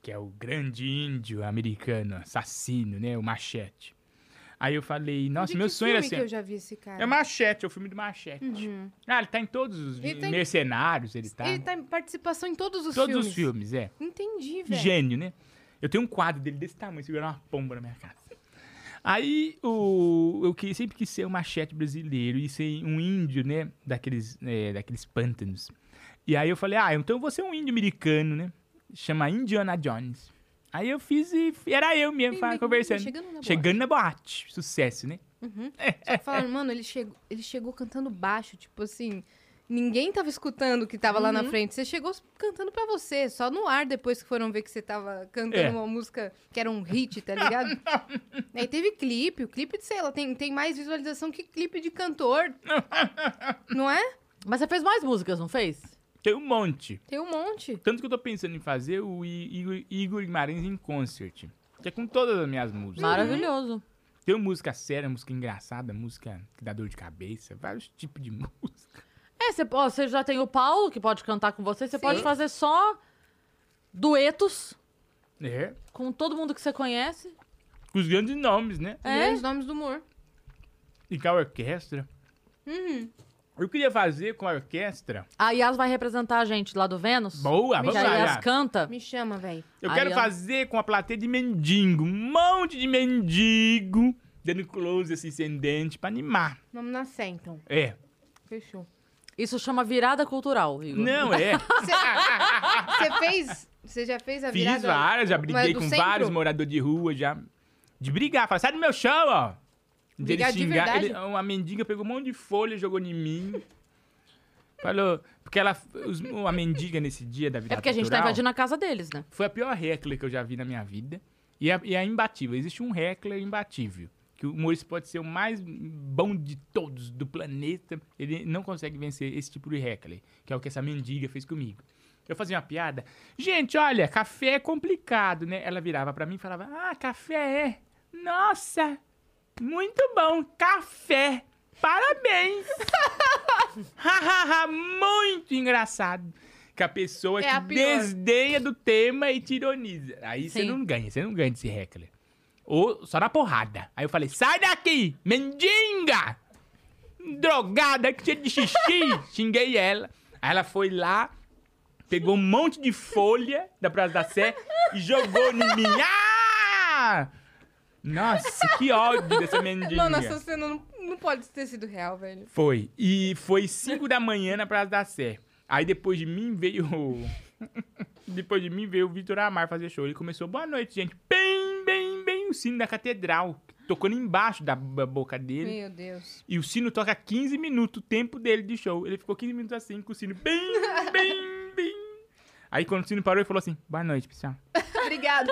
Speaker 3: que é o grande índio americano, assassino, né? O machete. Aí eu falei, nossa,
Speaker 2: De
Speaker 3: meu
Speaker 2: que
Speaker 3: sonho era
Speaker 2: filme
Speaker 3: ser.
Speaker 2: que eu já vi esse cara.
Speaker 3: É Machete, é o filme do Machete. Ah, ele tá em todos os
Speaker 2: Ele tá em-
Speaker 3: mercenários, ele tá.
Speaker 2: Ele tá em participação em todos os
Speaker 3: todos
Speaker 2: filmes.
Speaker 3: os filmes, é.
Speaker 2: Entendi, velho.
Speaker 3: Gênio, né? Eu tenho um quadro dele desse tamanho, segurando uma pomba na minha casa. Aí o, eu que- sempre quis ser um machete brasileiro e ser um índio, né? Daqueles, é, daqueles pântanos. E aí eu falei, ah, então eu vou ser um índio americano, né? Chama Indiana Jones. Aí eu fiz e e era eu mesmo,
Speaker 2: Bem,
Speaker 3: falando,
Speaker 2: bem,
Speaker 3: conversando.
Speaker 2: chegando na boate.
Speaker 3: Chegando na boate. Sucesso, né?
Speaker 2: Uhum. Só que falaram, mano, ele chegou, ele chegou cantando baixo, tipo assim. Ninguém tava escutando o que tava lá na
Speaker 3: Uhum.
Speaker 2: frente. Você chegou cantando pra você, só no ar depois que foram ver que você tava cantando
Speaker 3: É.
Speaker 2: uma música que era um hit, tá ligado? Aí teve clipe, o clipe de, sei lá, tem, tem mais visualização que clipe de cantor. não é?
Speaker 1: Mas você fez mais músicas, não fez?
Speaker 3: Tem um monte.
Speaker 2: Tem um monte.
Speaker 3: Tanto que eu tô pensando em fazer o I- Igor, Igor Guimarães em concert. Que é com todas as minhas
Speaker 2: Uhum.
Speaker 3: músicas.
Speaker 1: Maravilhoso.
Speaker 3: Tem música séria, música engraçada, música que dá dor de cabeça, vários tipos de música.
Speaker 1: É, você, ó, você já tem o Paulo, que pode cantar com você. Você
Speaker 2: Sim.
Speaker 1: pode fazer só duetos
Speaker 3: É.
Speaker 1: com todo mundo que você conhece.
Speaker 3: Com os grandes nomes, né?
Speaker 1: É?
Speaker 2: Grandes nomes do humor.
Speaker 3: E com a orquestra. Eu queria fazer com a orquestra.
Speaker 1: A Yas vai representar a gente lá do Vênus.
Speaker 3: Boa,
Speaker 1: que
Speaker 3: vamos
Speaker 1: a
Speaker 3: lá.
Speaker 1: Yas
Speaker 3: Yas.
Speaker 1: canta.
Speaker 2: Me chama, velho.
Speaker 3: Eu
Speaker 1: Aí
Speaker 3: quero
Speaker 1: ela-
Speaker 3: fazer com a plateia de mendigo. Um monte de mendigo. Dando close assim, sem dente, pra animar.
Speaker 2: Vamos nascer, então.
Speaker 3: É.
Speaker 2: Fechou.
Speaker 1: Isso chama virada cultural, Igor.
Speaker 3: Não, é.
Speaker 2: Você fez. Você já fez a virada?
Speaker 3: Fiz várias, já briguei
Speaker 2: do
Speaker 3: com
Speaker 2: centro?
Speaker 3: vários moradores de rua, já. De brigar, falar, sai do meu chão, ó. De
Speaker 2: Brigar de verdade?
Speaker 3: ele- uma mendiga pegou um monte de folha e jogou em mim. Falou, porque ela. os- a mendiga nesse dia da vida.
Speaker 1: É porque a gente tá invadindo a casa deles, né?
Speaker 3: Foi a pior heckler que eu já vi na minha vida. E a, e a imbatível. Existe um heckler imbatível. Que o Maurício pode ser o mais bom de todos do planeta. Ele não consegue vencer esse tipo de heckler. Que é o que essa mendiga fez comigo. Eu fazia uma piada. Gente, olha, café é complicado, né? Ela virava pra mim e falava: Ah, café é. Nossa, muito bom. Café. Parabéns. Hahaha, muito engraçado. Que a pessoa
Speaker 2: É
Speaker 3: que
Speaker 2: a pior.
Speaker 3: desdenha do tema e tironiza. Aí você
Speaker 1: Sim.
Speaker 3: não ganha, você não ganha desse heckler. Ou só na porrada. Aí eu falei, sai daqui, mendiga! Drogada, que cheio de xixi! Xinguei ela. Aí ela foi lá, pegou um monte de folha da Praça da Sé e jogou em mim. Ah! Nossa, que ódio dessa mendiga.
Speaker 2: Mano, essa cena não, não pode ter sido real, velho.
Speaker 3: Foi. E foi 5 da manhã na Praça da Sé. Aí depois de mim veio. o- depois de mim veio o Vitor Amar fazer show. Ele começou, boa noite, gente. Bem, bem, bem o sino da catedral. Tocando embaixo da b- boca dele.
Speaker 2: Meu Deus.
Speaker 3: E o sino toca 15 minutos, o tempo dele de show. Ele ficou 15 minutos assim, com o sino bem, bem, bem. Aí quando o sino parou, ele falou assim, boa noite, pessoal.
Speaker 2: Obrigado.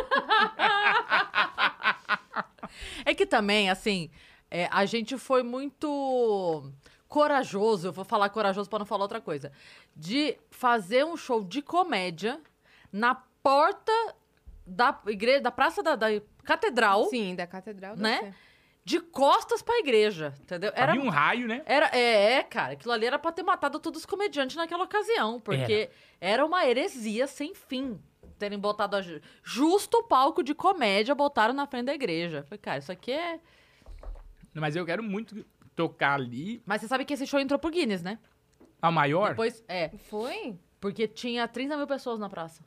Speaker 1: É que também, assim, é, a gente foi muito corajoso, eu vou falar corajoso pra não falar outra coisa, de fazer um show de comédia na porta da igreja, da praça da, da catedral,
Speaker 2: Sim, da catedral. deve
Speaker 1: né?
Speaker 2: ser.
Speaker 1: De costas pra igreja, entendeu? Era
Speaker 3: Havia um raio, né?
Speaker 1: era, é, é, cara, aquilo ali era pra ter matado todos os comediantes naquela ocasião, porque era, uma heresia sem fim. Terem botado a ju- justo o palco de comédia, botaram na frente da igreja. Falei, cara, isso aqui é.
Speaker 3: Mas eu quero muito tocar ali.
Speaker 1: Mas você sabe que esse show entrou pro Guinness, né?
Speaker 3: A maior?
Speaker 1: Depois, é,
Speaker 2: Foi?
Speaker 1: porque tinha 30 mil pessoas na praça.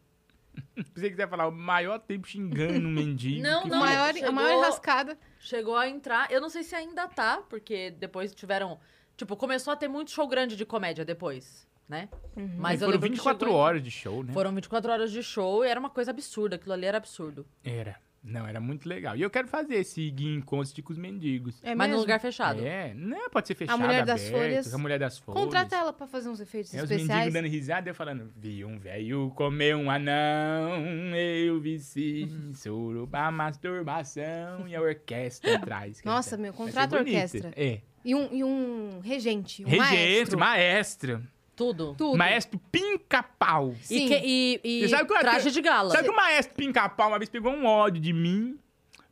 Speaker 3: Se você quiser falar o maior tempo xingando um mendigo.
Speaker 1: Não,
Speaker 3: que
Speaker 1: não.
Speaker 2: a, maior,
Speaker 1: chegou-
Speaker 2: a maior enrascada.
Speaker 1: Chegou a entrar, eu não sei se ainda tá, porque depois tiveram. Tipo, começou a ter muito show grande de comédia depois. né?
Speaker 2: Uhum.
Speaker 1: Mas
Speaker 3: E
Speaker 1: eu
Speaker 3: foram
Speaker 1: lembro que
Speaker 3: 24
Speaker 1: chegou em-
Speaker 3: horas de show, né?
Speaker 1: Foram 24 horas de show e era uma coisa absurda. Aquilo ali era absurdo.
Speaker 3: Era. Não, era muito legal. E eu quero fazer esse guia encontro com os mendigos.
Speaker 2: É
Speaker 1: mas
Speaker 2: mesmo?
Speaker 1: num lugar fechado.
Speaker 3: É, não, pode ser fechado,
Speaker 2: Mulher das
Speaker 3: aberto,
Speaker 2: Folhas.
Speaker 3: A Mulher das Folhas.
Speaker 2: Contrata ela pra fazer uns efeitos
Speaker 3: É, os mendigos
Speaker 2: especiais.
Speaker 3: dando risada, eu falando, vi um velho comer um anão, eu vi
Speaker 2: Uhum.
Speaker 3: sim, suruba, masturbação, e a orquestra atrás. cantando.
Speaker 2: Nossa, meu,
Speaker 3: Vai ser
Speaker 2: contrata a
Speaker 3: bonito.
Speaker 2: orquestra.
Speaker 3: É.
Speaker 2: E um, e um regente, um
Speaker 3: Regente,
Speaker 2: maestro.
Speaker 3: maestro.
Speaker 1: Tudo.
Speaker 2: Tudo.
Speaker 3: Maestro pinca-pau.
Speaker 2: Sim.
Speaker 1: E, que- e- e
Speaker 3: E sabe qual é
Speaker 1: traje
Speaker 3: que-
Speaker 1: de gala.
Speaker 3: Sabe que o maestro pinca-pau uma vez pegou um ódio de mim?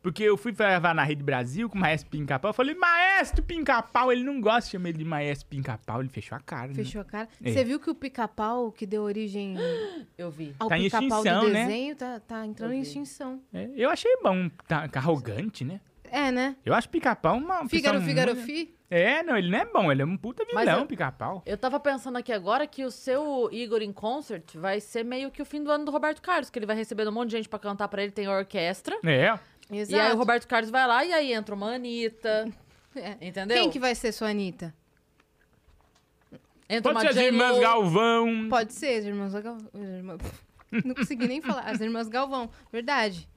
Speaker 3: Porque eu fui gravar na Rede Brasil com o maestro pinca-pau. Eu falei, maestro pinca-pau, ele não gosta, chama ele de maestro pinca-pau. Ele fechou a cara. né?
Speaker 2: Fechou a cara.
Speaker 3: É.
Speaker 2: Você viu que o pica-pau que deu origem
Speaker 1: Eu vi.
Speaker 2: ao
Speaker 3: Tá em
Speaker 2: pica-pau do
Speaker 3: extinção, né?
Speaker 2: desenho tá, tá entrando em
Speaker 1: Ok.
Speaker 2: extinção.
Speaker 3: É, eu achei bom, tá, arrogante, né?
Speaker 2: É, né?
Speaker 3: Eu acho pica-pau uma.
Speaker 2: Figaro,
Speaker 3: pessoa
Speaker 2: Figaro,
Speaker 3: muito-
Speaker 2: Fi.
Speaker 3: É, não, ele não é bom, ele é um puta
Speaker 1: Mas
Speaker 3: vilão,
Speaker 1: eu-
Speaker 3: pica-pau.
Speaker 1: Eu tava pensando aqui agora que o seu Igor em concert vai ser meio que o fim do ano do Roberto Carlos, que ele vai recebendo um monte de gente pra cantar pra ele, tem a orquestra.
Speaker 3: É.
Speaker 2: Exato.
Speaker 1: E aí o Roberto Carlos vai lá e aí entra uma Anitta. Entendeu?
Speaker 2: Quem que vai ser sua Anitta?
Speaker 1: Entra
Speaker 3: Pode
Speaker 1: uma
Speaker 3: ser as
Speaker 1: J-Lo.
Speaker 3: irmãs Galvão.
Speaker 2: Pode ser, as irmãs Galvão. Não consegui nem falar. As irmãs Galvão. Verdade.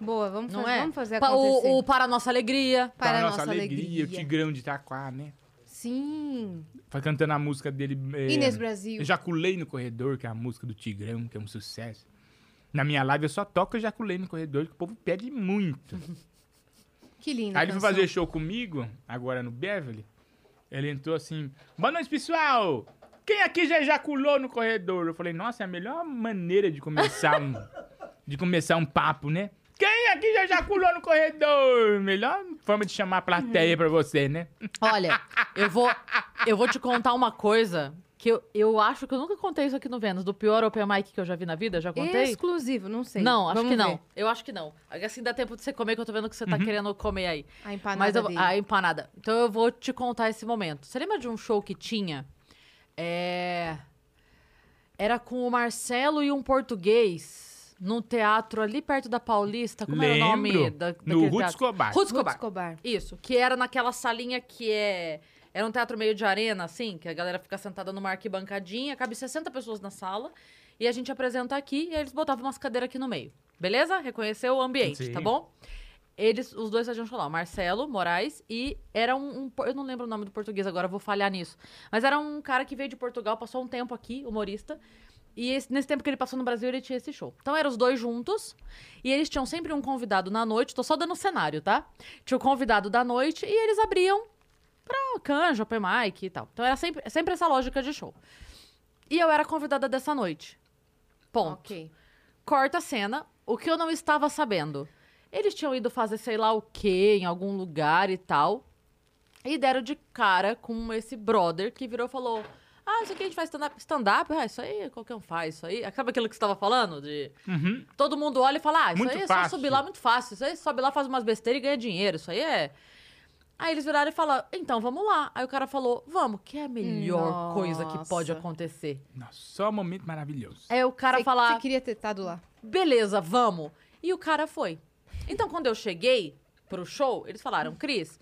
Speaker 2: Boa, vamos,
Speaker 1: Não
Speaker 2: fazer,
Speaker 1: é?
Speaker 2: vamos fazer
Speaker 1: Pa-
Speaker 2: acontecer.
Speaker 1: o, o Para Nossa Alegria.
Speaker 2: Para
Speaker 3: a
Speaker 2: a nossa alegria.
Speaker 3: tá, o Tigrão de Taquá, né?
Speaker 2: Sim.
Speaker 3: Foi cantando a música dele. É...
Speaker 2: Inês Brasil.
Speaker 3: Eu Jaculei no Corredor, que é a música do Tigrão, que é um sucesso. Na minha live eu só toco Eu Jaculei no Corredor, que o povo pede muito.
Speaker 2: Que linda
Speaker 3: Aí ele foi
Speaker 2: canção.
Speaker 3: fazer show comigo, agora no Beverly. Ele entrou assim: Boa noite, pessoal! Quem aqui já ejaculou no corredor? Eu falei: Nossa, é a melhor maneira de começar um, de começar um papo, né? Quem aqui já ejaculou no corredor? Melhor forma de chamar a plateia pra você, né?
Speaker 1: Olha, eu vou, eu vou te contar uma coisa que eu, eu acho que eu nunca contei isso aqui no Vênus. Do pior Open Mic que eu já vi na vida, já contei?
Speaker 2: Exclusivo, não sei.
Speaker 1: Não, acho
Speaker 2: Vamos
Speaker 1: que
Speaker 2: ver.
Speaker 1: não. Eu acho que não. Assim dá tempo de você comer, que eu tô vendo que você
Speaker 3: Uhum.
Speaker 1: tá querendo comer aí.
Speaker 2: A empanada
Speaker 1: Mas eu,
Speaker 2: dele.
Speaker 1: a empanada. Então eu vou te contar esse momento. Você lembra de um show que tinha? É, Era com o Marcelo e um português num teatro ali perto da Paulista. Como era o nome?
Speaker 3: Lembro.
Speaker 1: Da,
Speaker 3: No
Speaker 1: daquele
Speaker 3: Ruth
Speaker 1: teatro?
Speaker 3: Escobar.
Speaker 1: Ruth
Speaker 2: Escobar.
Speaker 1: Escobar. Isso, que era naquela salinha que é. Era um teatro meio de arena, assim, que a galera fica sentada numa arquibancadinha, cabe 60 pessoas na sala, e a gente apresenta aqui, e aí eles botavam umas cadeiras aqui no meio. Beleza? Reconheceu o ambiente,
Speaker 3: Sim.
Speaker 1: tá bom? Eles, os dois faziam show lá, o Marcelo Moraes e era um, um por- Eu não lembro o nome do português agora, eu vou falhar nisso. Mas era um cara que veio de Portugal, passou um tempo aqui, humorista. E esse- nesse tempo que ele passou no Brasil, ele tinha esse show. Então eram os dois juntos. E eles tinham sempre um convidado na noite. Tô só dando cenário, tá? Tinha o convidado da noite e eles abriam pra canja, open mic e tal. Então era sempre, sempre essa lógica de show. E eu era convidada dessa noite. Ponto.
Speaker 2: Ok.
Speaker 1: Corta a cena, o que eu não estava sabendo. Eles tinham ido fazer sei lá o quê em algum lugar e tal. E deram de cara com esse brother que virou e falou: Ah, isso aqui a gente faz stand-up. Stand-up? Ah, isso aí qualquer um faz, isso aí. Sabe aquilo que você estava falando? De. Todo mundo olha e fala: Ah, isso
Speaker 3: Uhum. Muito
Speaker 1: aí é só
Speaker 3: fácil.
Speaker 1: subir lá, muito fácil. Isso aí sobe lá, faz umas besteiras e ganha dinheiro. Isso aí é. Aí eles viraram e falaram: Então vamos lá. Aí o cara falou: Vamos, que é a melhor coisa que pode
Speaker 2: Nossa.
Speaker 1: acontecer.
Speaker 3: Nossa, só um momento maravilhoso.
Speaker 1: É o cara
Speaker 2: Você-
Speaker 1: falar
Speaker 2: Você queria ter estado lá.
Speaker 1: beleza, vamos. E o cara foi. Então, quando eu cheguei pro show, eles falaram, Cris,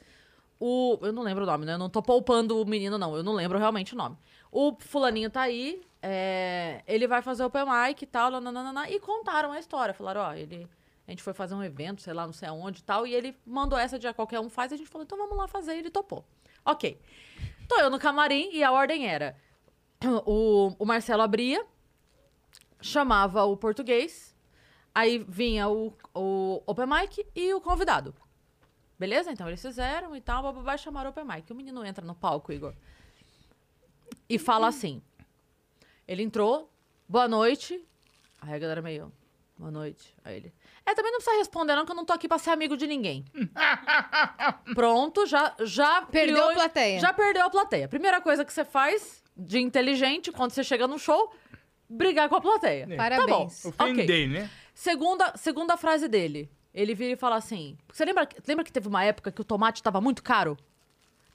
Speaker 1: o. Eu não lembro o nome, né? Eu não tô poupando o menino, não. Eu não lembro realmente o nome. O fulaninho tá aí, é, ele vai fazer o open mic e tal, nananana, e contaram a história. Falaram, ó, ele. A gente foi fazer um evento, sei lá, não sei aonde e tal, e ele mandou essa de "Ah, qualquer um faz, e a gente falou, então vamos lá fazer, e ele topou. Ok. Tô eu no camarim e a ordem era: o, o Marcelo abria, chamava o português, aí vinha o, o open mic e o convidado. Beleza? Então eles fizeram e tal, bababá, e chamaram o open mic. O menino entra no palco, Igor, e fala assim. Ele entrou, boa noite. Aí a galera meio, boa noite. Aí ele, é, também não precisa responder não, que eu não tô aqui pra ser amigo de ninguém. Pronto, já... já
Speaker 2: Perdeu
Speaker 1: criou-
Speaker 2: a plateia.
Speaker 1: Já perdeu a plateia. Primeira coisa que você faz de inteligente quando você chega num show, brigar com a plateia.
Speaker 3: É.
Speaker 2: Parabéns.
Speaker 1: Tá bom.
Speaker 3: Ofender,
Speaker 1: ok.
Speaker 3: né?
Speaker 1: Segunda, segunda frase dele. Ele vira e fala assim: Você lembra, lembra que teve uma época que o tomate tava muito caro?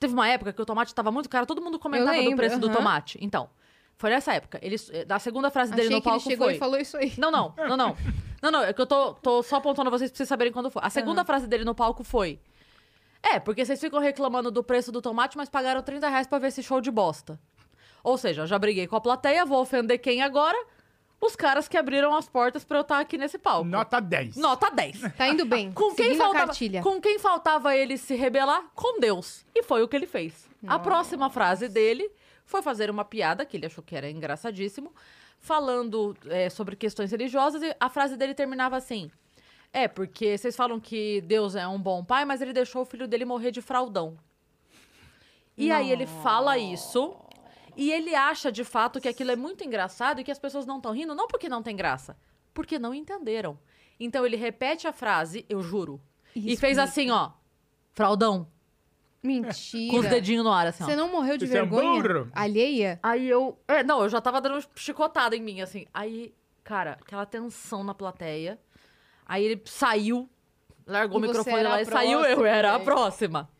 Speaker 1: Teve uma época que o tomate tava muito caro, todo mundo comentava
Speaker 2: lembro,
Speaker 1: do preço do
Speaker 2: aham.
Speaker 1: tomate. Então, foi nessa época. Ele, a segunda frase
Speaker 2: Achei
Speaker 1: dele no
Speaker 2: que ele
Speaker 1: palco
Speaker 2: chegou
Speaker 1: foi.
Speaker 2: e falou isso aí.
Speaker 1: Não, não, não, não. Não, não, é que eu tô, tô só apontando vocês pra vocês saberem quando foi. A segunda frase dele no palco foi. É, porque vocês ficam reclamando do preço do tomate, mas pagaram 30 reais pra ver esse show de bosta. Ou seja, eu já briguei com a plateia, vou ofender quem agora? Os caras que abriram as portas pra eu estar aqui nesse palco.
Speaker 3: Nota 10.
Speaker 1: Nota 10.
Speaker 2: Tá indo bem.
Speaker 1: Com quem,
Speaker 2: Seguindo a
Speaker 1: faltava,
Speaker 2: cartilha.
Speaker 1: com quem faltava ele se rebelar? Com Deus. E foi o que ele fez. A próxima frase dele foi fazer uma piada, que ele achou que era engraçadíssimo, falando é, sobre questões religiosas, e a frase dele terminava assim. É, porque vocês falam que Deus é um bom pai, mas ele deixou o filho dele morrer de fraldão. E aí ele fala isso. E ele acha de fato que aquilo é muito engraçado e que as pessoas não estão rindo, não porque não tem graça, porque não entenderam. Então ele repete a frase, eu juro.
Speaker 2: Isso,
Speaker 1: e fez
Speaker 2: amiga.
Speaker 1: assim, ó. Fraldão,
Speaker 2: Mentira.
Speaker 1: com os dedinhos no ar, assim, ó.
Speaker 2: Você não morreu de
Speaker 3: Isso é
Speaker 2: vergonha?
Speaker 3: burro.
Speaker 2: Alheia?
Speaker 1: Aí eu. é, não, eu já tava dando uma chicotada em mim, assim. Aí, cara, aquela tensão na plateia. Aí ele saiu, largou
Speaker 2: E
Speaker 1: o
Speaker 2: você
Speaker 1: microfone
Speaker 2: era
Speaker 1: lá
Speaker 2: a
Speaker 1: e saiu. Eu
Speaker 2: próxima,
Speaker 1: era a
Speaker 2: né?
Speaker 1: próxima.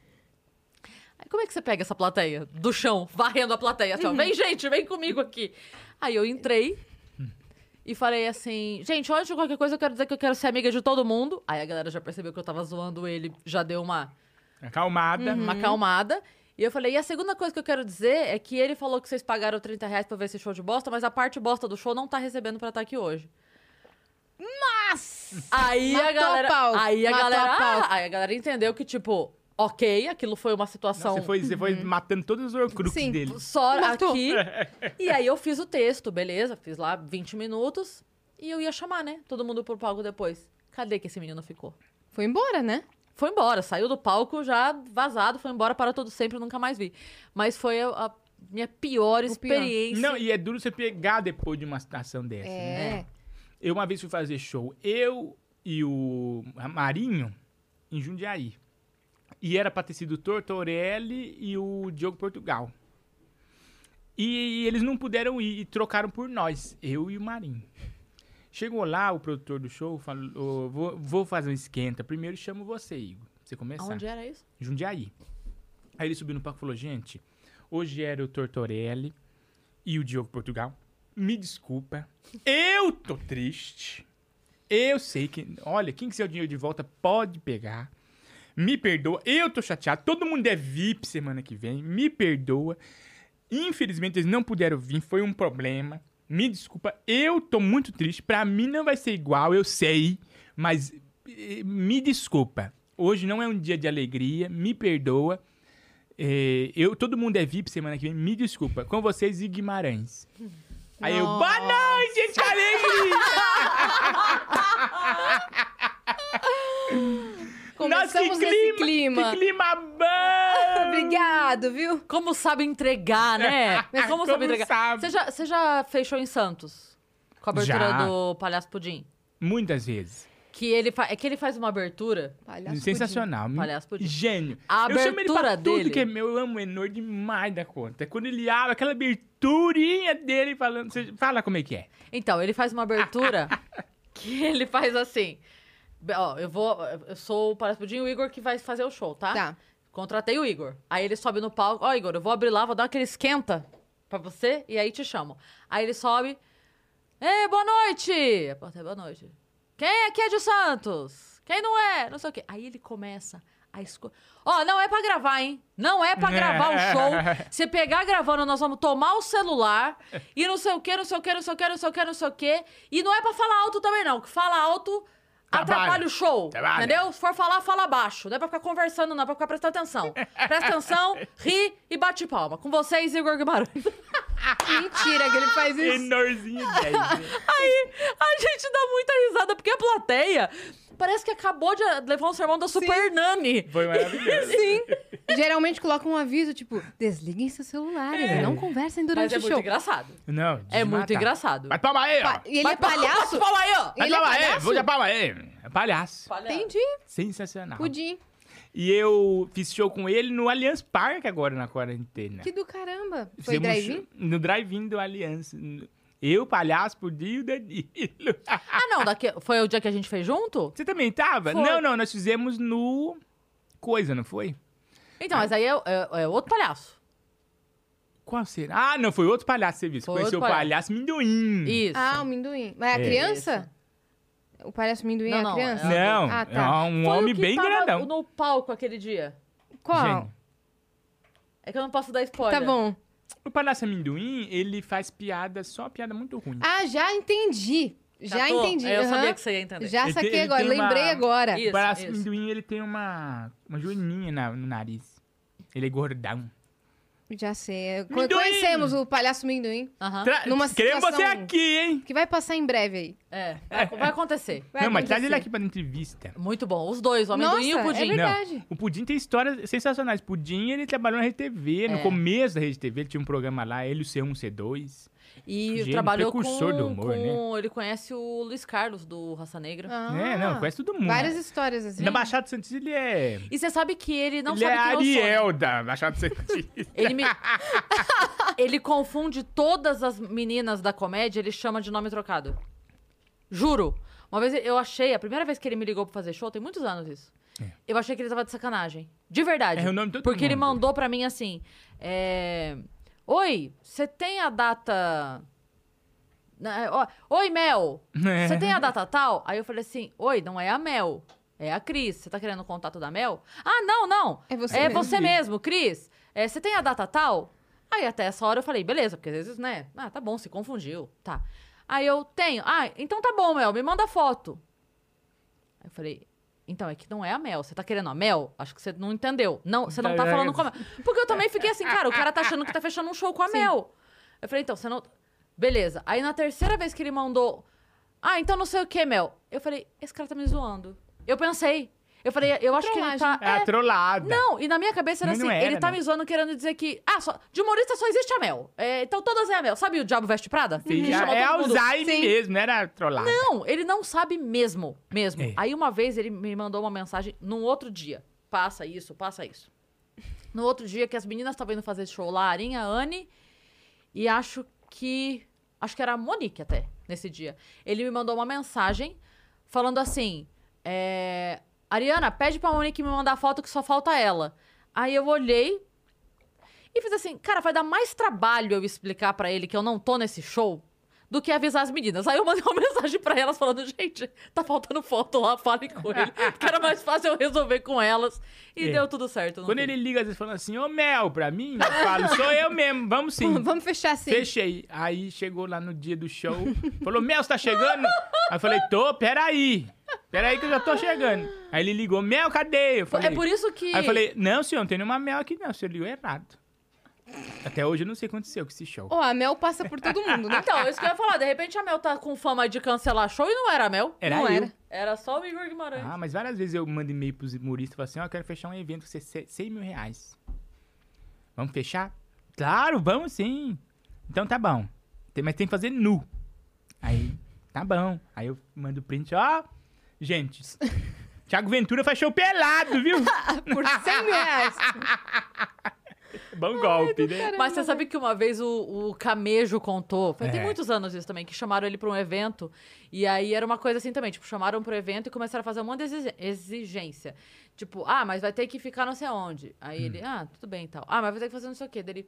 Speaker 1: Aí como é que você pega essa plateia? Do chão, varrendo a plateia, assim, ó, vem gente, vem comigo aqui. Aí eu entrei e falei assim, gente, antes de qualquer coisa eu quero dizer que eu quero ser amiga de todo mundo. Aí a galera já percebeu que eu tava zoando ele, já deu uma
Speaker 3: Acalmada.
Speaker 1: uma
Speaker 2: Uhum.
Speaker 1: acalmada. E eu falei, e a segunda coisa que eu quero dizer é que ele falou que vocês pagaram 30 reais pra ver esse show de bosta, mas a parte bosta do show não tá recebendo pra estar aqui hoje. Mas! Aí
Speaker 2: Matou
Speaker 1: a galera.
Speaker 2: a pau.
Speaker 1: Aí a
Speaker 2: Matou a
Speaker 1: galera.
Speaker 2: pau.
Speaker 1: ah, aí a galera entendeu que, tipo, ok, aquilo foi uma situação.
Speaker 3: Você foi, você foi matando todos os orcrux
Speaker 2: Sim.
Speaker 3: dele.
Speaker 1: Só
Speaker 2: Matou.
Speaker 1: aqui. E aí eu fiz o texto, beleza? Fiz lá 20 minutos. E eu ia chamar, né? Todo mundo pro palco depois. Cadê que esse menino ficou?
Speaker 2: Foi embora, né?
Speaker 1: Foi embora, saiu do palco já vazado, foi embora para todo sempre, nunca mais vi. Mas foi a, a minha pior
Speaker 2: pior.
Speaker 1: experiência.
Speaker 3: Não, e é duro você pegar depois de uma situação dessa, né?
Speaker 2: É.
Speaker 3: Eu uma vez fui fazer show, eu e o Marinho, em Jundiaí. E era pra ter sido o Tortorelli e o Diogo Portugal. E, eles não puderam ir e trocaram por nós, eu e o Marinho. Chegou lá, o produtor do show falou: vou, vou fazer um esquenta. Primeiro chamo você, Igor. pra Você começar.
Speaker 1: Onde era isso?
Speaker 3: Jundiaí. Aí ele subiu no palco e falou: Gente, hoje era o Tortorelli e o Diogo Portugal. Me desculpa, eu tô triste. Eu sei que, olha, quem quiser o dinheiro de volta pode pegar. Me perdoa, eu tô chateado. Todo mundo é VIP semana que vem. Me perdoa. Infelizmente eles não puderam vir, foi um problema. Me desculpa, eu tô muito triste. Pra mim não vai ser igual, eu sei, mas eh, me desculpa. Hoje não é um dia de alegria, me perdoa. Eh, eu, todo mundo é VIP semana que vem, me desculpa. Com vocês e Guimarães. Aí eu, boa noite, gente, que alegria!
Speaker 2: Começamos nesse clima.
Speaker 3: Que clima bom!
Speaker 2: Obrigado, viu?
Speaker 1: Como sabe entregar, né? Como,
Speaker 3: Como
Speaker 1: sabe entregar?
Speaker 3: sabe.
Speaker 1: Você, já, você já fechou em Santos? Com a abertura
Speaker 3: Já.
Speaker 1: do Palhaço Pudim?
Speaker 3: Muitas vezes.
Speaker 1: Que ele fa... É que ele faz uma abertura.
Speaker 2: Palhaço
Speaker 3: Sensacional.
Speaker 1: Palhaço Pudim.
Speaker 3: Gênio.
Speaker 1: A
Speaker 3: eu chamo ele pra
Speaker 1: abertura dele-
Speaker 3: tudo que é meu. Eu amo o Enor demais da conta. É Quando ele abre aquela aberturinha dele falando... Você fala como é que é.
Speaker 1: Então, ele faz uma abertura que ele faz assim. Be- Ó, eu vou. Eu sou o Palhaço Pudim, o Igor que vai fazer o show, tá?
Speaker 2: Tá.
Speaker 1: Contratei o Igor. Aí ele sobe no palco. Ó, Igor, eu vou abrir lá, vou dar aquele esquenta pra você e aí te chamo. Aí ele sobe. Ei, boa noite! A plateia, boa noite. Quem aqui é de Santos? Quem não é? Não sei o quê. Aí ele começa a escolher. Ó, não é pra gravar, hein? Não é pra gravar o show. Se pegar gravando, nós vamos tomar o celular e não sei o quê, não sei o quê, não sei o quê, não sei o quê, não sei o quê. E não é pra falar alto também, não. Que fala alto
Speaker 3: Trabalha.
Speaker 1: atrapalha o show.
Speaker 3: Trabalha.
Speaker 1: Entendeu? Se for falar, fala baixo. Não é pra ficar conversando, não. É pra ficar prestando atenção. Presta atenção, ri e bate palma. Com vocês, Igor Guimarães.
Speaker 2: Mentira que ele faz isso.
Speaker 3: Enorzinho 10.
Speaker 1: Aí a gente dá muita risada, porque a plateia parece que acabou de levar um sermão da Super Nani.
Speaker 3: Foi maravilhoso.
Speaker 2: Sim. Geralmente coloca um aviso, tipo, desliguem seus celulares, e não conversem
Speaker 1: Mas
Speaker 2: durante
Speaker 1: é
Speaker 2: o
Speaker 1: muito
Speaker 2: show.
Speaker 1: engraçado.
Speaker 3: Não, de
Speaker 1: É muito
Speaker 3: matar.
Speaker 1: engraçado.
Speaker 3: Vai palma aí, ó.
Speaker 2: Pa- E ele é
Speaker 1: Mas- tá
Speaker 2: palhaço?
Speaker 1: Fala aí, ó.
Speaker 3: Vai
Speaker 2: ele é
Speaker 3: palma aí.
Speaker 2: palhaço?
Speaker 3: Vou dar palma aí. É palhaço.
Speaker 2: Entendi.
Speaker 1: Tá
Speaker 3: Sensacional.
Speaker 2: Pudim.
Speaker 3: E eu fiz show com ele no Allianz Parque agora, na
Speaker 1: É.
Speaker 3: quarentena.
Speaker 2: Que do caramba. Foi
Speaker 3: Fizemos
Speaker 2: drive-in?
Speaker 3: show No drive-in do Allianz. Eu, palhaço, Pudim e o Danilo.
Speaker 1: Ah, não. Daqui... Foi o dia que a gente fez junto?
Speaker 3: Você também tava?
Speaker 1: Foi.
Speaker 3: Não, não, nós fizemos no. Coisa, não foi? Ah.
Speaker 1: Então, mas aí é, é- é outro palhaço.
Speaker 3: Qual será? Ah, não, foi outro palhaço que você viu. Você
Speaker 1: Foi
Speaker 3: conheceu o
Speaker 1: outro
Speaker 3: palhaço Minduim.
Speaker 1: Isso.
Speaker 2: Ah, o minduim. Mas a
Speaker 3: É.
Speaker 2: criança? O palhaço minduim
Speaker 1: Não,
Speaker 2: é a
Speaker 1: não,
Speaker 2: criança?
Speaker 3: Não,
Speaker 2: Ah, tá.
Speaker 3: é um
Speaker 1: Foi o
Speaker 3: homem
Speaker 1: que
Speaker 3: bem
Speaker 1: tava
Speaker 3: grandão.
Speaker 1: no palco aquele dia.
Speaker 2: Qual?
Speaker 3: Gênio.
Speaker 1: É que eu não posso dar spoiler.
Speaker 2: Tá bom.
Speaker 3: O Palhaço Amendoim, ele faz piada, só piada muito ruim.
Speaker 2: Ah, já entendi. Já
Speaker 1: Catou?
Speaker 2: entendi.
Speaker 1: Tá Eu
Speaker 2: aham.
Speaker 1: sabia que você ia entender.
Speaker 2: Já
Speaker 3: Ele
Speaker 2: saquei
Speaker 3: tem- ele
Speaker 2: agora,
Speaker 3: tem uma-
Speaker 2: lembrei agora.
Speaker 1: Isso,
Speaker 3: o Palhaço
Speaker 1: isso.
Speaker 3: Amendoim, ele tem uma, uma joaninha na- no nariz. Ele é gordão.
Speaker 2: Já sei. Co-
Speaker 3: Minduim!
Speaker 2: Conhecemos o palhaço Minduim,
Speaker 1: Aham.
Speaker 3: Tra
Speaker 2: Numa
Speaker 3: Queremos você
Speaker 2: situação-
Speaker 3: aqui, hein?
Speaker 2: que vai passar em breve aí.
Speaker 1: É, vai, vai acontecer.
Speaker 2: Vai
Speaker 3: Não, mas
Speaker 2: acontecer.
Speaker 3: traz ele aqui pra entrevista.
Speaker 1: Muito bom. Os dois, o amendoim
Speaker 2: Nossa,
Speaker 1: e o pudim.
Speaker 2: é verdade.
Speaker 3: Não, o Pudim tem histórias sensacionais. Pudim, ele trabalhou na RedeTV, no
Speaker 1: É.
Speaker 3: começo da RedeTV, ele tinha um programa lá, ele, o C1, C2.
Speaker 1: E
Speaker 3: Gênio,
Speaker 1: trabalhou com,
Speaker 3: é um precursor do humor, né?
Speaker 1: com- Ele conhece o Luiz Carlos, do Raça Negra.
Speaker 3: É, não,
Speaker 2: Ah,
Speaker 3: conhece todo mundo.
Speaker 2: Várias histórias assim.
Speaker 3: Na Baixada Santista, ele é...
Speaker 1: E você sabe que ele não
Speaker 3: ele
Speaker 1: sabe
Speaker 3: é
Speaker 1: quem eu sou.
Speaker 3: Ariel
Speaker 1: né?
Speaker 3: da Baixada Santista.
Speaker 1: Ele me... ele confunde todas as meninas da comédia, ele chama de nome trocado. Juro. Uma vez eu achei, a primeira vez que ele me ligou pra fazer show, tem muitos anos isso. Eu achei que ele tava de sacanagem. De verdade.
Speaker 3: É o nome de todo
Speaker 1: Porque ele
Speaker 3: mundo.
Speaker 1: mandou pra mim assim: é, Oi, você tem a data. Na- ó, Oi, Mel!
Speaker 3: É.
Speaker 1: Você tem a data tal? Aí eu falei assim: Oi, não é a Mel, é a Cris. Você tá querendo o contato da Mel? Ah, não, não!
Speaker 2: É você
Speaker 1: É
Speaker 2: mesmo."
Speaker 1: você mesmo, Cris. É, Você tem a data tal? Aí até essa hora eu falei: Beleza, porque às vezes, né? Ah, tá bom, se confundiu. Tá. Aí eu tenho. Ah, então tá bom, Mel, me manda foto. Aí eu falei, então, é que não é a Mel. Você tá querendo a Mel? Acho que você não entendeu. Não, você não tá
Speaker 3: Tá, é.
Speaker 1: falando com a Mel. Porque eu também fiquei assim, cara, o cara tá achando que tá fechando um show com a Mel. Eu falei, então, você não. Beleza. Aí na terceira vez que ele mandou. Ah, então não sei o que, Mel. Eu falei, esse cara tá me zoando. Eu pensei. Eu falei, eu acho que ele tá.
Speaker 3: É a
Speaker 1: é.
Speaker 3: trollada.
Speaker 1: Não, e na minha cabeça era
Speaker 3: Mas
Speaker 1: assim,
Speaker 3: não era,
Speaker 1: ele tá
Speaker 3: né?
Speaker 1: me zoando querendo dizer que. Ah, só, de humorista só existe a Mel. É, então todas é a Mel. Sabe o Diabo Veste Prada?
Speaker 3: Sim,
Speaker 1: Que
Speaker 3: é-
Speaker 1: chama
Speaker 3: é
Speaker 1: todo mundo.
Speaker 3: Alzheimer
Speaker 2: Sim.
Speaker 3: mesmo, não era trollada.
Speaker 1: Não, ele não sabe mesmo, mesmo.
Speaker 3: É.
Speaker 1: Aí uma vez ele me mandou uma mensagem num outro dia. Passa isso, passa isso. No outro dia que as meninas estavam indo fazer show lá, a Arinha, a Anne e acho que acho que era a Monique até nesse dia. Ele me mandou uma mensagem falando assim: é, Ariana, pede pra Monique me mandar foto que só falta ela. Aí eu olhei e fiz assim, cara, vai dar mais trabalho eu explicar pra ele que eu não tô nesse show do que avisar as meninas. Aí eu mandei uma mensagem pra elas falando, gente, tá faltando foto lá, fale com ele. Que era mais fácil eu resolver com elas. E
Speaker 3: É.
Speaker 1: deu tudo certo. no
Speaker 3: Quando
Speaker 1: fim.
Speaker 3: ele liga, às vezes, falando assim, ô Mel, pra mim, eu falo, sou eu mesmo, vamos sim.
Speaker 2: Vamos fechar assim.
Speaker 3: Fechei. Aí chegou lá no dia do show, falou, Mel, você tá chegando? Aí eu falei, tô, peraí. Peraí que eu já tô chegando. Aí ele ligou, Mel, cadê? Eu falei,
Speaker 1: É por isso que.
Speaker 3: Aí eu falei, não, senhor, não tem nenhuma Mel aqui não, o senhor ligou errado. Até hoje eu não sei o que aconteceu com esse show.
Speaker 2: Ó, a Mel passa por todo mundo, né?
Speaker 1: Então, isso que eu ia falar. De repente a Mel tá com fama de cancelar show e não era a Mel.
Speaker 3: Era
Speaker 2: não
Speaker 3: eu.
Speaker 2: era.
Speaker 1: Era só o Igor Guimarães.
Speaker 3: Ah, mas várias vezes eu mando e-mail pros humoristas e falo assim, ó, eu quero fechar um evento com 100 mil reais. Vamos fechar? Claro, vamos sim. Então tá bom. Tem- mas tem que fazer nu. Aí, tá bom. Aí eu mando print, ó. Gente, Thiago Ventura faz show pelado, viu?
Speaker 2: Por 100 mil reais.
Speaker 3: bom golpe, né?
Speaker 1: Mas você sabe que uma vez o, o Camejo contou, foi, tem
Speaker 3: É.
Speaker 1: muitos anos isso também, que chamaram ele pra um evento, e aí era uma coisa assim também, tipo, chamaram pro evento e começaram a fazer um monte de exi- exigência. Tipo, ah, mas vai ter que ficar não sei onde. Aí ele,
Speaker 3: Hum.
Speaker 1: ah, tudo bem e tal. Ah, mas vai ter que fazer não sei o quê. Dele,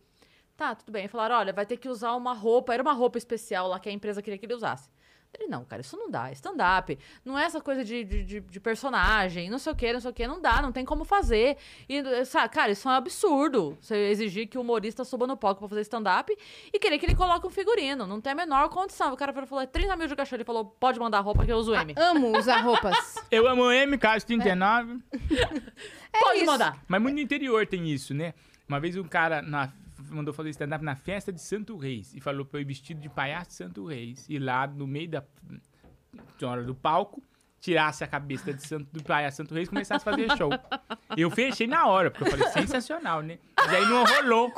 Speaker 1: tá, tudo bem. Aí falaram, olha, vai ter que usar uma roupa, era uma roupa especial lá que a empresa queria que ele usasse. Ele, não, cara, isso não dá, é stand-up. Não é essa coisa de, de, de- de personagem, não sei o que, não sei o que, não dá, não tem como fazer. E, sabe, cara, isso é um absurdo. Você exigir que o humorista suba no palco pra fazer stand-up e querer que ele coloque um figurino. Não tem a menor condição. O cara falou, é 30 mil de cachê. Ele falou, pode mandar roupa que eu uso M.
Speaker 2: Amo usar roupas.
Speaker 3: Eu amo o M, Carlos 39.
Speaker 1: pode é
Speaker 2: isso.
Speaker 1: mandar.
Speaker 3: Mas muito no interior tem isso, né? Uma vez um cara na- mandou fazer stand-up na festa de Santo Reis e falou pra eu ir vestido de palhaço de Santo Reis. E lá no meio da na hora do palco, tirasse a cabeça de santo, do palhaço Santo Reis e começasse a fazer show. Eu fechei na hora, porque eu falei, sensacional, né? Mas aí não rolou.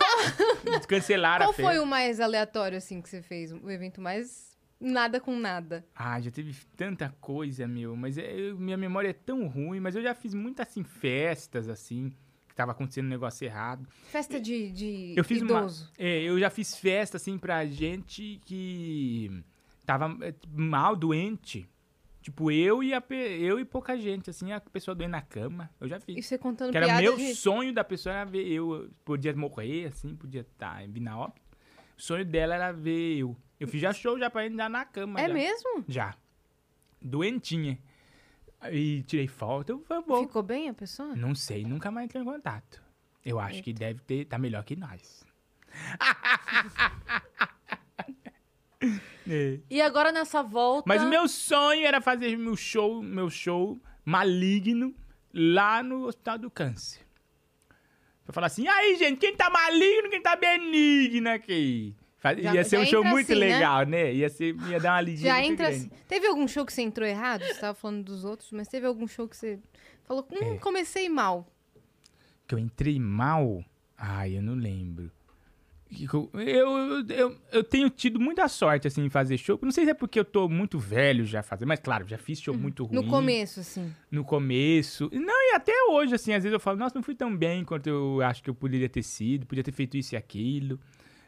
Speaker 3: Cancelaram
Speaker 2: Qual
Speaker 3: a festa.
Speaker 2: foi o mais aleatório, assim, que você fez? O evento mais nada com nada.
Speaker 3: Ah, já teve tanta coisa, meu. Mas é- eu- minha memória é tão ruim. Mas eu já fiz muitas, assim, festas, assim, que tava acontecendo um negócio errado.
Speaker 2: Festa de, de
Speaker 3: Eu fiz
Speaker 2: idoso.
Speaker 3: uma. É, eu já fiz festa, assim, pra gente que tava é, mal, doente. Tipo, eu e, a pe- eu e pouca gente, assim, a pessoa doente na cama. Eu já
Speaker 2: E
Speaker 3: fiz.
Speaker 2: você contando
Speaker 3: Que era
Speaker 2: é piada
Speaker 3: meu
Speaker 2: de...
Speaker 3: sonho da pessoa era ver eu. eu Podia morrer, assim, podia estar vir na óbito. O sonho dela era ver eu. Eu fiz já show já pra gente já na cama.
Speaker 2: É
Speaker 3: já.
Speaker 2: mesmo?
Speaker 3: Já. Doentinha. E tirei foto, foi bom.
Speaker 2: Ficou bem a pessoa?
Speaker 3: Não sei, nunca mais entrei em contato. Eu acho que deve ter, tá melhor que nós. É.
Speaker 1: E agora nessa volta.
Speaker 3: Mas o meu sonho era fazer meu show, meu show maligno lá no Hospital do Câncer. Pra falar assim, "E aí, gente, quem tá maligno, quem tá benigno aqui? Fa-
Speaker 2: Já-
Speaker 3: ia ser
Speaker 2: já
Speaker 3: um show
Speaker 2: entra
Speaker 3: muito
Speaker 2: assim, né?
Speaker 3: legal, né? Ia, ser, ia dar uma lidinha
Speaker 2: Já
Speaker 3: muito
Speaker 2: entra
Speaker 3: grande.
Speaker 2: assim. Teve algum show que você entrou errado? Você tava falando dos outros, mas teve algum show que você falou, hum,
Speaker 3: É.
Speaker 2: comecei mal.
Speaker 3: Que eu entrei mal? Ai, eu não lembro. Que que Eu, eu, eu, eu tenho tido muita sorte, assim, em fazer show. Não sei se é porque eu tô muito velho já fazer, mas claro, já fiz show muito ruim.
Speaker 2: No começo, assim.
Speaker 3: no começo. Não, e até hoje, assim, às vezes eu falo, nossa, não fui tão bem quanto eu acho que eu poderia ter sido, podia ter feito isso e aquilo,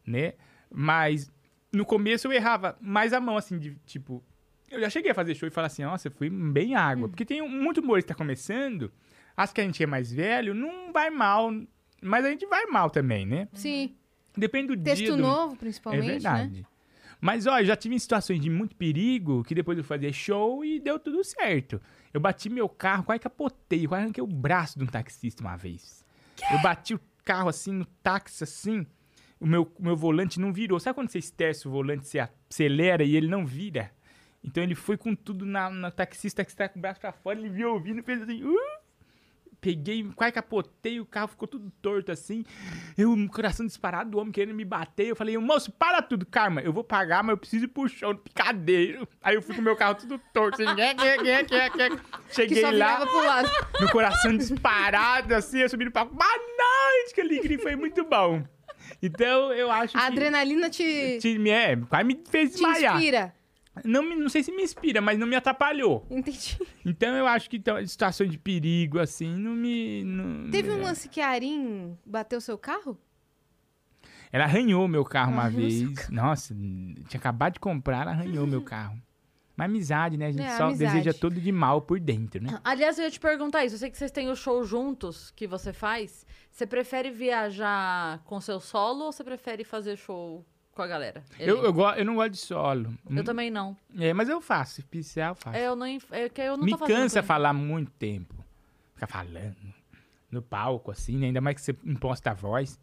Speaker 3: né? Mas no começo eu errava mais a mão, assim, de tipo. Eu já cheguei a fazer show e falar assim, nossa, eu fui bem água. Porque tem um- muito humorista que tá começando, acho que a gente que é mais velho, não vai mal, mas a gente vai mal também, né?
Speaker 2: Sim.
Speaker 3: Depende do dia.
Speaker 2: Texto
Speaker 3: do-
Speaker 2: novo, principalmente,
Speaker 3: é
Speaker 2: né?
Speaker 3: verdade. Mas, ó, eu já tive em situações de muito perigo que depois eu fazia show e deu tudo certo. Eu bati meu carro, quase capotei, quase arranquei o braço de um taxista uma vez. Eu bati o carro assim, no táxi assim, o meu, o meu volante não virou. Sabe quando você esterça o volante, você acelera e ele não vira? Então ele foi com tudo na, na taxista que está com o braço pra fora, ele viu ouvindo, fez assim, "Uh!" peguei, quase capotei, o carro ficou tudo torto assim. Eu, um coração disparado, o homem querendo me bater. Eu falei, moço, para tudo, Karma. Eu vou pagar, mas eu preciso ir pro show, no picadeiro. Aí eu fui com o meu carro tudo torto, assim, nhé, nhé, nhé, nhé, nhé.
Speaker 2: Que
Speaker 3: Cheguei
Speaker 2: só
Speaker 3: lá,
Speaker 2: virava pro lado.
Speaker 3: meu coração disparado, assim, eu subi no palco. Boa noite, que alegria, foi muito bom. Então, eu acho
Speaker 2: A
Speaker 3: que...
Speaker 2: adrenalina te,
Speaker 3: Te, me- é, quase me fez
Speaker 2: te
Speaker 3: desmaiar.
Speaker 2: inspira.
Speaker 3: Não, me- não sei se me inspira, mas não me atrapalhou.
Speaker 2: Entendi.
Speaker 3: Então eu acho que então, situação de perigo, assim, não me. não-
Speaker 2: Teve um lance que a Arin bateu seu carro?
Speaker 3: Ela arranhou meu carro uma
Speaker 2: Arranhou seu
Speaker 3: vez. Nossa, tinha acabado de comprar, ela arranhou meu carro. Uma amizade, né? A gente
Speaker 2: É,
Speaker 3: só
Speaker 2: amizade.
Speaker 3: deseja todo de mal por dentro, né?
Speaker 1: Aliás, eu ia te perguntar isso. Eu sei que vocês têm o show juntos que você faz. Você prefere viajar com seu solo ou você prefere fazer show com a galera?
Speaker 3: Eu,
Speaker 1: Elenco.
Speaker 3: eu, go- eu não gosto de solo.
Speaker 1: é. Eu também não.
Speaker 3: É, mas eu faço, se precisar, eu faço.
Speaker 1: É, Eu não, inf- é que eu não
Speaker 3: Me
Speaker 1: tô fazendo
Speaker 3: cansa
Speaker 1: com-
Speaker 3: falar muito tempo. Ficar falando no palco, assim, né? ainda mais que você imposta a voz.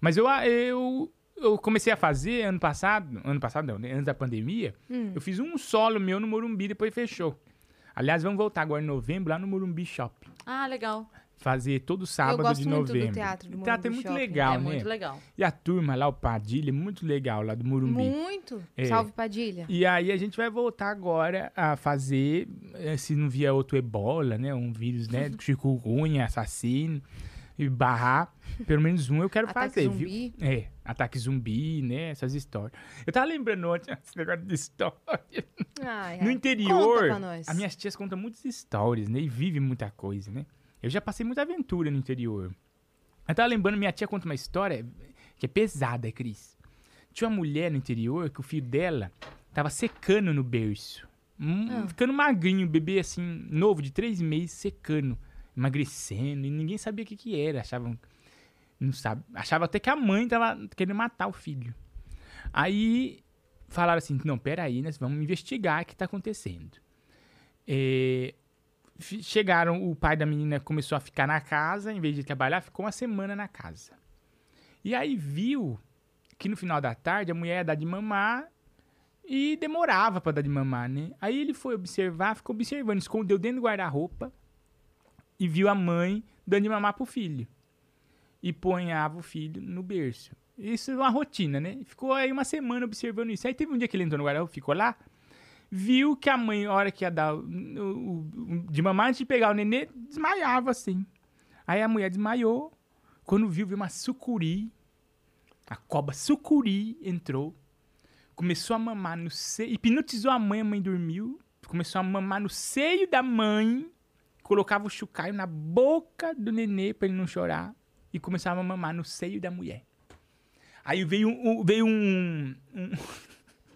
Speaker 3: Mas eu, eu, eu comecei a fazer ano passado, ano passado não, né? antes da pandemia, eu fiz um solo meu no Morumbi, depois fechou. Aliás, vamos voltar agora em novembro lá no Morumbi Shopping.
Speaker 1: Ah, legal.
Speaker 3: Fazer todo sábado
Speaker 2: gosto
Speaker 3: de
Speaker 2: muito do
Speaker 3: novembro.
Speaker 2: teatro do
Speaker 3: O teatro é
Speaker 2: Morumbi
Speaker 3: muito
Speaker 2: Shopping.
Speaker 3: legal,
Speaker 1: é
Speaker 3: né?
Speaker 1: muito legal.
Speaker 3: E a turma lá, o Padilha, é muito legal lá do Morumbi.
Speaker 2: Muito.
Speaker 3: É.
Speaker 2: Salve, Padilha.
Speaker 3: E aí a gente vai voltar agora a fazer, eh, se não vier outro ebola, né? Um vírus, né? Chikungunya, assassino, e barrar. Pelo menos um eu quero
Speaker 2: Ataque
Speaker 3: fazer,
Speaker 2: zumbi.
Speaker 3: viu? É, ataque zumbi, né? Essas histórias. Eu tava lembrando ontem esse negócio de história.
Speaker 2: Ai,
Speaker 3: No
Speaker 2: ai. Conta
Speaker 3: interior,
Speaker 2: pra nós.
Speaker 3: as minhas tias contam muitas histórias, né? E vivem muita coisa, né? Eu já passei muita aventura no interior. Eu tava lembrando, minha tia conta uma história que é pesada, Cris. Tinha uma mulher no interior que o filho dela tava secando no berço. Hum,
Speaker 2: Ah.
Speaker 3: Ficando magrinho, bebê assim, novo, de três meses, secando, emagrecendo, e ninguém sabia o que que era. Achavam, não sabe, achava até que a mãe tava querendo matar o filho. Aí falaram assim: não, peraí, nós vamos investigar o que está acontecendo. É, fi- chegaram, o pai da menina começou a ficar na casa, em vez de trabalhar, ficou uma semana na casa. E aí viu que no final da tarde a mulher ia dar de mamar e demorava para dar de mamar, né? Aí ele foi observar, ficou observando, escondeu dentro do guarda-roupa e viu a mãe dando de mamar pro filho. E ponhava o filho no berço. Isso é uma rotina, né? Ficou aí uma semana observando isso. Aí teve um dia que ele entrou no guarda-roupa, ficou lá, viu que a mãe, a hora que ia dar o- o- o- de mamar antes de pegar o nenê, desmaiava assim. Aí a mulher desmaiou. Quando viu, viu uma sucuri. A cobra sucuri entrou. Começou a mamar no seio. Hipnotizou a mãe, a mãe dormiu. Começou a mamar no seio da mãe. Colocava o chucaio na boca do nenê pra ele não chorar. E começava a mamar no seio da mulher. Aí veio um. um- Veio um, um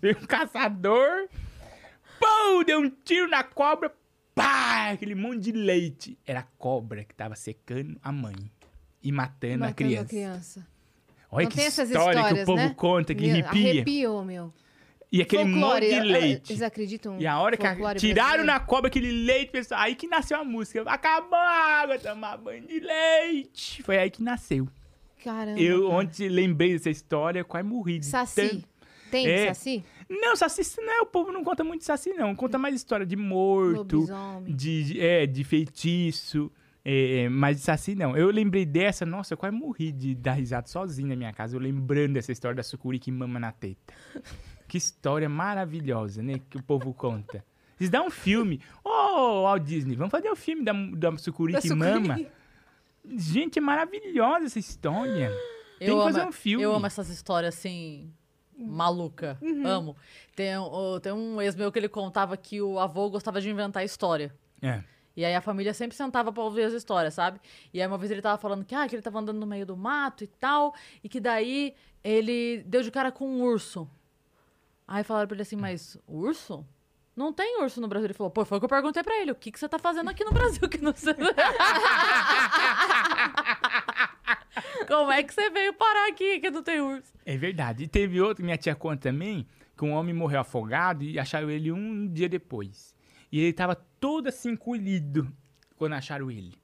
Speaker 3: veio um caçador. Pum! Deu um tiro na cobra. Pá! Aquele monte de leite. Era a cobra que tava secando a mãe. E matando,
Speaker 2: Matando
Speaker 3: a criança. Olha
Speaker 2: Não
Speaker 3: que
Speaker 2: tem essas
Speaker 3: história que o
Speaker 2: histórias,
Speaker 3: povo
Speaker 2: né?
Speaker 3: conta, que
Speaker 2: Meu,
Speaker 3: arrepia.
Speaker 2: Arrepiou, meu.
Speaker 3: E aquele
Speaker 2: Folclore,
Speaker 3: monte de
Speaker 2: ah,
Speaker 3: leite.
Speaker 2: Eles acreditam
Speaker 3: E a hora que a-
Speaker 2: folclore
Speaker 3: tiraram
Speaker 2: brasileiro?
Speaker 3: na cobra aquele leite, pessoal, aí que nasceu a música. Acabou a água, tomar banho de leite. Foi aí que nasceu.
Speaker 2: Caramba.
Speaker 3: Eu
Speaker 2: cara.
Speaker 3: ontem lembrei dessa história, quase morri. de
Speaker 2: Saci.
Speaker 3: tanto-
Speaker 2: Tem
Speaker 3: É.
Speaker 2: Saci?
Speaker 3: Não, saci isso não é, o povo não conta muito de saci, não. Conta mais história de morto,
Speaker 2: Lobisomem.
Speaker 3: de, de- é, de feitiço, é, é, mas de saci não. Eu lembrei dessa, nossa, eu quase morri de dar risada sozinho na minha casa, eu lembrando dessa história da sucuri que mama na teta. Que história maravilhosa, né, que o povo conta. Eles dão um filme. Ô, Walt Disney, vamos fazer o filme da, da sucuri
Speaker 1: Da
Speaker 3: que
Speaker 1: sucuri.
Speaker 3: mama? Gente, é maravilhosa essa história. Tem
Speaker 1: eu
Speaker 3: que fazer
Speaker 1: amo,
Speaker 3: um filme.
Speaker 1: Eu amo essas histórias assim. Maluca.
Speaker 3: Uhum.
Speaker 1: Amo. Tem, o- tem um ex meu que ele contava que o avô gostava de inventar história.
Speaker 3: É.
Speaker 1: E aí a família sempre sentava pra ouvir as histórias, sabe? E aí uma vez ele tava falando que, ah, que ele tava andando no meio do mato e tal, e que daí ele deu de cara com um urso. Aí falaram pra ele assim, mas urso? Não tem urso no Brasil. Ele falou, pô, foi o que eu perguntei pra ele, o que, que você tá fazendo aqui no Brasil que não você... Como é que você veio parar aqui que não tem urso?
Speaker 3: É verdade. E teve outro, minha tia conta também, que um homem morreu afogado e acharam ele um dia depois. E ele tava todo assim encolhido quando acharam ele.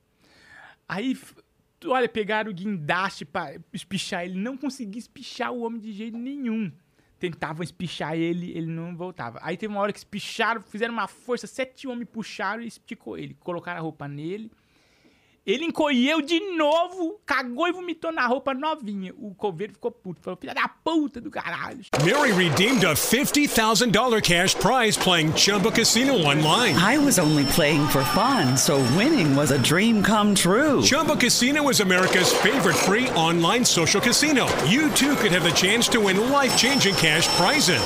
Speaker 3: Aí, f- olha, pegaram o guindaste pra espichar ele. Não conseguia espichar o homem de jeito nenhum. Tentavam espichar ele, ele não voltava. Aí teve uma hora que espicharam, fizeram uma força, sete homens puxaram e esticou ele. Colocaram a roupa nele. Ele encolheu de novo, cagou e vomitou na roupa novinha. O coveiro ficou puto, falou, filha da puta do caralho.
Speaker 6: Mary redeemed a $50,000 cash prize playing Chumba Casino online.
Speaker 7: I was only playing for fun, so winning was a dream come true.
Speaker 6: Chumba Casino is America's favorite free online social casino. You too could have the chance to win life changing cash prizes.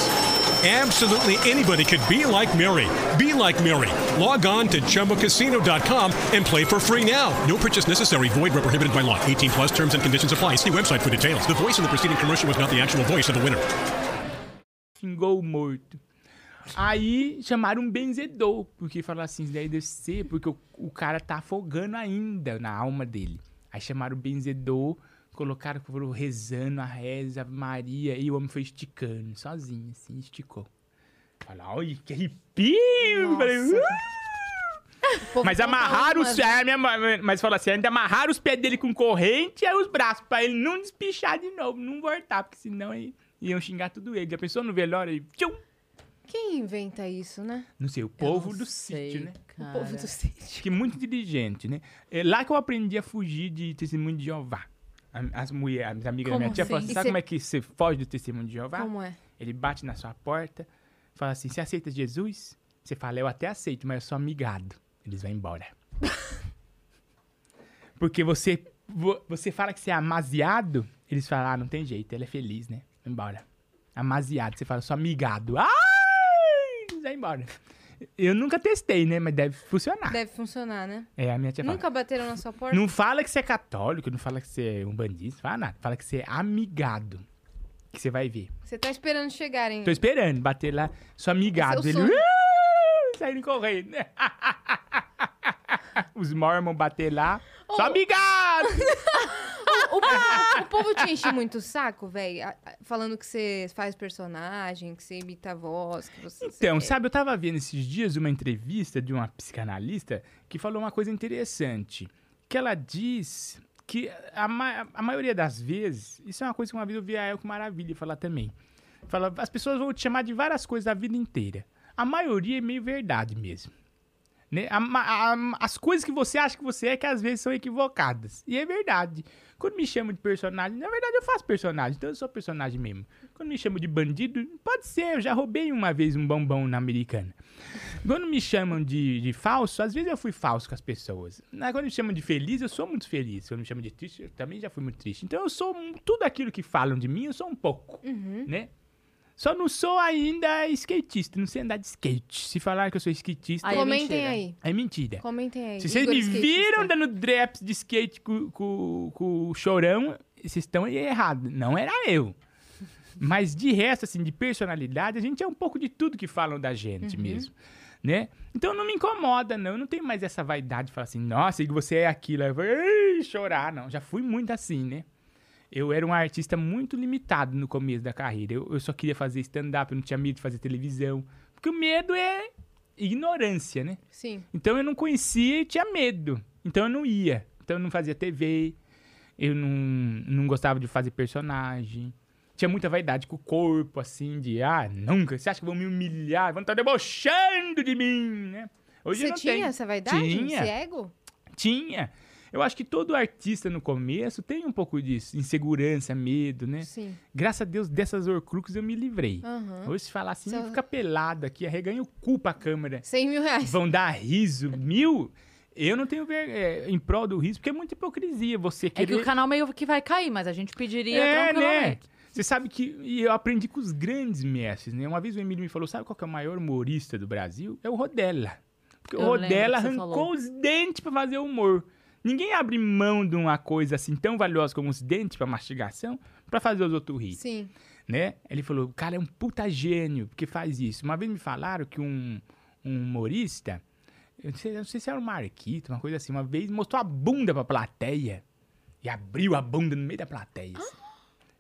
Speaker 6: Absolutely anybody could be like Mary. Be like Mary. Log on to chumbacasino.com and play for free now. No purchase necessary. Void where prohibited by law. 18 plus terms and conditions apply. See website for details. The voice in the preceding commercial was not the actual voice of the winner.
Speaker 3: Xingou o morto. Aí chamaram um benzedor, porque falaram assim, isso daí deve ser, porque o, o cara tá afogando ainda na alma dele. Aí chamaram o benzedor, colocaram, foram rezando a reza, Ave Maria, e o homem foi esticando, sozinho, assim, esticou. Falaram, olha, que arrepio! Falei,
Speaker 2: Nossa,
Speaker 3: "Uh!"
Speaker 2: O povo
Speaker 3: Mas
Speaker 2: conta
Speaker 3: amarraram os.
Speaker 2: algumas-
Speaker 3: É, minha mãe- mas fala assim, ainda amarraram os pés dele com corrente e aí os braços, pra ele não despichar de novo, não voltar, porque senão aí iam xingar tudo ele. Já pensou no velório aí? Tchum!
Speaker 2: Quem inventa isso, né?
Speaker 3: Não sei, o povo
Speaker 1: não
Speaker 3: do
Speaker 1: sei,
Speaker 3: sítio, né?
Speaker 1: Cara.
Speaker 2: O povo do sítio.
Speaker 3: Que é muito inteligente, né? É lá que eu aprendi a fugir de testemunho de Jeová. A- As mulheres, as amigas
Speaker 1: Como
Speaker 3: da minha tia
Speaker 1: assim?
Speaker 3: falam assim,
Speaker 2: E
Speaker 3: sabe
Speaker 2: cê-
Speaker 3: como é que você foge do testemunho de Jeová?
Speaker 2: Como é?
Speaker 3: Ele bate na sua porta, fala assim, você aceita Jesus? Você fala, eu até aceito, mas eu sou amigado. Eles vão embora. Porque você, vo- você fala que você é amaziado, eles falam, ah, não tem jeito, ele é feliz, né? Vai embora. Amaziado, você fala, eu sou amigado. Ai! Eles vão embora. Eu nunca testei, né? Mas deve funcionar.
Speaker 2: Deve funcionar, né?
Speaker 3: É, a minha tia fala.
Speaker 2: Nunca bateram na sua porta?
Speaker 3: Não fala que você é católico, não fala que você é um bandido, fala nada. Fala que você é amigado. Que você vai ver.
Speaker 2: Você tá esperando chegarem.
Speaker 3: Tô esperando bater lá, só amigado.
Speaker 2: Esse é
Speaker 3: Ele
Speaker 2: o
Speaker 3: "Uh!" saindo correndo. Os Mormon bater lá,
Speaker 2: Oh.
Speaker 3: só amigado!
Speaker 2: O, povo, o povo te enche muito o saco, velho? Falando que você faz personagem, que você imita a voz, que você...
Speaker 3: Então,
Speaker 2: você-
Speaker 3: sabe, eu tava vendo esses dias uma entrevista de uma psicanalista que falou uma coisa interessante. Que ela diz que a, ma- a maioria das vezes, isso é uma coisa que uma vez eu vi a Elco Maravilha falar também. Fala, as pessoas vão te chamar de várias coisas a vida inteira. A maioria é meio verdade mesmo. né? A ma- a- a- as coisas que você acha que você é, que às vezes são equivocadas. E é verdade. Quando me chamam de personagem, na verdade eu faço personagem, então eu sou personagem mesmo. Quando me chamam de bandido, pode ser, eu já roubei uma vez um bombom na americana. Quando me chamam de, de falso, às vezes eu fui falso com as pessoas. Mas quando me chamam de feliz, eu sou muito feliz. Quando me chamam de triste, eu também já fui muito triste. Então eu sou um- tudo aquilo que falam de mim, eu sou um pouco, né? Só não sou ainda skatista, não sei andar de skate. Se falar que eu sou skatista,
Speaker 1: Aí é
Speaker 2: Comentem
Speaker 1: mentira.
Speaker 2: aí.
Speaker 3: é mentira.
Speaker 2: Comentem aí.
Speaker 3: Se vocês
Speaker 2: Igor é.
Speaker 3: me
Speaker 2: skatista.
Speaker 3: viram dando draps de skate com, com, com o chorão, vocês estão errados. Não era eu. Mas de resto, assim, de personalidade, a gente é um pouco de tudo que falam da gente mesmo. Né? Então não me incomoda, não. Eu não tenho mais essa vaidade de falar assim, nossa, Igor, você é aquilo. Aí Eu vou "Ei", chorar, não. Já fui muito assim, né? Eu era um artista muito limitado no começo da carreira. Eu, eu só queria fazer stand-up, eu não tinha medo de fazer televisão. Porque o medo é ignorância, né?
Speaker 2: Sim.
Speaker 3: Então eu não conhecia e tinha medo. Então eu não ia. Então eu não fazia TV. Eu não, não gostava de fazer personagem. Tinha muita vaidade com o corpo, assim, de ah, nunca, você acha que vão me humilhar, vão estar debochando de mim, né? Hoje eu
Speaker 2: Você
Speaker 3: não
Speaker 2: tinha
Speaker 3: tenho.
Speaker 2: essa vaidade?
Speaker 3: Tinha.
Speaker 2: Esse ego?
Speaker 3: Tinha. Eu acho que todo artista no começo tem um pouco disso, insegurança, medo, né?
Speaker 2: Sim.
Speaker 3: Graças a Deus, dessas horcruxes eu me livrei.
Speaker 2: Aham.
Speaker 3: Hoje, se falar assim,
Speaker 2: Só-
Speaker 3: fica pelado aqui, arreganha o cu pra câmera.
Speaker 2: 100 mil reais.
Speaker 3: Vão dar riso, mil. Eu não tenho ver... é, em prol do riso, porque é muita hipocrisia você
Speaker 1: É
Speaker 3: querer...
Speaker 1: que o canal meio que vai cair, mas a gente pediria
Speaker 3: É, né?
Speaker 1: tranquilamente.
Speaker 3: Você sabe que e eu aprendi com os grandes mestres, né? Uma vez o Emílio me falou, sabe qual que é o maior humorista do Brasil? É o Rodella. Porque o
Speaker 1: Eu lembro que
Speaker 3: Rodella
Speaker 1: você
Speaker 3: arrancou
Speaker 1: falou.
Speaker 3: os dentes pra fazer humor. Ninguém abre mão de uma coisa assim tão valiosa como os dentes pra mastigação pra fazer os outros rir
Speaker 2: Sim.
Speaker 3: né? Ele falou, o cara é um puta gênio porque faz isso. Uma vez me falaram que um, um humorista, eu não, sei, eu não sei se era um Marquito, uma coisa assim, uma vez mostrou a bunda pra plateia e abriu a bunda no meio da plateia. assim.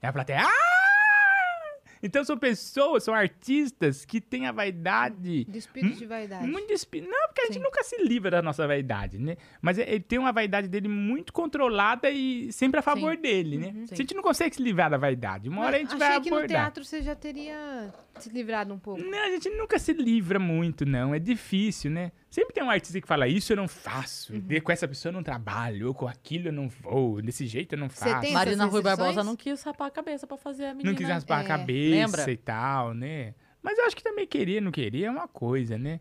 Speaker 3: E a plateia, "Ah!" Então são pessoas, são artistas que têm a vaidade...
Speaker 2: Do espírito de vaidade.
Speaker 3: Hum? Muito despi... Não, porque a gente
Speaker 2: Sim.
Speaker 3: nunca se livra da nossa vaidade, né? Mas ele tem uma vaidade dele muito controlada e sempre a favor dele, né? Se a gente não consegue se livrar da vaidade, uma hora a gente
Speaker 2: Uhum. Achei
Speaker 3: vai Hum.
Speaker 2: que no
Speaker 3: abordar.
Speaker 2: teatro você já teria se livrado um pouco.
Speaker 3: Não, Né, a gente nunca se livra muito, não. É difícil, né? Sempre tem um artista que fala, isso eu não faço, de- com essa pessoa eu não trabalho, ou com aquilo eu não vou, desse jeito eu não
Speaker 2: Você
Speaker 3: faço.
Speaker 2: tem essas
Speaker 1: Marina Rui
Speaker 2: exceções?
Speaker 1: Barbosa não quis rapar a cabeça pra fazer a menina.
Speaker 3: Não quis raspar
Speaker 2: é,
Speaker 3: a cabeça
Speaker 1: lembra?
Speaker 3: e tal, né? Mas eu acho que também querer, não querer é uma coisa, né?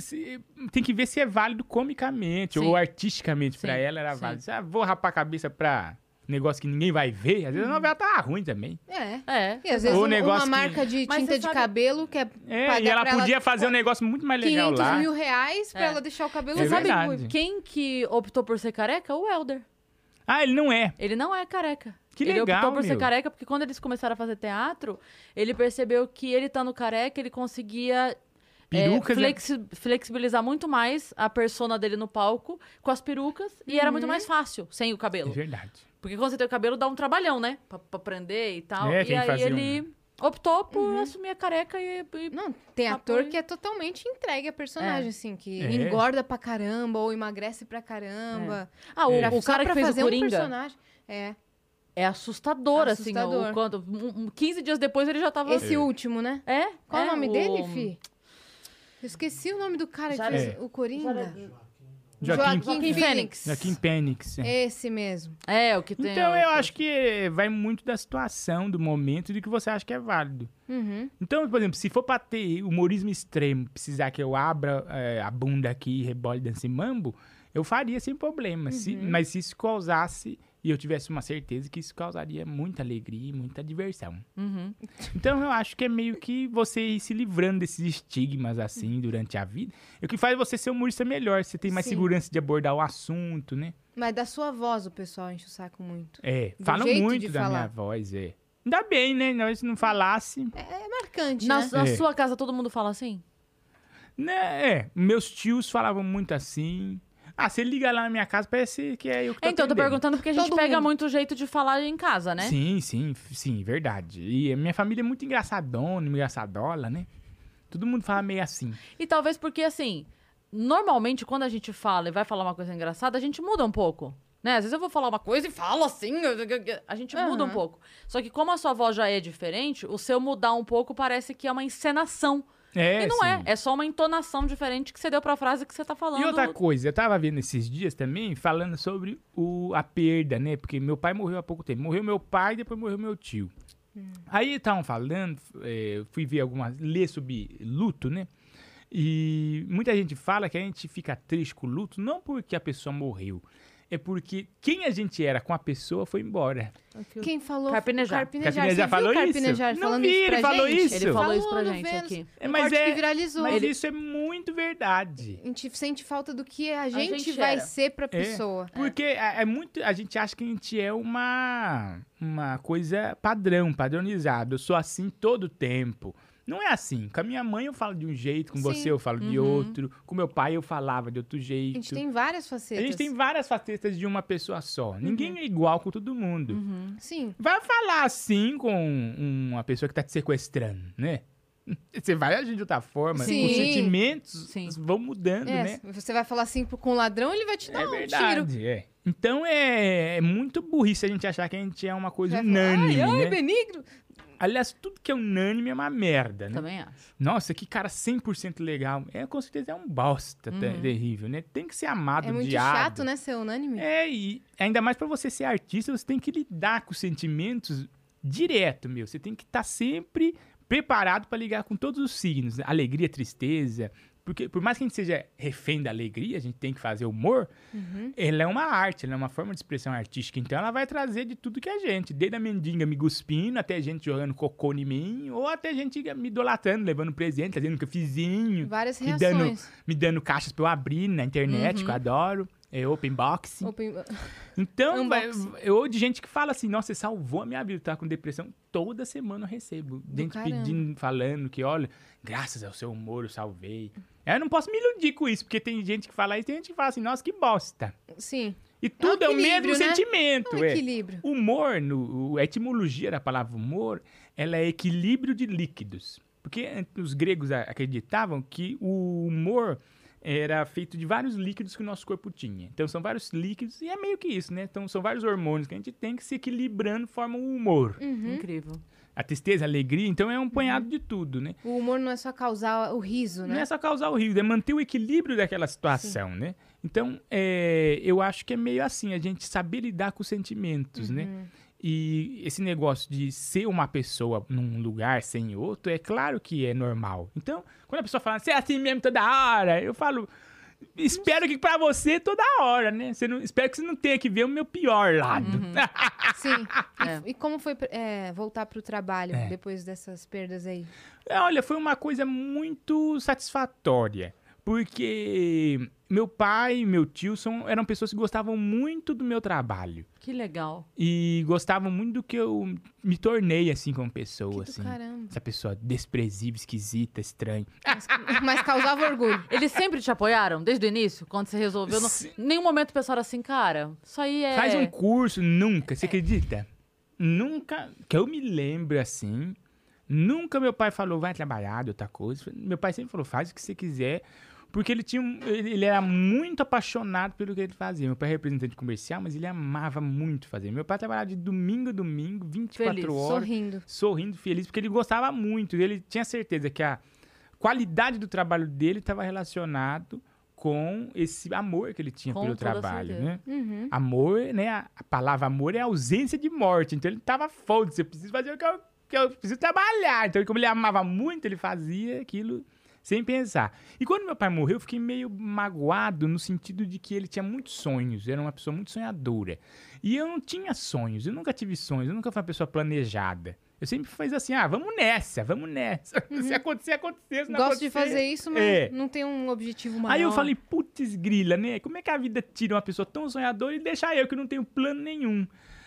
Speaker 3: Se- Tem que ver se é válido comicamente
Speaker 1: Sim.
Speaker 3: ou artisticamente pra
Speaker 1: Sim,
Speaker 3: ela era
Speaker 1: sim.
Speaker 3: válido. Ah, vou rapar a cabeça pra negócio que ninguém vai ver. Às vezes a novela tá ruim também.
Speaker 2: É.
Speaker 1: É.
Speaker 2: E às vezes
Speaker 3: Ou
Speaker 2: um-
Speaker 3: negócio
Speaker 2: uma
Speaker 3: que-
Speaker 2: marca de
Speaker 1: Mas
Speaker 2: tinta
Speaker 1: você
Speaker 2: de
Speaker 1: sabe-
Speaker 2: cabelo que é
Speaker 3: É,
Speaker 2: pagar
Speaker 3: e ela
Speaker 2: pra
Speaker 3: podia
Speaker 2: ela
Speaker 3: fazer um negócio muito mais legal
Speaker 2: 500
Speaker 3: lá.
Speaker 2: mil reais pra
Speaker 1: É.
Speaker 2: ela deixar o cabelo
Speaker 3: É
Speaker 1: Você sabe
Speaker 3: verdade.
Speaker 1: Rui, quem que optou por ser careca? O Helder.
Speaker 3: Ah, ele não é.
Speaker 1: Ele não é careca.
Speaker 3: Que
Speaker 1: ele
Speaker 3: legal,
Speaker 1: optou por ser
Speaker 3: meu.
Speaker 1: careca porque quando eles começaram a fazer teatro, ele percebeu que ele estando careca, ele conseguia é,
Speaker 3: Perucas, né?
Speaker 1: flexi- flexibilizar muito mais a persona dele no palco com as perucas e era
Speaker 2: Uhum.
Speaker 1: muito mais fácil sem o
Speaker 3: É
Speaker 1: cabelo.
Speaker 3: verdade.
Speaker 1: Porque quando você tem o cabelo dá um trabalhão, né? Pra, pra prender e tal.
Speaker 3: É,
Speaker 1: e
Speaker 3: tem que
Speaker 1: aí
Speaker 3: fazer um-
Speaker 1: ele optou por assumir a careca e. e-
Speaker 2: Uhum. Não, tem
Speaker 1: Apoio.
Speaker 2: ator que é totalmente entregue a personagem, assim, que
Speaker 3: É.
Speaker 2: engorda pra caramba ou emagrece pra caramba.
Speaker 1: Ah, o,
Speaker 3: É.
Speaker 1: o cara
Speaker 2: Só pra
Speaker 1: que fez o
Speaker 2: fazer um
Speaker 1: Coringa
Speaker 2: personagem. É.
Speaker 1: é assustador, assim.
Speaker 2: Assustador.
Speaker 1: O, quando, um- um- 15 dias depois ele já tava.
Speaker 2: Esse último, né?
Speaker 1: É?
Speaker 2: Qual
Speaker 1: é,
Speaker 2: o nome dele, Fi? Eu esqueci o nome do cara que
Speaker 1: Jared-
Speaker 2: fez o Coringa.
Speaker 3: É. Joaquim,
Speaker 1: Joaquim
Speaker 2: Phoenix.
Speaker 3: Joaquim Pênix. é.
Speaker 2: Esse mesmo.
Speaker 1: É, o que tem.
Speaker 3: Então,
Speaker 1: o-
Speaker 3: eu acho que vai muito da situação, do momento, do que você acha que é válido.
Speaker 2: Uhum.
Speaker 3: Então, por exemplo, se for pra ter humorismo extremo, precisar que eu abra é, a bunda aqui e rebole desse mambo, eu faria sem problema. Se- mas se isso causasse, e eu tivesse uma certeza que isso causaria muita alegria e muita diversão.
Speaker 1: Uhum.
Speaker 3: Então, eu acho que é meio que você ir se livrando desses estigmas, assim, durante a vida. E o que faz você ser um humorista melhor. Você tem mais
Speaker 2: Sim.
Speaker 3: segurança de abordar o assunto, né?
Speaker 2: Mas da sua voz o pessoal enche o saco muito.
Speaker 3: É,
Speaker 2: Do
Speaker 3: falam
Speaker 2: jeito
Speaker 3: muito
Speaker 2: de
Speaker 3: da
Speaker 2: falar.
Speaker 3: minha voz, é. Ainda bem, né? Não, Se não falasse.
Speaker 2: É marcante,
Speaker 1: Na,
Speaker 2: né?
Speaker 1: na
Speaker 3: É.
Speaker 1: sua casa todo mundo fala assim?
Speaker 3: Né? É, meus tios falavam muito assim. Ah, você liga lá na minha casa, parece que é eu que tô
Speaker 1: então, eu tô
Speaker 3: atendendo.
Speaker 1: perguntando porque a gente
Speaker 2: Todo
Speaker 1: pega
Speaker 2: mundo.
Speaker 1: muito jeito de falar em casa, né?
Speaker 3: Sim, sim, f- sim, verdade. E a minha família é muito engraçadona, engraçadola, né? Todo mundo fala meio assim.
Speaker 1: E talvez porque, assim, normalmente quando a gente fala e vai falar uma coisa engraçada, a gente muda um pouco. Né? Às vezes eu vou falar uma coisa e falo assim, a gente muda um
Speaker 2: Aham.
Speaker 1: pouco. Só que como a sua voz já é diferente, o seu mudar um pouco parece que é uma encenação.
Speaker 3: É,
Speaker 1: e não é,
Speaker 3: sim.
Speaker 1: é só uma entonação diferente que você deu pra frase que você tá falando.
Speaker 3: E outra coisa, eu tava vendo esses dias também, falando sobre o, a perda, né? Porque meu pai morreu há pouco tempo. Morreu meu pai, depois morreu meu tio. Aí estavam falando, eh, eu fui ver algumas, ler sobre luto, né? E muita gente fala que a gente fica triste com o luto, não porque a pessoa morreu, é porque quem a gente era com a pessoa foi embora.
Speaker 2: Quem falou?
Speaker 1: né? Carpinejar.
Speaker 2: Carpinejar.
Speaker 3: Carpinejar
Speaker 2: Você
Speaker 3: falou
Speaker 2: viu o
Speaker 3: isso?
Speaker 2: Carpinejar
Speaker 3: Não
Speaker 2: falando
Speaker 3: vi,
Speaker 2: isso pra
Speaker 3: ele falou
Speaker 2: gente?
Speaker 3: isso.
Speaker 1: Ele falou isso pra
Speaker 2: no
Speaker 1: gente
Speaker 2: Vênus,
Speaker 1: aqui.
Speaker 3: É,
Speaker 2: no
Speaker 3: mas
Speaker 2: corte
Speaker 3: é-
Speaker 2: que viralizou.
Speaker 3: Mas isso é muito verdade.
Speaker 2: A gente sente falta do que a gente,
Speaker 1: gente
Speaker 2: vai
Speaker 1: era.
Speaker 2: ser pra
Speaker 3: É,
Speaker 2: pessoa.
Speaker 3: Porque é. é muito. A gente acha que a gente é uma, uma coisa padrão, padronizada. Eu sou assim todo tempo. Não é assim. Com a minha mãe eu falo de um jeito, com
Speaker 2: Sim. Uhum.
Speaker 3: você eu falo de outro, com meu pai eu falava de outro
Speaker 2: A
Speaker 3: jeito.
Speaker 2: gente tem várias
Speaker 3: A
Speaker 2: facetas. Uhum.
Speaker 3: gente tem várias facetas de uma pessoa só. Ninguém é igual com todo mundo.
Speaker 2: Sim.
Speaker 3: Vai falar assim com uma pessoa que tá te sequestrando, né? Você vai agir de outra forma.
Speaker 2: Sim.
Speaker 3: Os sentimentos
Speaker 1: Sim.
Speaker 3: vão mudando,
Speaker 2: É,
Speaker 3: né?
Speaker 2: Você vai falar assim pro- com o um ladrão, ele vai te dar
Speaker 3: é
Speaker 2: um
Speaker 3: verdade,
Speaker 2: tiro.
Speaker 3: é. Então é, é muito burrice a gente achar que a gente é uma coisa
Speaker 2: Vai falar,
Speaker 3: unânime,
Speaker 2: ai, ai,
Speaker 3: né?
Speaker 2: benigno.
Speaker 3: Aliás, tudo que é unânime é uma merda, né?
Speaker 1: Também acho.
Speaker 3: Nossa, que cara 100% legal. É, com certeza é um bosta te- terrível, né? Tem que ser amado,
Speaker 2: Uhum. É muito
Speaker 3: odiado.
Speaker 2: chato, né, ser unânime?
Speaker 3: É, e ainda mais pra você ser artista, você tem que lidar com os sentimentos direto, meu. Você tem que estar sempre preparado pra ligar com todos os signos, né? alegria, tristeza. Porque por mais que a gente seja refém da alegria, a gente tem que fazer humor,
Speaker 2: Uhum.
Speaker 3: ela é uma arte, ela é uma forma de expressão artística. Então ela vai trazer de tudo que é gente, desde a mendiga me cuspindo, até gente jogando cocô em mim, ou até gente me idolatando, levando presente, trazendo que fizinho
Speaker 2: Várias
Speaker 3: me dando,
Speaker 2: reações. Uhum.
Speaker 3: me dando caixas pra eu abrir na internet, que eu adoro. É open boxing.
Speaker 2: Open-
Speaker 3: Então, vai-
Speaker 2: Um Unboxing.
Speaker 3: eu ou de gente que fala assim, nossa, você salvou a minha vida, eu tava com depressão. Toda semana eu recebo. Gente
Speaker 2: caramba.
Speaker 3: pedindo, falando que, olha, graças ao seu humor eu salvei. Eu não posso me iludir com isso, porque tem gente que fala isso, tem gente que fala assim, nossa, que bosta.
Speaker 2: Sim.
Speaker 3: E tudo é, o mesmo
Speaker 2: equilíbrio, né?
Speaker 3: sentimento.
Speaker 2: É um
Speaker 3: é.
Speaker 2: equilíbrio.
Speaker 3: Humor, no, o- a etimologia da palavra humor, ela é equilíbrio de líquidos. Porque an- os gregos a- acreditavam que o humor era feito de vários líquidos que o nosso corpo tinha. Então são vários líquidos e é meio que isso, né? Então são vários hormônios que a gente tem que se equilibrando formam o humor.
Speaker 1: Hum. Incrível.
Speaker 3: A tristeza, a alegria, então é um punhado de tudo, né?
Speaker 2: O humor não é só causar o riso,
Speaker 3: Não
Speaker 2: né?
Speaker 3: é só causar o rio, é manter o equilíbrio daquela situação, né? Então, é, eu acho que é meio assim, a gente saber lidar com os sentimentos, né? E esse negócio de ser uma pessoa num lugar sem outro, é claro que é normal. Então, quando a pessoa fala, você é assim mesmo toda hora, eu falo, espero que pra você toda hora, né? Você não, espero que você não tenha que ver o meu pior lado.
Speaker 2: Sim. E- E, como foi é, voltar pro trabalho
Speaker 3: É.
Speaker 2: depois dessas perdas aí?
Speaker 3: É, Olha, foi uma coisa muito satisfatória. Porque meu pai e meu tio são, eram pessoas que gostavam muito do meu trabalho.
Speaker 1: Que legal.
Speaker 3: E gostavam muito do que eu me tornei, assim, como pessoa.
Speaker 2: Que do
Speaker 3: assim.
Speaker 2: caramba.
Speaker 3: Essa pessoa desprezível, esquisita, estranha.
Speaker 2: Mas, mas causava orgulho.
Speaker 1: Eles sempre te apoiaram, desde o início, quando você resolveu? Não-
Speaker 3: Sim.
Speaker 1: Em nenhum momento pensaram assim, cara, isso aí é...
Speaker 3: Faz um curso, nunca, você acredita? Nunca, que eu me lembro assim, nunca meu pai falou, vai trabalhar de outra coisa. Meu pai sempre falou, faz o que você quiser, porque ele tinha, um- ele, ele era muito apaixonado pelo que ele fazia. Meu pai é representante comercial, mas ele amava muito fazer. Meu pai trabalhava de domingo a domingo, 24
Speaker 1: Feliz,
Speaker 3: horas
Speaker 2: Sorrindo.
Speaker 3: sorrindo, feliz, porque ele gostava muito. Ele tinha certeza que a qualidade do trabalho dele estava relacionado com esse amor que ele tinha
Speaker 1: Com
Speaker 3: pelo
Speaker 1: toda
Speaker 3: trabalho,
Speaker 1: certeza. Uhum.
Speaker 3: né? Amor, né? A a palavra amor é ausência de morte. Então ele tava foda-se, eu preciso fazer o que eu, que eu preciso trabalhar. Então, como ele amava muito, ele fazia aquilo sem pensar. E quando meu pai morreu, eu fiquei meio magoado no sentido de que ele tinha muitos sonhos, era uma pessoa muito sonhadora. E eu não tinha sonhos, eu nunca tive sonhos, eu nunca fui uma pessoa planejada. Eu sempre fiz assim, ah, vamos nessa, vamos nessa. Se acontecer, aconteceu. Se não
Speaker 2: Uhum. Gosto de
Speaker 3: acontecer,
Speaker 2: fazer isso, mas
Speaker 3: é.
Speaker 2: não tem um objetivo maior.
Speaker 3: Aí eu falei, putz, grila, né? Como é que a vida tira uma pessoa tão sonhadora e deixa eu que não tenho plano nenhum,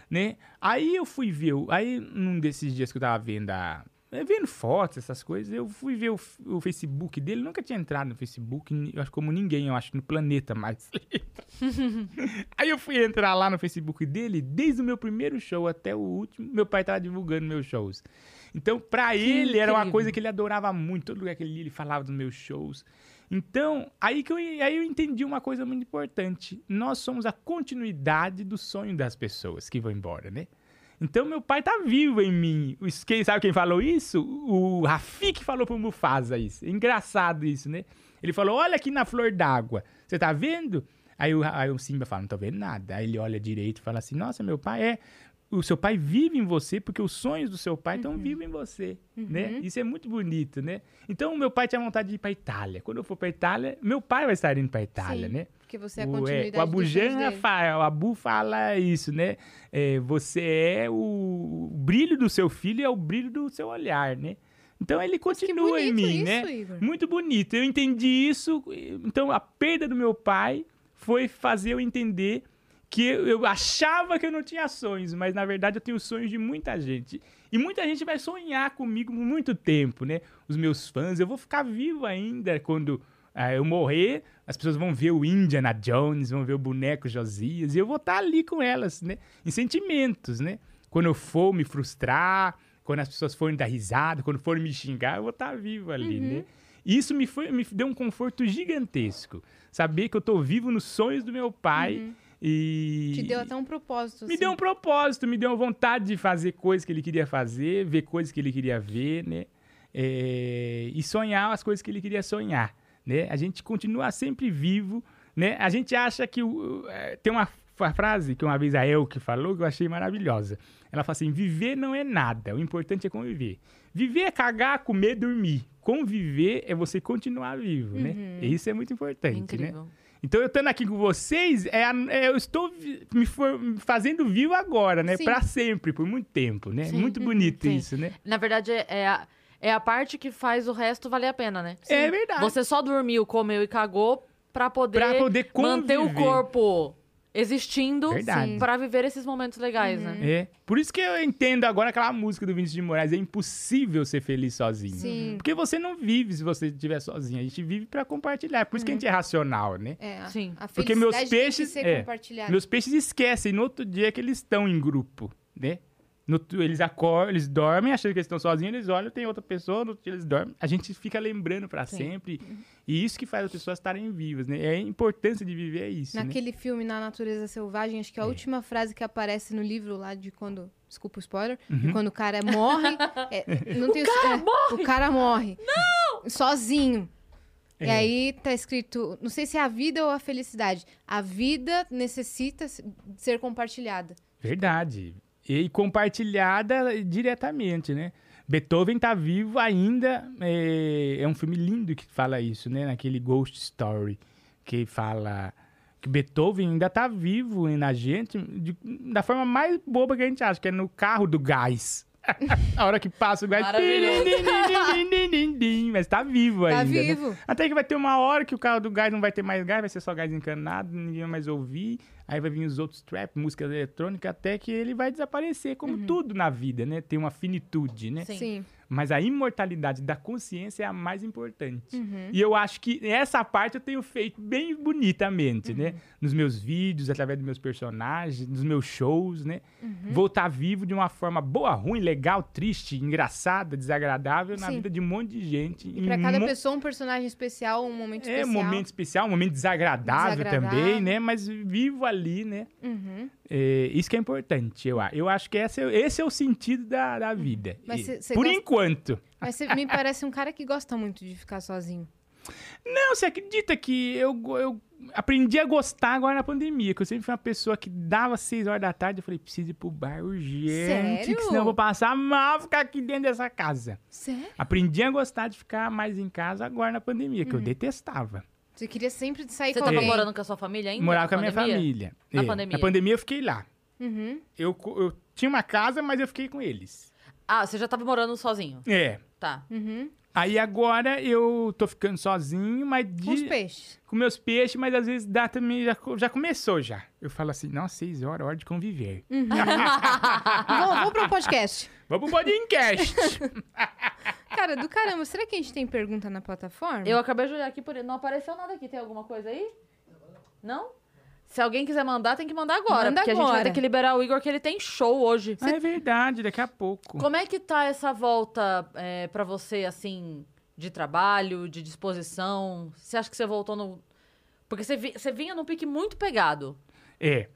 Speaker 3: né? Aí eu fui ver, o- aí num desses dias que eu tava vendo a- eh, Vendo fotos, essas coisas, eu fui ver o, f- o Facebook dele, nunca tinha entrado no Facebook, ni- eu acho como ninguém, eu acho, no planeta mais. aí eu fui entrar lá no Facebook dele, desde o meu primeiro show até o último, meu pai tava divulgando meus shows. Então, pra ele, era uma
Speaker 1: incrível.
Speaker 3: coisa que ele adorava muito, todo lugar que ele ia, ele falava dos meus shows. Então, aí que eu, aí eu entendi uma coisa muito importante. Nós somos a continuidade do sonho das pessoas que vão embora, né? Então, meu pai tá vivo em mim. Os- Quem sabe quem falou isso? O Rafik falou pro Mufasa isso. Engraçado isso, né? Ele falou, olha aqui na flor d'água. Você tá vendo? Aí o, Ra- aí o Simba fala, não tô vendo nada. Aí ele olha direito e fala assim, nossa, meu pai é... O seu pai vive em você porque os sonhos do seu pai estão vivos em você, né? Isso é muito bonito, né? Então, o meu pai tinha vontade de ir pra Itália. Quando eu for pra Itália, meu pai vai estar indo pra Itália,
Speaker 2: Sim,
Speaker 3: né?
Speaker 2: Porque você é a
Speaker 3: O- é,
Speaker 2: continuidade
Speaker 3: o
Speaker 2: dos sonhos
Speaker 3: Abujan
Speaker 2: dele.
Speaker 3: fala, o Abu fala isso, né? É, você é o, o brilho do seu filho é o brilho do seu olhar, né? Então ele
Speaker 2: que
Speaker 3: continua em
Speaker 2: bonito
Speaker 3: mim,
Speaker 2: isso,
Speaker 3: né?
Speaker 2: Igor.
Speaker 3: Muito bonito. Eu entendi isso. Então a perda do meu pai foi fazer eu entender que eu eu achava que eu não tinha sonhos, mas na verdade eu tenho sonhos de muita gente. E muita gente vai sonhar comigo por muito tempo, né? Os meus fãs, eu vou ficar vivo ainda quando ah, eu morrer. As pessoas vão ver o Indiana Jones, vão ver o boneco Josias, e eu vou estar ali com elas, né? Em sentimentos, né? Quando eu for me frustrar, quando as pessoas forem dar risada, quando forem me xingar, eu vou estar vivo ali, né? E Isso me, foi, me deu um conforto gigantesco. Saber que eu tô vivo nos sonhos do meu pai E.
Speaker 2: Uhum. Te deu até um propósito.
Speaker 3: Me
Speaker 2: assim.
Speaker 3: deu um propósito, me deu vontade de fazer coisas que ele queria fazer, ver coisas que ele queria ver, né? É, e sonhar as coisas que ele queria sonhar, né? A gente continua sempre vivo, né? A gente acha que... o- é, tem uma fa- frase que uma vez a El que falou que eu achei maravilhosa. Ela fala assim, viver não é nada, o importante é conviver. Viver é cagar, comer, dormir. Conviver é você continuar vivo, né? E isso é muito importante, né?
Speaker 1: Incrível.
Speaker 3: Então, eu estando aqui com vocês, é, a- é- eu estou vi- me, for- me fazendo vivo agora, né?
Speaker 2: Sim.
Speaker 3: Pra sempre, por muito tempo, né?
Speaker 1: Sim.
Speaker 3: Muito bonito
Speaker 1: Sim.
Speaker 3: isso, né?
Speaker 1: Na verdade, é, é a, é a parte que faz o resto valer a pena, né?
Speaker 3: É verdade.
Speaker 1: Você só dormiu, comeu e cagou pra poder,
Speaker 3: Pra poder
Speaker 1: manter o
Speaker 3: conviver.
Speaker 1: corpo existindo
Speaker 3: Verdade.
Speaker 1: pra viver esses momentos legais, né?
Speaker 3: É. Por isso que eu entendo agora aquela música do Vinícius de Moraes, é impossível ser feliz sozinho.
Speaker 2: Sim.
Speaker 3: Porque você não vive se você estiver sozinho, a gente vive pra compartilhar. Por isso que a gente é racional, né?
Speaker 2: É, a,
Speaker 1: Sim.
Speaker 2: a
Speaker 3: Porque meus
Speaker 2: felicidade
Speaker 3: peixes-
Speaker 2: tem que ser
Speaker 3: é,
Speaker 2: compartilhada.
Speaker 3: Meus peixes esquecem no outro dia que eles estão em grupo, né? No outro- eles acordam, eles dormem achando que eles estão sozinhos, eles olham, tem outra pessoa, no outro dia eles dormem. A gente fica lembrando pra sempre. E isso que faz as pessoas estarem vivas, né? É a importância de viver é isso, né? É.
Speaker 2: Naquele filme Na Natureza Selvagem, acho que a última frase que aparece no livro lá de quando. Desculpa o spoiler. de
Speaker 3: Uhum.
Speaker 2: Quando o cara morre. é, não tem o cara morre! O cara morre. Não! Sozinho. E
Speaker 3: É.
Speaker 2: aí tá escrito, não sei se é a vida ou a felicidade. A vida necessita se- de ser compartilhada.
Speaker 3: Verdade. E compartilhada eh, diretamente, né? Beethoven tá vivo ainda. É, é um filme lindo que fala isso, né? Naquele Ghost Story, que fala que Beethoven ainda tá vivo na gente de- da forma mais boba que a gente acha, que é no carro do gás. a hora que passa o gás.
Speaker 1: Maravilhoso.
Speaker 3: Mas tá vivo
Speaker 2: Tá
Speaker 3: ainda. né?
Speaker 2: vivo.
Speaker 3: Até que vai ter uma hora que o carro do gás não vai ter mais gás, vai ser só gás encanado, ninguém vai mais ouvir. Aí vai vir os outros trap, música eletrônica, até que ele vai desaparecer, como tudo na vida, né? Tem uma finitude, né?
Speaker 1: Sim.
Speaker 2: Uhum. Sim.
Speaker 3: Mas a imortalidade da consciência é a mais importante.
Speaker 2: Uhum.
Speaker 3: E eu acho que essa parte eu tenho feito bem bonitamente,
Speaker 2: Uhum.
Speaker 3: né? Nos meus vídeos, através dos meus personagens, nos meus shows, né?
Speaker 2: Uhum.
Speaker 3: Voltar vivo de uma forma boa, ruim, legal, triste, engraçada, desagradável na
Speaker 2: Sim.
Speaker 3: vida de um monte de gente.
Speaker 2: E pra cada
Speaker 3: pessoa
Speaker 2: pessoa, um personagem especial, um momento
Speaker 3: é,
Speaker 2: especial.
Speaker 3: um momento especial, um momento desagradável,
Speaker 2: Desagradável.
Speaker 3: também, né? Mas vivo ali, né?
Speaker 2: Uhum.
Speaker 3: É, isso que é importante, eu acho. Eu acho que esse é, esse é o sentido da, da vida.
Speaker 2: Mas
Speaker 3: E-
Speaker 2: cê- cê
Speaker 3: Por
Speaker 2: gosta-
Speaker 3: enquanto.
Speaker 2: Mas você me parece um cara que gosta muito de ficar sozinho.
Speaker 3: Não, você acredita que eu, go- eu aprendi a gostar agora na pandemia? Que eu sempre fui uma pessoa que dava seis horas da tarde, eu falei, preciso ir pro bar urgente,
Speaker 2: Sério?
Speaker 3: que senão eu vou passar mal ficar aqui dentro dessa casa.
Speaker 2: Sério?
Speaker 3: Aprendi a gostar de ficar mais em casa agora na pandemia,
Speaker 2: Uhum.
Speaker 3: que eu detestava.
Speaker 2: Você queria sempre sair
Speaker 1: Você
Speaker 3: tá
Speaker 2: com
Speaker 1: tava
Speaker 2: alguém.
Speaker 1: morando com a sua família ainda?
Speaker 3: Morava
Speaker 1: na
Speaker 3: com a minha
Speaker 1: pandemia?
Speaker 3: família.
Speaker 1: Na
Speaker 3: É,
Speaker 1: pandemia.
Speaker 3: Na pandemia eu fiquei lá.
Speaker 2: Uhum.
Speaker 3: Eu, co- eu tinha uma casa, mas eu fiquei com eles.
Speaker 1: Ah, você já tava morando sozinho.
Speaker 3: É.
Speaker 1: Tá.
Speaker 2: Uhum.
Speaker 3: Aí agora eu tô ficando sozinho, mas de-
Speaker 2: Com os peixes.
Speaker 3: com meus peixes, mas às vezes dá também, já, co- já começou já. Eu falo assim, nossa, seis horas, hora de conviver.
Speaker 2: Hum. Vou, vou pra um podcast.
Speaker 3: Vamos pro podcast.
Speaker 2: Cara, do caramba, será que a gente tem pergunta na plataforma?
Speaker 1: Eu acabei de olhar aqui por ele. Não apareceu nada aqui. Tem alguma coisa aí? Não? Se alguém quiser mandar, tem que mandar agora.
Speaker 2: Manda
Speaker 1: porque a gente vai
Speaker 2: agora.
Speaker 1: ter que liberar o Igor, que ele tem show hoje.
Speaker 3: ah, é verdade, daqui a pouco.
Speaker 1: Como é que tá essa volta é, para você, assim, de trabalho, de disposição? Você acha que você voltou no. Porque você, vi- você vinha num pique muito pegado.
Speaker 3: É.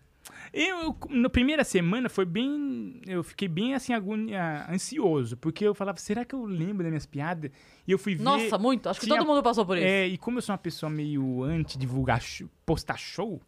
Speaker 3: Eu, na primeira semana, foi bem. Eu fiquei bem assim, agonia, ansioso, porque eu falava, será que eu lembro das minhas piadas? E eu fui ver.
Speaker 1: Nossa, muito. Acho que
Speaker 3: tinha-
Speaker 1: todo mundo passou por isso.
Speaker 3: É, e como eu sou uma pessoa meio anti-divulgar, sh- postar show.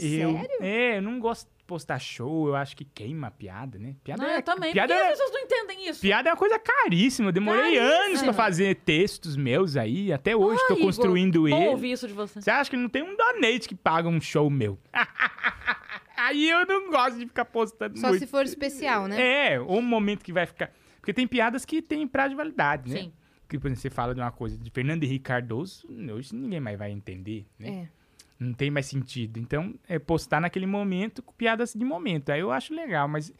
Speaker 3: Eu, é, eu não gosto de postar show, eu acho que queima a piada, né? Piada
Speaker 1: Não,
Speaker 3: é,
Speaker 1: eu também.
Speaker 3: Piada,
Speaker 1: porque
Speaker 3: é-
Speaker 1: as pessoas não entendem isso.
Speaker 3: piada é uma coisa caríssima, eu demorei
Speaker 1: Caríssima.
Speaker 3: anos pra fazer textos meus aí, até é hoje tô
Speaker 1: Ai, Ah, Igor,
Speaker 3: construindo
Speaker 1: bom
Speaker 3: ele.
Speaker 1: ouvir isso de você.
Speaker 3: Você acha que não tem um donate que paga um show meu? aí eu não gosto de ficar postando
Speaker 2: Só
Speaker 3: muito.
Speaker 2: se for especial, né?
Speaker 3: É, ou um momento que vai ficar. Porque tem piadas que tem prazo de validade, né?
Speaker 1: Sim.
Speaker 3: Que, por exemplo, você fala de uma coisa de Fernando Henrique Cardoso, hoje ninguém mais vai entender, né?
Speaker 2: É.
Speaker 3: Não tem mais sentido. Então, é postar naquele momento com piadas de momento. Aí eu acho legal, mas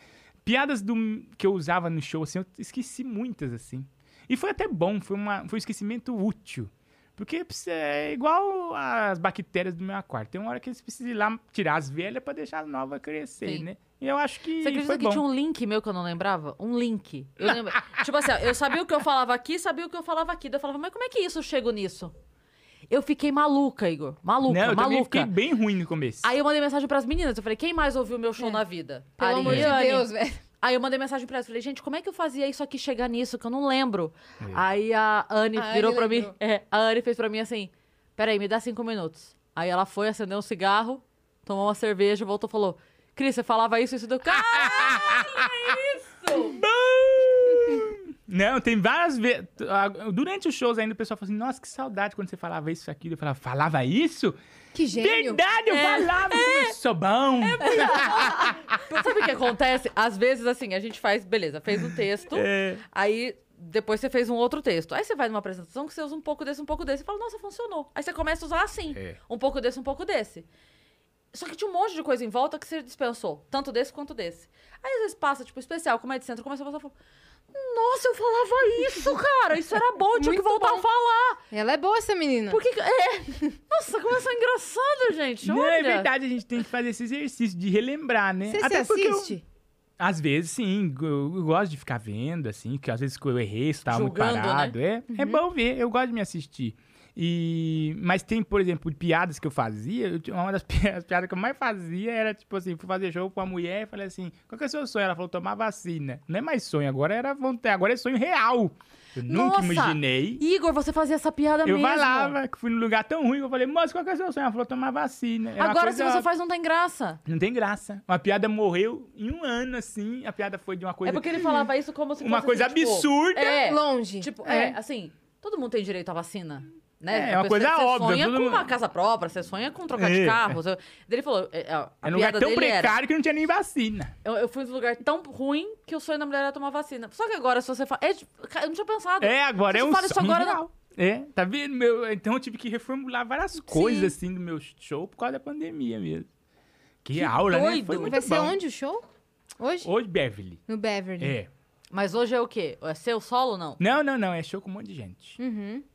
Speaker 3: piadas do que eu usava no show, assim, eu esqueci muitas, assim. E foi até bom, foi, uma, foi um esquecimento útil. Porque precisa- é igual as bactérias do meu aquário. Tem uma hora que eles precisam ir lá tirar as velhas pra deixar a nova crescer,
Speaker 1: Sim.
Speaker 3: né? E eu acho que
Speaker 1: Você acredita
Speaker 3: foi
Speaker 1: que
Speaker 3: bom.
Speaker 1: tinha um link meu que eu não lembrava? Um link. Eu lembro. tipo assim, ó, eu sabia o que eu falava aqui, sabia o que eu falava aqui. Daí eu falava, mas como é que isso eu chego nisso? Eu fiquei maluca, Igor. Maluca,
Speaker 3: Não, eu também
Speaker 1: maluca.
Speaker 3: fiquei bem ruim no começo.
Speaker 1: Aí eu mandei mensagem pras meninas. Eu falei, quem mais ouviu meu show na vida?
Speaker 2: É. Pelo amor de
Speaker 1: Ariane.
Speaker 2: Deus, velho.
Speaker 1: Aí eu mandei mensagem pra elas. Falei, gente, como é que eu fazia isso aqui chegar nisso? Que eu não lembro.
Speaker 3: É.
Speaker 1: Aí a Anne
Speaker 2: A
Speaker 1: virou
Speaker 2: Anne
Speaker 1: pra
Speaker 2: lembrou.
Speaker 1: mim. é, a Anne fez pra mim assim: peraí, me dá cinco minutos. Aí ela foi, acendeu um cigarro, tomou uma cerveja, voltou e falou: Cris, você falava isso, isso do cara.
Speaker 3: Não, tem várias vezes. Durante os shows ainda o pessoal fala assim: nossa, que saudade quando você falava isso, aquilo. Eu falava, falava isso?
Speaker 2: Que gênio. É.
Speaker 3: Verdade, eu falava, como eu sou bom.
Speaker 1: Sabe o que acontece? Às vezes, assim, a gente faz, beleza, fez um texto, aí depois você fez um outro texto. Aí você vai numa apresentação que você usa um pouco desse, um pouco desse, e fala, nossa, funcionou. Aí você começa a usar assim, um pouco desse, um pouco desse. Só que tinha um monte de coisa em volta que você dispensou, tanto desse quanto desse. Aí às vezes passa, tipo, especial, comédia de centro, começa a passar e fala, nossa, eu falava isso, cara, isso era bom, tinha que voltar a falar.
Speaker 2: Ela é boa, essa menina.
Speaker 1: Por que que... É. Nossa, como eu sou engraçada, gente,
Speaker 3: Não,
Speaker 1: olha.
Speaker 3: é verdade, a gente tem que fazer esse exercício de relembrar, né?
Speaker 2: Você se
Speaker 3: porque eu-
Speaker 2: assiste?
Speaker 3: às vezes, sim, eu, eu gosto de ficar vendo, assim, porque às vezes que eu errei, se tava muito
Speaker 1: Julgando, né?
Speaker 3: parado. É, é bom ver, eu gosto de me assistir. E, mas tem, por exemplo, piadas que eu fazia. eu tinha- uma das pi- as piadas que eu mais fazia era, tipo assim, fui fazer show com uma mulher e falei assim: qual que é o seu sonho? Ela falou, tomar vacina. Não é mais sonho, agora era vontade, agora é sonho real. Eu nunca
Speaker 1: Nossa,
Speaker 3: imaginei.
Speaker 1: Igor, você fazia essa piada
Speaker 3: Eu
Speaker 1: mesmo.
Speaker 3: falava que fui num lugar tão ruim que eu falei, moça, qual que é o seu sonho? Ela falou, tomar vacina. Era É uma
Speaker 1: Agora, se
Speaker 3: coisa-
Speaker 1: você faz, não tem graça. É
Speaker 3: Não tem graça. Uma piada morreu em um ano, assim. A piada foi de uma coisa.
Speaker 1: É porque ele falava isso como se fosse.
Speaker 3: Uma coisa
Speaker 1: assim, tipo,
Speaker 3: absurda.
Speaker 1: É,
Speaker 2: Longe.
Speaker 1: Tipo, é. assim, todo mundo tem direito à vacina. Né?
Speaker 3: É, é uma
Speaker 1: Você-
Speaker 3: coisa
Speaker 1: você
Speaker 3: óbvia,
Speaker 1: sonha
Speaker 3: todo
Speaker 1: com
Speaker 3: mundo-
Speaker 1: uma casa própria, você sonha com trocar
Speaker 3: É.
Speaker 1: de carro. Você... Daí Ele falou, é, é, a
Speaker 3: Era um lugar
Speaker 1: piada
Speaker 3: tão
Speaker 1: dele
Speaker 3: precário
Speaker 1: era,
Speaker 3: que não tinha nem vacina.
Speaker 1: eu, eu fui num lugar tão ruim que o sonho da mulher era tomar vacina. Só que agora, se você fala... É, tipo, cara, eu não tinha pensado.
Speaker 3: É, agora
Speaker 1: Você
Speaker 3: é um
Speaker 1: fala isso
Speaker 3: sonho
Speaker 1: agora,
Speaker 3: real. É, tá vendo? Meu, então eu tive que reformular várias coisas, assim, do meu show por causa da pandemia mesmo. Que, aula, né? Foi
Speaker 1: doido.
Speaker 3: muito
Speaker 2: Vai ser
Speaker 3: bom.
Speaker 2: onde Uhum. o show? Hoje?
Speaker 3: Hoje, Beverly.
Speaker 2: No Beverly.
Speaker 3: É.
Speaker 1: Mas hoje é o quê? É seu solo ou não?
Speaker 3: Não, não, não. É show com um monte de gente.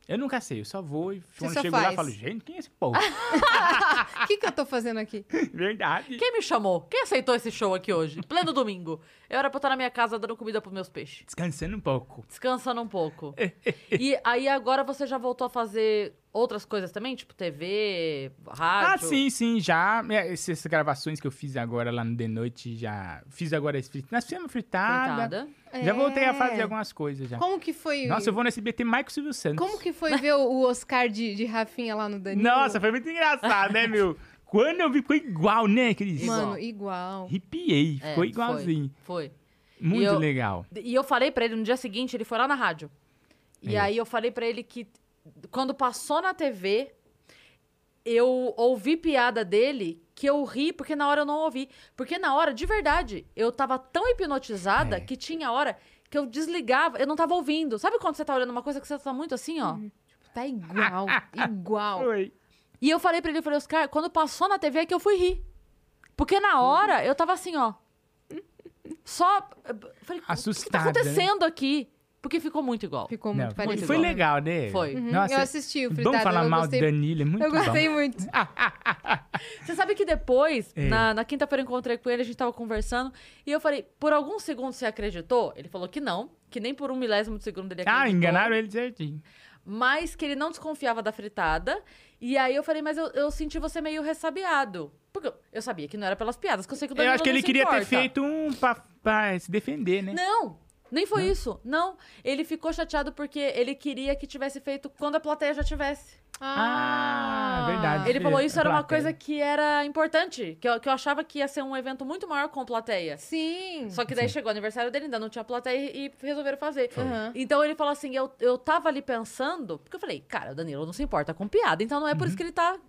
Speaker 3: Eu nunca sei. Eu só vou e quando
Speaker 2: só
Speaker 3: chego lá,
Speaker 2: faz.
Speaker 3: falo, gente, quem é esse povo?
Speaker 2: O que, que eu tô fazendo aqui?
Speaker 3: É. Verdade.
Speaker 1: Quem me chamou? Quem aceitou esse show aqui hoje? Pleno domingo. Eu era pra estar na minha casa dando comida pros meus peixes.
Speaker 3: Descansando um pouco.
Speaker 1: descansando um pouco. e aí agora você já voltou a fazer outras coisas também? Tipo TV,
Speaker 3: Ah,
Speaker 1: rádio?
Speaker 3: sim, sim, já. É, Essas gravações que eu fiz agora lá no The Noite, já fiz agora. esse frit- Nós fizemos fritada.
Speaker 1: Coitada.
Speaker 3: Já voltei a
Speaker 2: É.
Speaker 3: fazer algumas coisas já.
Speaker 2: Como que foi...
Speaker 3: Nossa, eu vou no SBT Mike Silvio Santos.
Speaker 2: Como que foi ver o o Oscar de, de Rafinha lá no
Speaker 1: é,
Speaker 2: Danilo?
Speaker 3: Nossa, foi muito engraçado, né, meu? Quando eu vi, ficou igual, né, Cris?
Speaker 2: Mano, igual.
Speaker 3: Arrepiei,
Speaker 1: É,
Speaker 3: ficou igualzinho.
Speaker 1: Foi. foi.
Speaker 3: Muito
Speaker 1: E eu-
Speaker 3: legal.
Speaker 1: E eu falei pra ele no dia seguinte, ele foi lá na rádio.
Speaker 3: É.
Speaker 1: E aí eu falei pra ele que quando passou na TV, eu ouvi piada dele que eu ri porque na hora eu não ouvi. Porque na hora, de verdade, eu tava tão
Speaker 3: É.
Speaker 1: hipnotizada que tinha hora que eu desligava, eu não tava ouvindo. Sabe quando você tá olhando uma coisa que você tá muito assim,
Speaker 3: Uhum.
Speaker 1: ó?
Speaker 2: Tá igual, igual.
Speaker 3: Foi.
Speaker 1: E eu falei pra ele, eu falei, Oscar, quando passou na TV é que eu fui rir. Porque na hora eu tava assim, ó. Só. eu Falei, o que que tá
Speaker 3: Assustada, né?
Speaker 1: acontecendo aqui? Porque ficou muito igual.
Speaker 2: Ficou
Speaker 3: Não,
Speaker 2: muito
Speaker 3: foi-
Speaker 2: parecido.
Speaker 3: foi legal, né?
Speaker 1: Foi. Uhum,
Speaker 3: Nossa,
Speaker 2: eu assisti o
Speaker 3: Vamos
Speaker 2: Fritada,
Speaker 3: falar
Speaker 2: eu
Speaker 3: mal
Speaker 2: gostei.
Speaker 3: do Danilo, é muito
Speaker 2: Eu gostei
Speaker 3: bom.
Speaker 2: muito.
Speaker 1: Você sabe que depois,
Speaker 3: É.
Speaker 1: na, na quinta-feira eu encontrei com ele, a gente tava conversando, e eu falei, por alguns segundos você acreditou? Ele falou que não, que nem por um milésimo de segundo ele acreditou.
Speaker 3: Ah, enganaram ele certinho.
Speaker 1: mas que ele não desconfiava da fritada. E aí eu falei, mas eu, eu senti você meio ressabiado. Porque eu- eu sabia que não era pelas piadas, que eu sei que o
Speaker 3: Eu
Speaker 1: Danilo
Speaker 3: acho que
Speaker 1: não
Speaker 3: ele
Speaker 1: se
Speaker 3: queria ter
Speaker 1: importa.
Speaker 3: feito um pra, pra se defender, né?
Speaker 1: Não, nem foi isso. Não, ele ficou chateado porque ele queria que tivesse feito quando a plateia já tivesse.
Speaker 3: Ah, verdade.
Speaker 1: Ele falou isso era uma
Speaker 3: Plateia.
Speaker 1: coisa que era importante, que eu, que eu achava que ia ser um evento muito maior com plateia.
Speaker 2: Sim.
Speaker 1: Só que daí chegou o aniversário dele, ainda não tinha plateia e e resolveram fazer.
Speaker 2: Aham.
Speaker 1: Então ele falou assim: eu, eu tava ali pensando, porque eu falei, cara, o Danilo não se importa com piada, então não é por
Speaker 3: Uhum.
Speaker 1: isso que ele tá.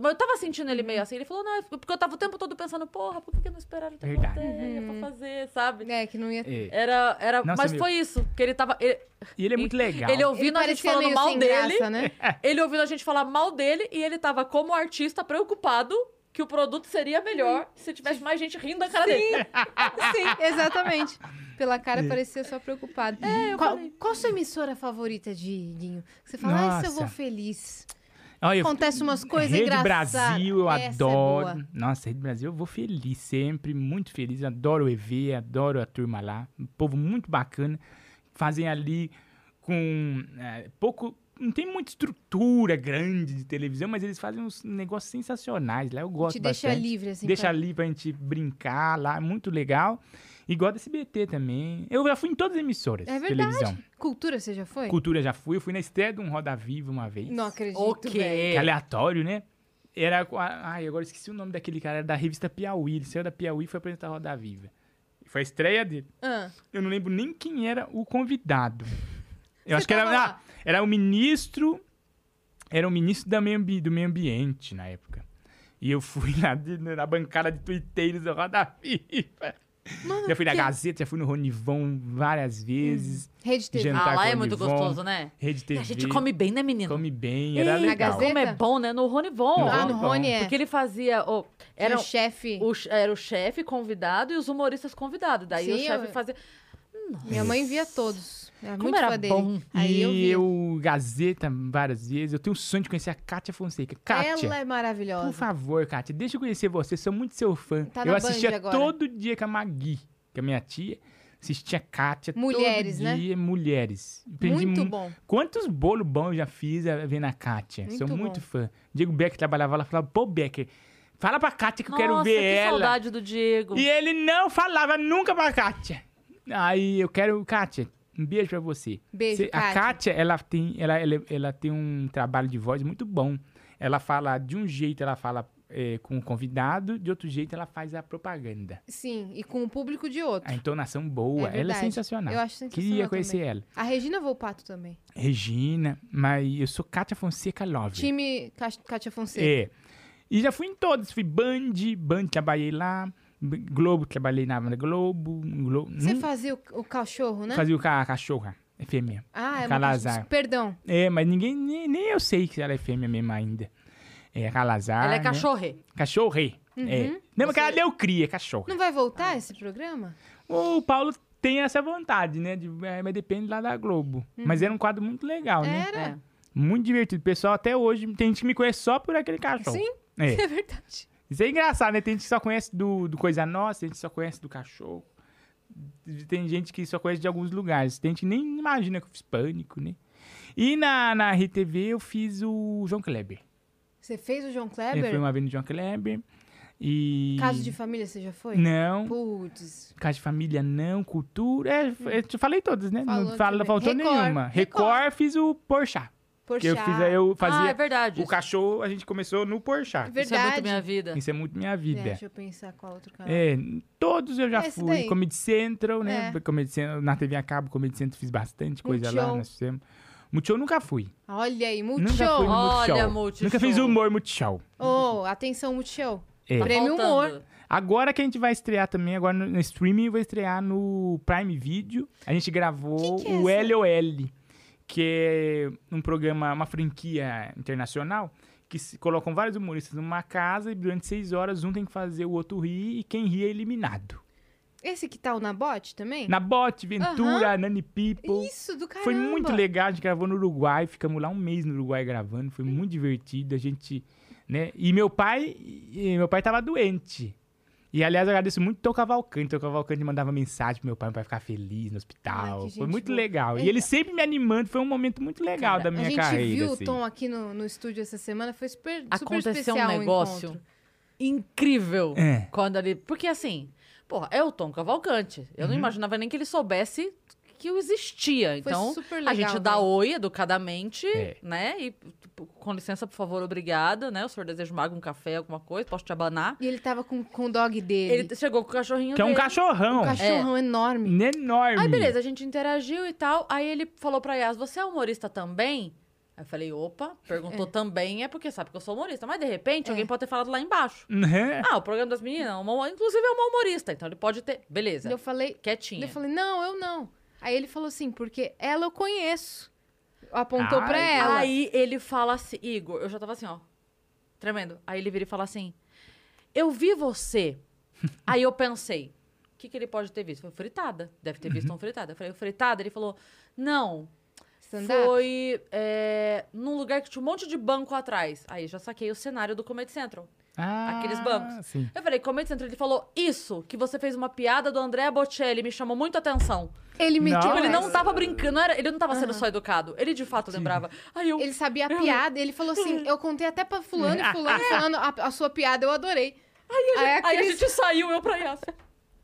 Speaker 1: Mas eu tava sentindo ele meio assim. Ele falou, não, é porque eu tava o tempo todo pensando, porra, por que que não esperaram ter
Speaker 3: Verdade.
Speaker 1: plateia pra fazer, sabe?
Speaker 2: É, que não ia...
Speaker 3: É.
Speaker 1: Era, era,
Speaker 3: Nossa,
Speaker 1: mas
Speaker 3: meu.
Speaker 1: foi isso, que ele tava. Ele,
Speaker 3: E ele é muito legal.
Speaker 1: ele ouvindo a gente
Speaker 2: parecia
Speaker 1: falando
Speaker 2: meio
Speaker 1: mal
Speaker 2: sem
Speaker 1: dele.
Speaker 2: graça, né?
Speaker 1: Ele ouvindo a gente falar mal dele e ele tava como artista preocupado que o produto seria melhor se tivesse mais gente rindo da cara dele.
Speaker 2: Sim, exatamente. Pela cara
Speaker 3: É.
Speaker 2: parecia só preocupado.
Speaker 1: É,
Speaker 2: qual, qual sua emissora favorita de Guinho? Você fala, ah, eu
Speaker 3: Nossa.
Speaker 2: vou feliz.
Speaker 3: Olha, eu-
Speaker 2: Acontece umas coisas
Speaker 3: Rede
Speaker 2: engraçadas.
Speaker 3: Brasil, eu
Speaker 2: Essa é
Speaker 3: adoro.
Speaker 2: boa.
Speaker 3: Nossa, Rede Brasil, eu vou feliz sempre, muito feliz. Adoro o EV, adoro a turma lá. Um povo muito bacana. Fazem ali com eh, pouco não tem muita estrutura grande de televisão, mas eles fazem uns negócios sensacionais lá. Eu gosto
Speaker 2: Te deixa
Speaker 3: bastante.
Speaker 2: livre, assim.
Speaker 3: Deixa
Speaker 2: pra-
Speaker 3: ali pra gente brincar lá, é muito legal. E gosto desse BT também. Eu já fui em todas as emissoras
Speaker 2: É
Speaker 3: de
Speaker 2: verdade.
Speaker 3: televisão.
Speaker 2: Cultura, você já foi?
Speaker 3: Cultura já fui, eu fui na estreia de um Roda Viva uma vez.
Speaker 2: Não acredito, velho.
Speaker 3: Que é
Speaker 1: Ok.
Speaker 3: aleatório, né? Era. com a- Ai, agora esqueci o nome daquele cara, era da revista Piauí. Ele saiu da Piauí e foi apresentar a Roda Viva. Foi a estreia dele.
Speaker 1: Ah,
Speaker 3: Eu não lembro nem quem era o convidado. Eu acho que
Speaker 1: tava
Speaker 3: era.
Speaker 1: lá?
Speaker 3: ah, era o ministro. Era o ministro da meio ambi- do meio ambiente na época. E eu fui lá de- na bancada de tuiteiros da Roda Viva. já fui na Gazeta, já fui no Ronivon
Speaker 1: Hum.
Speaker 3: várias vezes.
Speaker 2: Rede TV.
Speaker 3: Jantar
Speaker 1: Ah, lá
Speaker 3: com
Speaker 1: é muito
Speaker 3: Ronivon,
Speaker 1: gostoso, né?
Speaker 3: Rede
Speaker 1: E
Speaker 3: TV.
Speaker 1: a gente come bem, né, menino?
Speaker 3: come bem, era
Speaker 1: Ei,
Speaker 3: legal.
Speaker 2: Gazeta.
Speaker 1: Como é bom, né? No Rony Von.
Speaker 3: No
Speaker 2: Ah, no
Speaker 3: Bom,
Speaker 2: Rony
Speaker 3: bom.
Speaker 2: é.
Speaker 1: Porque ele fazia. ô, era, um
Speaker 2: o chefe.
Speaker 1: o, che- era o chefe convidado e os humoristas convidados. Daí o
Speaker 2: Sim,
Speaker 1: chefe
Speaker 2: eu-
Speaker 1: fazia.
Speaker 2: Minha mãe via todos. Era
Speaker 1: Como
Speaker 2: muito
Speaker 1: era
Speaker 2: fã dele.
Speaker 1: bom.
Speaker 2: Aí eu
Speaker 3: e
Speaker 2: via.
Speaker 3: eu, Gazeta várias vezes. Eu tenho o sonho de conhecer a Kátia Fonseca. Kátia,
Speaker 2: Ela é
Speaker 3: por
Speaker 2: maravilhosa.
Speaker 3: favor, Kátia, deixa eu conhecer você. Sou muito seu fã.
Speaker 2: Tá na
Speaker 3: eu assistia
Speaker 2: Band agora.
Speaker 3: todo dia com a Magui, que é minha tia. Assistia a Kátia
Speaker 2: Mulheres, né?
Speaker 3: todo dia. Mulheres. Aprendi
Speaker 2: Muito
Speaker 3: mu-
Speaker 2: bom.
Speaker 3: Quantos bolos bons eu já fiz eh, vendo a Kátia. Sou
Speaker 2: Muito
Speaker 3: muito
Speaker 2: bom.
Speaker 3: fã. Diego Becker trabalhava lá e falava, pô, Becker, fala pra Kátia que eu quero
Speaker 1: Nossa,
Speaker 3: ver
Speaker 1: que
Speaker 3: ela.
Speaker 1: saudade do Diego.
Speaker 2: Hum.
Speaker 3: E ele não falava nunca pra Kátia. Aí eu quero, Kátia, um beijo pra você.
Speaker 2: Beijo,
Speaker 3: A
Speaker 2: Kátia.
Speaker 3: Kátia, ela tem, ela, ela, ela tem um trabalho de voz muito bom. Ela fala de um jeito, ela fala eh, com o convidado, de outro jeito, ela faz a propaganda.
Speaker 2: Sim, e com o público de outro.
Speaker 3: A entonação boa, ela é
Speaker 2: verdade.
Speaker 3: sensacional.
Speaker 2: Eu acho sensacional
Speaker 3: Queria conhecer
Speaker 2: também.
Speaker 3: ela.
Speaker 2: A Regina Volpato também.
Speaker 3: Regina, mas eu sou Kátia Fonseca Love.
Speaker 2: Time Ca- Cátia Fonseca.
Speaker 3: É. E já fui em todas. Fui Band, Band trabalhei lá. B- Globo, trabalhei na Globo. Globo
Speaker 2: Você
Speaker 3: nun-
Speaker 2: fazia o, o cachorro, né?
Speaker 3: hum? Fazia o ca cachorra, fêmea.
Speaker 2: Ah, é uma
Speaker 3: Calazar.
Speaker 2: cachorra- Perdão.
Speaker 3: É, mas ninguém, nem, nem eu sei que ela é fêmea mesmo ainda. É, calazar.
Speaker 1: ela é
Speaker 3: né?
Speaker 1: cachorre.
Speaker 3: Cachorre. É.
Speaker 2: Uhum.
Speaker 3: Não, mas ela deu cria, é cachorra.
Speaker 2: Não vai voltar esse programa?
Speaker 3: O Paulo tem essa vontade, né? de- é, mas depende lá da Globo. Mas era um quadro muito legal, né?
Speaker 2: Uhum. Era?
Speaker 3: Muito divertido. O pessoal até hoje, tem gente que me conhece só por aquele cachorro.
Speaker 2: Sim.
Speaker 3: É.
Speaker 2: É verdade.
Speaker 3: Isso é engraçado, né? Tem gente que só conhece do, do Coisa Nossa, tem gente que só conhece do cachorro. Tem gente que só conhece de alguns lugares. Tem gente que nem imagina que eu fiz pânico, né? E na, na RTV eu fiz o João Kleber.
Speaker 2: Você fez o João
Speaker 3: Eu fui
Speaker 2: Kleber?
Speaker 3: uma vez no João Kleber. E.
Speaker 2: Caso de família, você já foi?
Speaker 3: Não.
Speaker 2: Putz.
Speaker 3: Casa de família, não. Cultura. É, eu te falei todas, né?
Speaker 2: Hum. Falou,
Speaker 3: não fala,
Speaker 2: deixa eu ver.
Speaker 3: faltou
Speaker 2: Record,
Speaker 3: nenhuma. Record,
Speaker 2: Record.
Speaker 3: fiz o Porchat.
Speaker 2: Por
Speaker 3: Que eu, fiz, eu
Speaker 1: Ah,
Speaker 3: fazia.
Speaker 1: é verdade.
Speaker 3: o cachorro, a gente começou no Porchat.
Speaker 2: Verdade.
Speaker 1: Isso é muito minha vida.
Speaker 3: Isso é muito minha
Speaker 2: É,
Speaker 3: vida.
Speaker 2: deixa eu pensar qual outro canal.
Speaker 3: É, n- todos eu já
Speaker 2: Ah. Esse
Speaker 3: fui.
Speaker 2: daí.
Speaker 3: Comedy Central, né?
Speaker 2: É.
Speaker 3: Comedy Central, na TV a cabo, Comedy Central fiz bastante coisa lá.
Speaker 2: Multishow.
Speaker 3: Nós fizemos. Multishow eu nunca fui.
Speaker 2: Olha aí,
Speaker 3: Nunca fui no
Speaker 2: Multishow.
Speaker 1: Olha,
Speaker 3: Multishow.
Speaker 1: Multishow.
Speaker 3: Nunca fiz humor Multishow.
Speaker 2: Oh, atenção, Multishow.
Speaker 3: É.
Speaker 1: Tá
Speaker 2: Prêmio
Speaker 1: faltando.
Speaker 2: Humor.
Speaker 3: Agora que a gente vai estrear também, agora no, no streaming, eu vou estrear no Prime Video. A gente gravou
Speaker 2: Que que é
Speaker 3: o
Speaker 2: essa?
Speaker 3: LOL, que é um programa, uma franquia internacional, que se colocam vários humoristas numa casa e durante seis horas um tem que fazer o outro rir e quem ri é eliminado.
Speaker 2: Esse que tá o Nabote também?
Speaker 3: Na Bot, Ventura, Nani People.
Speaker 2: Isso, do caramba.
Speaker 3: Foi muito legal, a gente gravou no Uruguai, ficamos lá um mês no Uruguai gravando, foi muito divertido, a gente, né? E meu pai, e meu pai tava doente. E aliás, eu agradeço muito o Cavalcante, o Cavalcante mandava mensagem pro meu pai, meu pai ficar feliz no hospital.
Speaker 2: Ai, que
Speaker 3: foi
Speaker 2: gente
Speaker 3: muito
Speaker 2: boa.
Speaker 3: legal.
Speaker 2: É,
Speaker 3: E ele sempre me animando, foi um momento muito legal da minha
Speaker 2: a gente
Speaker 3: carreira,
Speaker 2: viu
Speaker 3: assim.
Speaker 2: o Tom aqui no, no estúdio essa semana, foi super, super
Speaker 1: Aconteceu um
Speaker 2: especial o
Speaker 1: negócio
Speaker 2: encontro.
Speaker 1: incrível
Speaker 3: É.
Speaker 1: quando ele. Porque assim, porra, é o Tom Cavalcante. Eu não
Speaker 3: Uhum.
Speaker 1: imaginava nem que ele soubesse que eu existia.
Speaker 2: Foi
Speaker 1: Então,
Speaker 2: super
Speaker 1: a
Speaker 2: legal,
Speaker 1: gente dá
Speaker 2: velho.
Speaker 1: oi educadamente,
Speaker 3: É.
Speaker 1: né? E tipo, com licença, por favor, obrigada, né? O senhor deseja mago um café, alguma coisa, posso te abanar.
Speaker 2: E ele tava com, com o dog dele.
Speaker 1: Ele chegou com o cachorrinho
Speaker 3: Que é um
Speaker 1: dele.
Speaker 3: cachorrão, né,
Speaker 2: Um cachorrão enorme.
Speaker 3: enorme.
Speaker 1: Aí, beleza, a gente interagiu e tal. Aí ele falou pra Yas, você é humorista também? Aí eu falei, opa, perguntou também, é porque sabe que eu sou humorista. Mas, de repente, alguém pode ter falado lá embaixo.
Speaker 3: Uhum.
Speaker 1: Ah, o programa das meninas, uma- inclusive é uma humorista, então ele pode ter. Beleza.
Speaker 2: Eu falei,
Speaker 1: Quietinha.
Speaker 2: Eu falei, não, eu não. Aí ele falou assim, porque ela eu conheço. Apontou pra
Speaker 3: Ai.
Speaker 2: ela.
Speaker 1: Aí ele fala assim, Igor, eu já tava assim, ó, tremendo. Aí ele vira e fala assim: Eu vi você. Aí eu pensei, o que, que ele pode ter visto? Foi fritada. Deve ter visto um fritada. Eu falei, fritada? Ele falou, não.
Speaker 2: Stand-up?
Speaker 1: Foi é, num lugar que tinha um monte de banco atrás. Aí eu já saquei o cenário do Comedy Central.
Speaker 3: Ah,
Speaker 1: aqueles bancos.
Speaker 3: sim.
Speaker 1: Eu falei, comente central. Ele falou, isso, que você fez uma piada do André Bocelli, me chamou muito a atenção.
Speaker 2: Ele
Speaker 3: Não.
Speaker 2: meteu.
Speaker 3: Tipo,
Speaker 1: Ele não
Speaker 2: essa.
Speaker 1: tava brincando, não era, ele não tava sendo só educado. Ele de fato lembrava. Aí eu.
Speaker 2: Ele sabia a piada, ele falou assim: eu contei até pra fulano, fulano, fulano, a, a sua piada eu adorei.
Speaker 1: Aí a,
Speaker 2: Aí a
Speaker 1: gente, aí a
Speaker 2: Cris-
Speaker 1: gente saiu, eu pra Yas.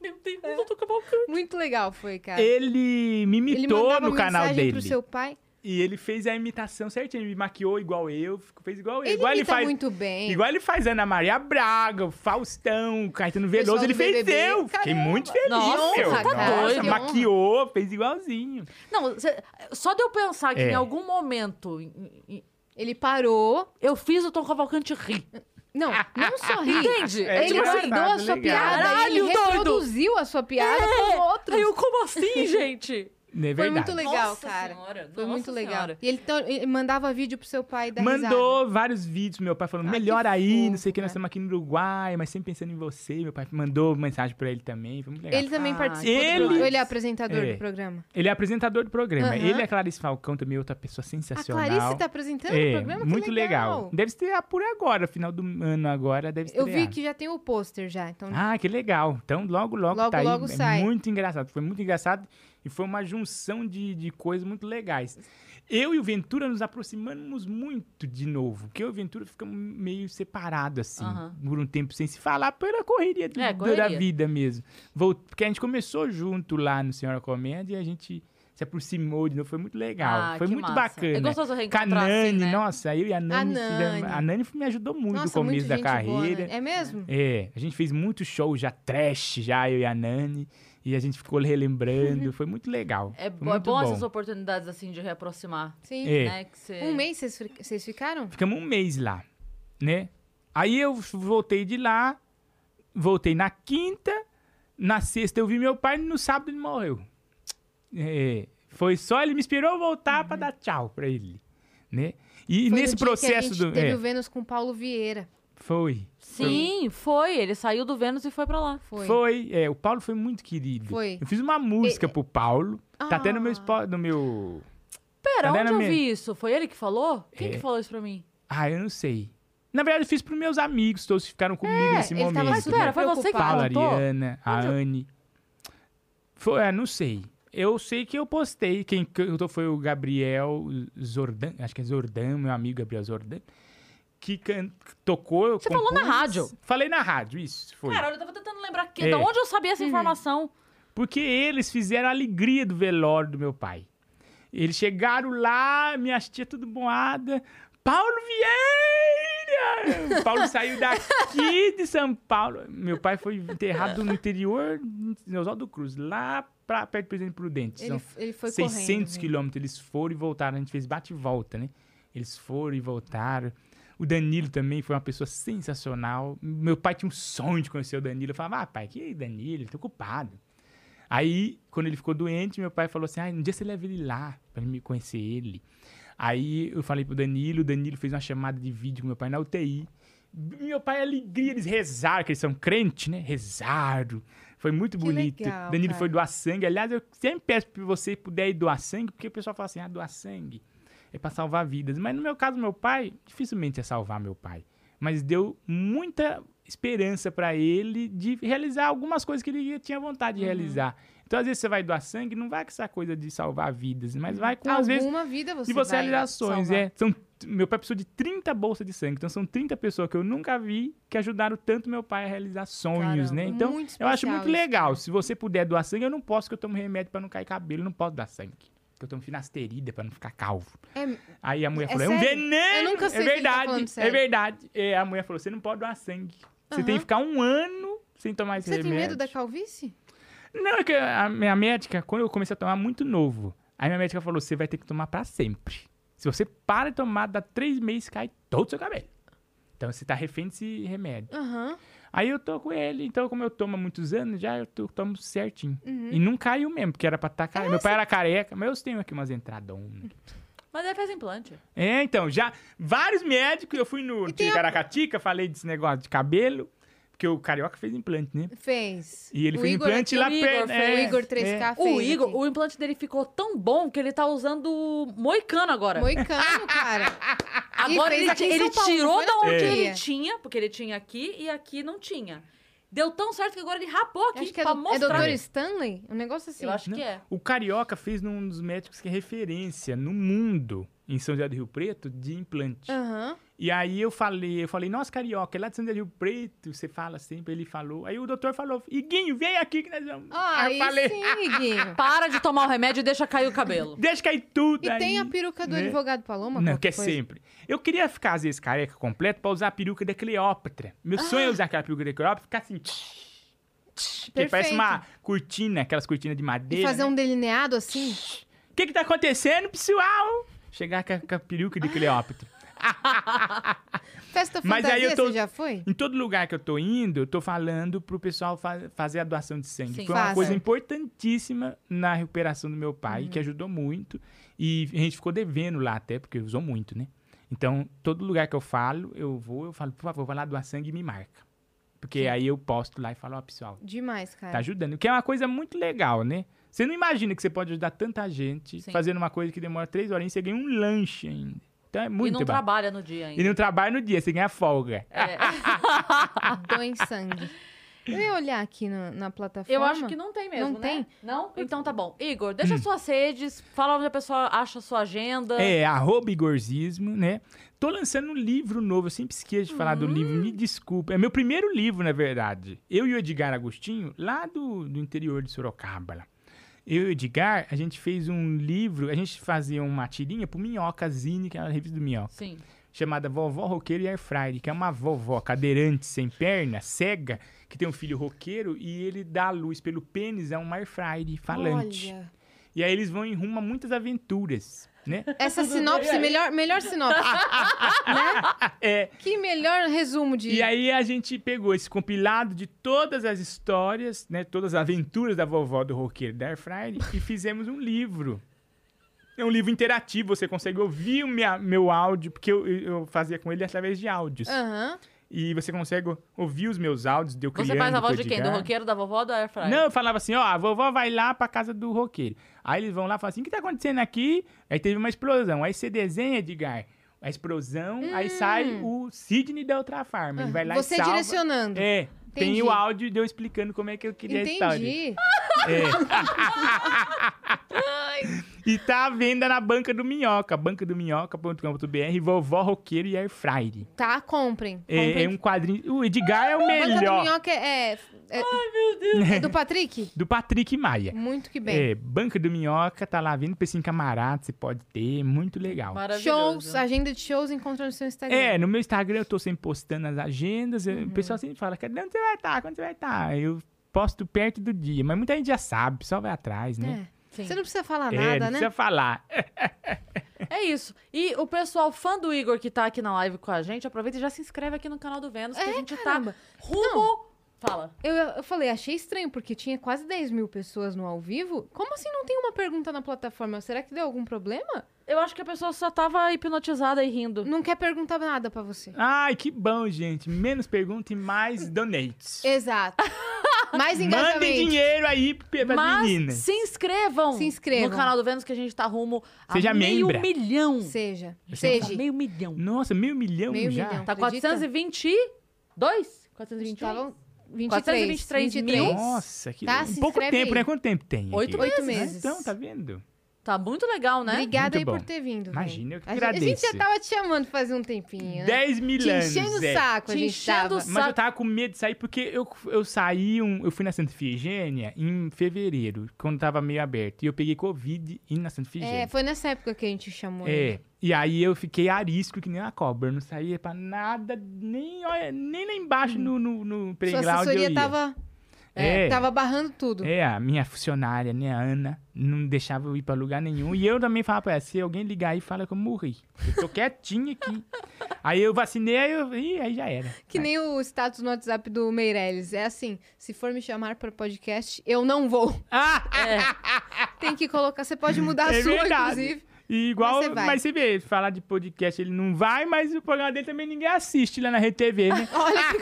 Speaker 1: Meu Deus, eu tô cavalcando.
Speaker 2: Muito legal foi, cara.
Speaker 3: Ele me
Speaker 2: ele
Speaker 3: imitou
Speaker 2: mandava
Speaker 3: no canal
Speaker 2: mensagem
Speaker 3: dele.
Speaker 2: pro seu pai.
Speaker 3: E ele fez a imitação certinho. Ele me maquiou igual eu, fico- fez igual eu.
Speaker 2: Ele
Speaker 3: igual ele
Speaker 2: imita
Speaker 3: faz.
Speaker 2: muito bem.
Speaker 3: Igual ele faz Ana Maria Braga, Faustão, Caetano Veloso.
Speaker 2: Pessoal
Speaker 3: Ele
Speaker 2: do
Speaker 3: fez
Speaker 2: BBB.
Speaker 3: eu. Fiquei
Speaker 2: Caramba.
Speaker 3: muito feliz.
Speaker 1: Nossa,
Speaker 3: meu.
Speaker 1: tá doido.
Speaker 2: Que honra.
Speaker 3: maquiou, fez igualzinho.
Speaker 1: Não, cê- só de eu pensar que
Speaker 3: É.
Speaker 1: em algum momento em- em-
Speaker 2: Ele parou.
Speaker 1: eu fiz o Tom Cavalcante rir.
Speaker 2: Não, não sorri.
Speaker 1: Entende?
Speaker 3: É,
Speaker 2: ele
Speaker 3: tipo assim,
Speaker 2: guardou a sua
Speaker 3: legal.
Speaker 2: piada,
Speaker 1: Caralho,
Speaker 2: ele
Speaker 1: doido.
Speaker 2: reproduziu a sua piada
Speaker 3: É.
Speaker 2: pros outros.
Speaker 1: É. Aí eu, como assim, gente?
Speaker 3: Não é
Speaker 2: Foi
Speaker 3: verdade.
Speaker 2: muito legal,
Speaker 1: Nossa
Speaker 2: cara.
Speaker 1: Senhora,
Speaker 2: Foi
Speaker 1: nossa
Speaker 2: muito legal.
Speaker 1: senhora.
Speaker 2: E ele, então, ele mandava vídeo pro seu pai da
Speaker 3: Mandou vários vídeos, meu pai falando,
Speaker 2: Ah, que
Speaker 3: melhor aí, não sei o
Speaker 2: fofo,
Speaker 3: que, nós
Speaker 2: né?
Speaker 3: estamos aqui no Uruguai, mas sempre pensando em você. Meu pai mandou mensagem pra ele também, foi muito legal.
Speaker 2: Ele também
Speaker 1: Ah,
Speaker 2: participou
Speaker 3: ele-
Speaker 2: do programa. Ele é apresentador
Speaker 3: É.
Speaker 2: do programa.
Speaker 3: Ele é apresentador do programa.
Speaker 2: Aham.
Speaker 3: Ele é Clarice Falcão, também outra pessoa
Speaker 2: A
Speaker 3: sensacional.
Speaker 2: Clarice tá apresentando
Speaker 3: é,
Speaker 2: o programa? Que
Speaker 3: muito legal. Deve estrear por agora, final do ano agora, deve
Speaker 2: Eu vi
Speaker 3: estrear.
Speaker 2: que já tem o pôster já, então
Speaker 3: Ah, que legal. Então, logo, logo,
Speaker 2: Logo,
Speaker 3: tá aí.
Speaker 2: logo
Speaker 3: É
Speaker 2: sai.
Speaker 3: Muito engraçado. Foi muito engraçado e foi uma junção de, de coisas muito legais. Eu e o Ventura nos aproximamos muito de novo, porque eu e o Ventura ficamos meio separados, assim,
Speaker 1: Aham.
Speaker 3: por um tempo sem se falar, pela correria, do-
Speaker 1: É,
Speaker 3: do- da
Speaker 1: correria.
Speaker 3: vida mesmo. Volt- Porque a gente começou junto lá no Senhora Comédia e a gente se aproximou de novo. Foi muito legal.
Speaker 1: Ah,
Speaker 3: foi
Speaker 1: que
Speaker 3: muito
Speaker 1: massa.
Speaker 3: bacana.
Speaker 1: É gostoso
Speaker 3: Com a
Speaker 1: reencontrar
Speaker 3: Nani,
Speaker 1: assim, né?
Speaker 3: nossa, eu e a Nani. fizemos-
Speaker 2: Nani.
Speaker 3: A Nani me ajudou muito no
Speaker 2: Nossa,
Speaker 3: começo
Speaker 2: muito
Speaker 3: da
Speaker 2: gente
Speaker 3: carreira.
Speaker 2: boa, né? É mesmo?
Speaker 3: É, a gente fez muito show já trash, já eu e a Nani, e a gente ficou relembrando, foi muito legal.
Speaker 1: É,
Speaker 3: foi
Speaker 1: bo- é
Speaker 3: muito
Speaker 1: bom, essas oportunidades assim de reaproximar.
Speaker 2: Sim.
Speaker 3: É.
Speaker 1: Né? Que cê-
Speaker 2: Um mês vocês fri- vocês ficaram?
Speaker 3: Ficamos um mês lá, né? Aí eu voltei de lá, voltei na quinta, na sexta eu vi meu pai, no sábado ele morreu. É, foi só, ele me esperou eu voltar pra dar tchau pra ele, né? E
Speaker 2: Uhum. Foi
Speaker 3: nesse
Speaker 2: no dia que a
Speaker 3: processo
Speaker 2: gente
Speaker 3: do...
Speaker 2: Teve
Speaker 3: é,
Speaker 2: o Vênus com o Paulo Vieira.
Speaker 3: Foi.
Speaker 1: Sim, foi. Ele saiu do Vênus e foi pra lá.
Speaker 2: Foi.
Speaker 3: Foi, é, o Paulo foi muito querido.
Speaker 2: Foi.
Speaker 3: Eu fiz uma música pro Paulo. Tá até no meu,
Speaker 2: Ah.
Speaker 3: spo- no meu.
Speaker 1: Pera,
Speaker 3: Tá
Speaker 1: onde
Speaker 3: vendo
Speaker 1: eu
Speaker 3: mesmo?
Speaker 1: vi isso? Foi ele que falou? Quem
Speaker 3: É.
Speaker 1: que falou isso pra mim?
Speaker 3: Ah, eu não sei. Na verdade, eu fiz pros meus amigos, todos que ficaram comigo nesse
Speaker 2: É, ele
Speaker 3: momento. né?
Speaker 2: tava
Speaker 1: Mas
Speaker 2: super
Speaker 1: pera, foi você que
Speaker 2: preocupado.
Speaker 3: Paulo, a
Speaker 1: contou?
Speaker 3: Ariana, a Anne. Foi, ah, não sei. Eu sei que eu postei. Quem cantou foi o Gabriel Zordan, acho que é Zordan, meu amigo Gabriel Zordan, que can- tocou.
Speaker 1: Você falou na
Speaker 3: compôs.
Speaker 1: rádio.
Speaker 3: Falei na rádio, isso. Foi.
Speaker 1: Cara, eu tava tentando lembrar que,
Speaker 3: É.
Speaker 1: de onde eu sabia
Speaker 2: Uhum.
Speaker 1: essa informação.
Speaker 3: Porque eles fizeram a alegria do velório do meu pai. Eles chegaram lá, minha tia tudo boada. Paulo Vieira! Paulo saiu daqui de São Paulo. Meu pai foi enterrado no interior de Oswaldo Cruz, lá pra, perto do Presidente Prudente.
Speaker 2: Ele,
Speaker 3: São
Speaker 2: f- ele foi
Speaker 3: 600
Speaker 2: correndo. né?
Speaker 3: quilômetros. Eles foram e voltaram. A gente fez bate e volta, né? Eles foram e voltaram. O Danilo também foi uma pessoa sensacional. Meu pai tinha um sonho de conhecer o Danilo. Eu falava, ah, pai, que Danilo? Tô ocupado. Aí, quando ele ficou doente, meu pai falou assim: ah, um dia você leva ele lá pra me conhecer ele. Aí eu falei pro Danilo, o Danilo fez uma chamada de vídeo com meu pai na UTI. Meu pai, alegria, eles rezaram, que eles são crentes, né? Rezaram. Foi muito
Speaker 2: Que
Speaker 3: bonito.
Speaker 2: legal,
Speaker 3: Danilo
Speaker 2: cara.
Speaker 3: foi doar sangue. Aliás, eu sempre peço pra você puder ir doar sangue, porque o pessoal fala assim: ah, doar sangue é pra salvar vidas. Mas no meu caso, meu pai, dificilmente é salvar meu pai. Mas deu muita esperança pra ele de realizar algumas coisas que ele tinha
Speaker 2: Uhum.
Speaker 3: vontade de realizar. Então, às vezes, você vai doar sangue, não vai com essa coisa de salvar vidas, mas vai com, às vezes,
Speaker 2: Alguma vida você
Speaker 3: e você
Speaker 2: vai
Speaker 3: realizar sonhos,
Speaker 2: salvar.
Speaker 3: é. São, t- meu pai precisou de 30 bolsas de sangue. Então são 30 pessoas que eu nunca vi que ajudaram tanto meu pai a realizar sonhos,
Speaker 1: Caramba,
Speaker 3: né? Então,
Speaker 2: muito
Speaker 3: eu acho
Speaker 2: especial
Speaker 3: muito
Speaker 2: isso,
Speaker 3: legal.
Speaker 2: cara.
Speaker 3: Se você puder doar sangue, eu não posso, que eu tomo remédio pra não cair cabelo, eu não posso dar sangue. Porque eu tomo finasterida pra não ficar calvo.
Speaker 2: É,
Speaker 3: Aí a mulher
Speaker 2: É
Speaker 3: falou: é um
Speaker 2: sério?
Speaker 3: veneno!
Speaker 2: Eu nunca sei
Speaker 3: é
Speaker 2: se ele tá
Speaker 3: verdade,
Speaker 2: falando
Speaker 3: é
Speaker 2: sério.
Speaker 3: verdade. É, a mulher falou: você não pode doar sangue. Você
Speaker 2: Aham.
Speaker 3: tem que ficar um ano sem tomar esse
Speaker 2: Você tem
Speaker 3: remédio.
Speaker 2: medo da calvície?
Speaker 3: Não, é que a minha médica, quando eu comecei a tomar muito novo, aí minha médica falou: você vai ter que tomar pra sempre. Se você para de tomar, dá três meses cai todo o seu cabelo. Então você tá refém desse remédio.
Speaker 2: Aham.
Speaker 3: Aí eu tô com ele, então como eu tomo há muitos anos, já eu to- tomo certinho.
Speaker 2: Uhum.
Speaker 3: E não caiu mesmo, porque era pra estar tá caindo. Meu pai era careca, mas eu tenho aqui umas um, entradonas.
Speaker 1: Mas aí fez implante.
Speaker 2: Tá
Speaker 3: É, então, já vários médicos, eu fui no
Speaker 2: tem a-
Speaker 3: Ticaracatica, falei desse negócio de cabelo. Porque o Carioca fez implante, né?
Speaker 2: Fez.
Speaker 3: E ele
Speaker 2: O
Speaker 3: fez
Speaker 2: Igor
Speaker 3: implante
Speaker 2: aqui,
Speaker 3: lá
Speaker 2: o Igor
Speaker 3: perto.
Speaker 2: fez.
Speaker 3: é,
Speaker 2: O Igor 3K
Speaker 3: é.
Speaker 2: fez.
Speaker 1: O Igor,
Speaker 2: aqui.
Speaker 1: o implante dele ficou tão bom que ele tá usando moicano agora.
Speaker 2: Moicano, cara.
Speaker 1: Agora
Speaker 2: E fez
Speaker 1: ele,
Speaker 2: aqui
Speaker 1: ti-
Speaker 2: em
Speaker 1: ele
Speaker 2: São Paulo,
Speaker 1: tirou
Speaker 2: foi
Speaker 1: da onde
Speaker 3: É.
Speaker 2: outro
Speaker 1: ele
Speaker 2: dia.
Speaker 1: tinha, porque ele tinha aqui e aqui não tinha. Deu tão certo que agora ele rapou aqui
Speaker 2: Acho que é,
Speaker 1: pra
Speaker 2: do, é
Speaker 1: mostrar.
Speaker 2: Dr. Stanley? Um negócio assim.
Speaker 1: Eu acho
Speaker 3: Não,
Speaker 1: que é.
Speaker 3: O Carioca fez num dos médicos que é referência no mundo, em São José do Rio Preto, de implante.
Speaker 2: Aham.
Speaker 3: E aí eu falei, eu falei, nossa, Carioca, é lá de São José do Rio Preto, você fala sempre, ele falou. Aí o doutor falou, Iguinho, vem aqui que nós vamos.
Speaker 2: Ah,
Speaker 3: aí
Speaker 2: aí
Speaker 3: eu falei,
Speaker 2: sim, Iguinho.
Speaker 1: Para de tomar o remédio e deixa cair o cabelo.
Speaker 3: deixa cair tudo
Speaker 2: E
Speaker 3: aí.
Speaker 2: tem a peruca do
Speaker 3: né?
Speaker 2: advogado Paloma?
Speaker 3: Não,
Speaker 2: qualquer
Speaker 3: que é
Speaker 2: coisa?
Speaker 3: sempre. Eu queria ficar, às vezes, careca completo pra usar a peruca da Cleópatra. Meu
Speaker 2: Ah!
Speaker 3: sonho é usar aquela peruca da Cleópatra e ficar assim... tch, tch, Que parece
Speaker 2: Perfeito.
Speaker 3: uma cortina, aquelas cortinas de
Speaker 2: E
Speaker 3: madeira.
Speaker 2: fazer
Speaker 3: né?
Speaker 2: um delineado assim?
Speaker 3: O que que tá acontecendo, pessoal? Chegar com a, com a peruca de Cleópatra.
Speaker 2: Festa
Speaker 3: Mas
Speaker 2: fantasia,
Speaker 3: aí eu tô-
Speaker 2: você já foi?
Speaker 3: Em todo lugar que eu tô indo, eu tô falando pro pessoal fa- fazer a doação de sangue.
Speaker 1: Sim.
Speaker 3: Foi uma
Speaker 2: Faça.
Speaker 3: coisa importantíssima na recuperação do meu pai,
Speaker 1: Uhum.
Speaker 3: que ajudou muito. E a gente ficou devendo lá até, porque usou muito, né? Então, todo lugar que eu falo, eu vou, eu falo, por favor, vai lá doar sangue e me marca. Porque aí eu posto lá e falo, ó, pessoal,
Speaker 2: Demais, cara.
Speaker 3: tá ajudando. Que é uma coisa muito legal, né? Você não imagina que você pode ajudar tanta gente
Speaker 1: Sim.
Speaker 3: fazendo uma coisa que demora três horas e você ganha um lanche ainda. Então é
Speaker 1: e
Speaker 3: muito
Speaker 1: não
Speaker 3: bom.
Speaker 1: trabalha no dia ainda.
Speaker 3: E não trabalha no dia, você ganha folga.
Speaker 1: É.
Speaker 2: Doem sangue. Eu ia olhar aqui na, na plataforma.
Speaker 1: Eu acho que não tem mesmo,
Speaker 2: Não
Speaker 1: né?
Speaker 2: tem?
Speaker 1: Não? Então tá bom. Igor, deixa suas redes, fala onde a pessoa acha a sua agenda.
Speaker 3: Hum. É, arroba Igorzismo, né? Tô lançando um livro novo, eu sempre esqueço de falar do livro, me desculpa. É meu primeiro livro, na verdade. Eu e o Edgar Agostinho, lá do, do interior de Sorocaba. lá. Eu e o Edgar, a gente fez um livro, a gente fazia uma tirinha pro Minhoca Zine, que era a revista do Minhoca,
Speaker 1: Sim.
Speaker 3: chamada Vovó Roqueiro e Air Friday, que é uma vovó cadeirante, sem perna, cega, que tem um filho roqueiro e ele dá a luz pelo pênis a uma Air Friday falante.
Speaker 2: Olha.
Speaker 3: E aí eles vão em rumo a muitas aventuras, né?
Speaker 2: Essa sinopse, melhor, melhor sinopse. Né?
Speaker 3: É,
Speaker 2: que melhor resumo de.
Speaker 3: E aí a gente pegou esse compilado de todas as histórias, né? Todas as aventuras da vovó do roqueiro da Air Friday e fizemos um livro. É um livro interativo, você consegue ouvir o minha- meu áudio, porque eu, eu fazia com ele através de áudios.
Speaker 2: Aham.
Speaker 3: E você consegue ouvir os meus áudios, deu
Speaker 1: Ah. Você faz a voz de quem? Do roqueiro, da vovó, do Airfryer?
Speaker 3: Não, eu falava assim, ó, a vovó vai lá pra casa do roqueiro. Aí eles vão lá e falam assim, o que tá acontecendo aqui? Aí teve uma explosão. Aí você desenha, Edgar, a explosão,
Speaker 1: Hum.
Speaker 3: aí sai o Sidney da outra farma. Ele vai lá
Speaker 2: Você
Speaker 3: e salva.
Speaker 2: direcionando.
Speaker 3: É, tem
Speaker 2: Entendi.
Speaker 3: o áudio de eu explicando como é que eu queria a história.
Speaker 2: Entendi.
Speaker 3: E tá à venda na Banca do Minhoca, bancadominhoca.com.br, vovó roqueiro e air fryer.
Speaker 2: Tá, comprem.
Speaker 3: É,
Speaker 2: comprem.
Speaker 3: é um quadrinho... O Edgar é o
Speaker 2: Ah, Banca do
Speaker 3: melhor.
Speaker 2: Minhoca é. é- é- É do Patrick?
Speaker 3: Do Patrick Maia.
Speaker 2: Muito que bem.
Speaker 3: É, Banca do Minhoca, tá lá vindo precinho camarada, você pode ter, é muito legal.
Speaker 1: Maravilhoso.
Speaker 2: Shows, agenda de shows, encontra no seu Instagram.
Speaker 3: É, no meu Instagram eu tô sempre postando as agendas,
Speaker 2: Uhum.
Speaker 3: eu- o pessoal sempre fala, cadê onde você vai estar, quando você vai estar? Eu posto perto do dia, mas muita gente já sabe, só vai atrás, né?
Speaker 2: É.
Speaker 1: Sim.
Speaker 2: Você não precisa falar
Speaker 3: É,
Speaker 2: nada,
Speaker 3: não
Speaker 2: né?
Speaker 3: precisa falar.
Speaker 1: É isso. E o pessoal fã do Igor que tá aqui na live com a gente, aproveita e já se inscreve aqui no canal do Vênus, que
Speaker 2: É,
Speaker 1: a gente
Speaker 2: caramba.
Speaker 1: tá rumo... Fala.
Speaker 2: Eu, eu falei, achei estranho, porque tinha quase 10 mil pessoas no ao vivo. Como assim não tem uma pergunta na plataforma? Será que deu algum problema?
Speaker 1: Eu acho que a pessoa só tava hipnotizada e rindo.
Speaker 2: Não quer perguntar nada pra você.
Speaker 3: Ai, que bom, gente. Menos pergunta e mais donates.
Speaker 2: É, Exato. Mais engajamento.
Speaker 3: Mandem dinheiro aí pe- pras
Speaker 1: Mas
Speaker 3: meninas.
Speaker 1: se inscrevam
Speaker 2: Se inscrevam.
Speaker 1: no canal do Vênus que a gente tá rumo a
Speaker 3: Seja
Speaker 1: meio
Speaker 3: membra. tá
Speaker 1: milhão.
Speaker 2: Seja.
Speaker 3: é um
Speaker 1: Seja.
Speaker 2: Seja.
Speaker 1: Meio milhão.
Speaker 3: Nossa, meio milhão
Speaker 2: Meio
Speaker 3: já?
Speaker 2: milhão.
Speaker 1: Tá
Speaker 2: Acredita? um-
Speaker 1: 422? 421?
Speaker 2: Estavam 23.
Speaker 1: 423 mil.
Speaker 3: Nossa, que
Speaker 2: Tá,
Speaker 3: um
Speaker 2: se
Speaker 3: pouco
Speaker 2: inscreve
Speaker 3: tempo,
Speaker 2: aí.
Speaker 3: né? Quanto tempo tem? aqui?
Speaker 1: Oito
Speaker 2: Oito
Speaker 3: Ah,
Speaker 2: meses.
Speaker 3: Então, tá vendo?
Speaker 1: Tá muito legal, né?
Speaker 2: Obrigada
Speaker 3: Muito
Speaker 2: aí por
Speaker 3: bom.
Speaker 2: ter vindo. velho.
Speaker 3: Imagina, eu que
Speaker 2: A gente- A gente
Speaker 3: agradeço.
Speaker 2: já tava te chamando faz um tempinho, né?
Speaker 3: 10 mil
Speaker 2: Te
Speaker 3: anos.
Speaker 2: enchendo o
Speaker 3: é.
Speaker 2: saco, a
Speaker 1: Te
Speaker 2: gente
Speaker 1: enchendo
Speaker 2: tava.
Speaker 1: o
Speaker 3: Mas
Speaker 1: Sabe-
Speaker 3: eu tava com medo de sair porque eu, eu saí, um, eu fui na Santa Figênia em fevereiro, quando tava meio aberto. E eu peguei Covid indo na Santa
Speaker 2: É,
Speaker 3: Figênia.
Speaker 2: foi nessa época que a gente chamou
Speaker 3: É,
Speaker 2: ele.
Speaker 3: e aí eu fiquei arisco que nem uma cobra. Eu não saía pra nada, nem, olha, nem lá embaixo no, no, no
Speaker 2: Uhum. Sua
Speaker 3: playground eu
Speaker 2: assessoria
Speaker 3: ia.
Speaker 2: tava,
Speaker 3: É,
Speaker 2: tava barrando tudo.
Speaker 3: é, a minha funcionária, né, a Ana, não deixava eu ir pra lugar nenhum. E eu também falava pra ela, se alguém ligar aí, fala que eu morri. Eu tô quietinha aqui. aí eu vacinei, aí, eu, ih, aí já era.
Speaker 2: Que nem o status no WhatsApp do Meirelles. É assim, se for me chamar pra podcast, eu não vou.
Speaker 3: Ah!
Speaker 2: É. Tem que colocar, você pode mudar a
Speaker 3: É
Speaker 2: sua,
Speaker 3: verdade.
Speaker 2: inclusive.
Speaker 3: E igual,
Speaker 2: Mas você vai.
Speaker 3: mas você vê, falar de podcast ele não vai, mas o programa dele também ninguém assiste lá na Rede TV, né?
Speaker 2: Olha que...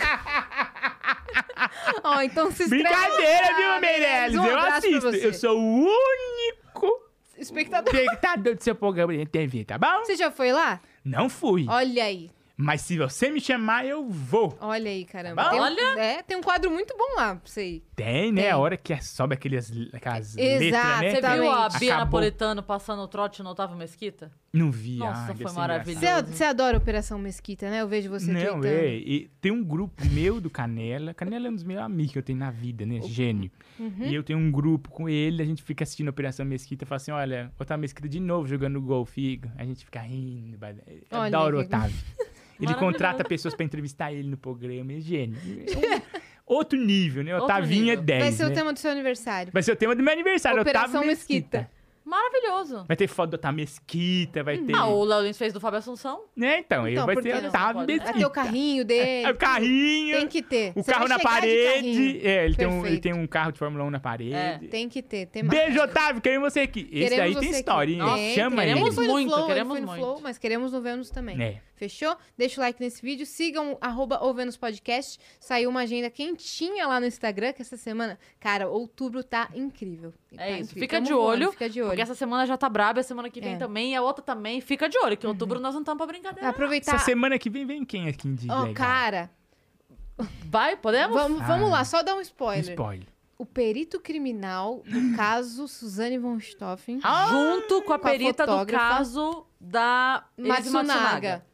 Speaker 2: Ó, então se inscreve.
Speaker 3: Brincadeira, viu,
Speaker 2: Ah,
Speaker 3: Meirelles?
Speaker 2: Um
Speaker 3: eu
Speaker 2: abraço pra
Speaker 3: assisto.
Speaker 2: você.
Speaker 3: Eu sou o único
Speaker 2: Espectador.
Speaker 3: espectador do seu programa de TV, tá bom?
Speaker 2: Você já foi lá?
Speaker 3: Não fui.
Speaker 2: Olha aí.
Speaker 3: Mas se você me chamar, eu vou.
Speaker 2: Olha aí, caramba.
Speaker 3: Tá bom?
Speaker 2: Tem um-
Speaker 1: Olha.
Speaker 2: É, tem um quadro muito bom lá pra você ir.
Speaker 3: Tem, né?
Speaker 2: Tem.
Speaker 3: A hora que sobe aquelas, aquelas
Speaker 2: Exato,
Speaker 3: letras, né?
Speaker 1: Você
Speaker 2: você
Speaker 1: viu a
Speaker 2: Exatamente.
Speaker 1: Bia
Speaker 3: Acabou.
Speaker 1: Napolitano passando o trote no Otávio Mesquita?
Speaker 3: Não vi.
Speaker 1: Nossa,
Speaker 3: ah,
Speaker 1: foi
Speaker 3: deve ser
Speaker 1: maravilhoso.
Speaker 3: engraçado.
Speaker 2: Você, você adora Operação Mesquita, né? Eu vejo você
Speaker 3: Não,
Speaker 2: tweetando.
Speaker 3: é. E tem um grupo meu do Canela. Canela é um dos meus amigos que eu tenho na vida, né? Gênio.
Speaker 2: Uhum.
Speaker 3: E eu tenho um grupo com ele, a gente fica assistindo a Operação Mesquita e fala assim: olha, Otávio Mesquita de novo jogando golfe. E A gente fica rindo. é, bad- Eu
Speaker 2: Olha
Speaker 3: Adoro o
Speaker 2: que-
Speaker 3: Otávio. Ele
Speaker 1: Maravilhoso.
Speaker 3: contrata pessoas pra entrevistar ele no programa. É gênio. É um- Outro nível, né?
Speaker 1: Outro
Speaker 3: Otavinha
Speaker 1: nível.
Speaker 3: 10.
Speaker 2: Vai ser
Speaker 3: né?
Speaker 2: o tema do seu aniversário.
Speaker 3: Vai ser o tema do meu aniversário,
Speaker 2: Operação
Speaker 3: Otávio Mesquita.
Speaker 2: Mesquita.
Speaker 1: Maravilhoso.
Speaker 3: Vai ter foto do Otávio Mesquita, vai ter.
Speaker 1: Ah, o Léo Lins fez do Fábio Assunção.
Speaker 3: Né, então,
Speaker 2: Hum. Então,
Speaker 3: eu vai
Speaker 2: por que
Speaker 3: ter
Speaker 2: não?
Speaker 3: Otávio
Speaker 1: Pode.
Speaker 2: Vai
Speaker 3: Mesquita.
Speaker 2: ter o carrinho dele.
Speaker 3: É o carrinho.
Speaker 2: Tem que ter.
Speaker 3: O
Speaker 2: Você vai
Speaker 3: carro na
Speaker 2: chegar de
Speaker 3: parede.
Speaker 2: carrinho.
Speaker 3: É, ele tem, um, ele
Speaker 2: Perfeito.
Speaker 3: tem um carro de Fórmula 1 na parede.
Speaker 1: É.
Speaker 2: Tem que ter. Tem mais.
Speaker 3: Beijo, Otávio. Queremos você aqui. Esse
Speaker 2: Queremos
Speaker 3: daí
Speaker 2: você
Speaker 3: tem
Speaker 2: aqui.
Speaker 3: historinha.
Speaker 2: Tem,
Speaker 3: Chama
Speaker 2: tem.
Speaker 3: ele.
Speaker 1: Queremos
Speaker 2: foi no
Speaker 1: muito,
Speaker 2: Flow, ele
Speaker 1: queremos
Speaker 2: foi no
Speaker 1: muito.
Speaker 2: Flow, mas queremos no Vênus também.
Speaker 3: É.
Speaker 2: Fechou? Deixa o like nesse vídeo, sigam arroba o Vênus Podcast. Saiu uma agenda quentinha lá no Instagram, que essa semana, cara, outubro tá incrível. Tá
Speaker 1: É isso.
Speaker 2: incrível.
Speaker 1: Fica
Speaker 2: Tamo
Speaker 1: de
Speaker 2: voando,
Speaker 1: olho.
Speaker 2: Fica de olho.
Speaker 1: Porque essa semana já tá braba, a semana que vem
Speaker 2: É. Uhum.
Speaker 1: também, a outra também. Fica de olho, que em outubro nós não estamos pra brincadeira.
Speaker 2: Aproveitar.
Speaker 3: Essa semana é que vem, vem quem aqui em dia?
Speaker 2: Ó, cara,
Speaker 1: Vai, podemos?
Speaker 2: Ah, vamos, vamos lá, só dar um spoiler.
Speaker 3: Ah. Spoiler.
Speaker 2: O perito criminal do caso Suzane von Stoffen.
Speaker 1: Ah, Junto com a
Speaker 2: Com a
Speaker 1: perita do
Speaker 2: fotógrafa.
Speaker 1: caso da Elise
Speaker 2: Matsunaga.
Speaker 1: Matsunaga.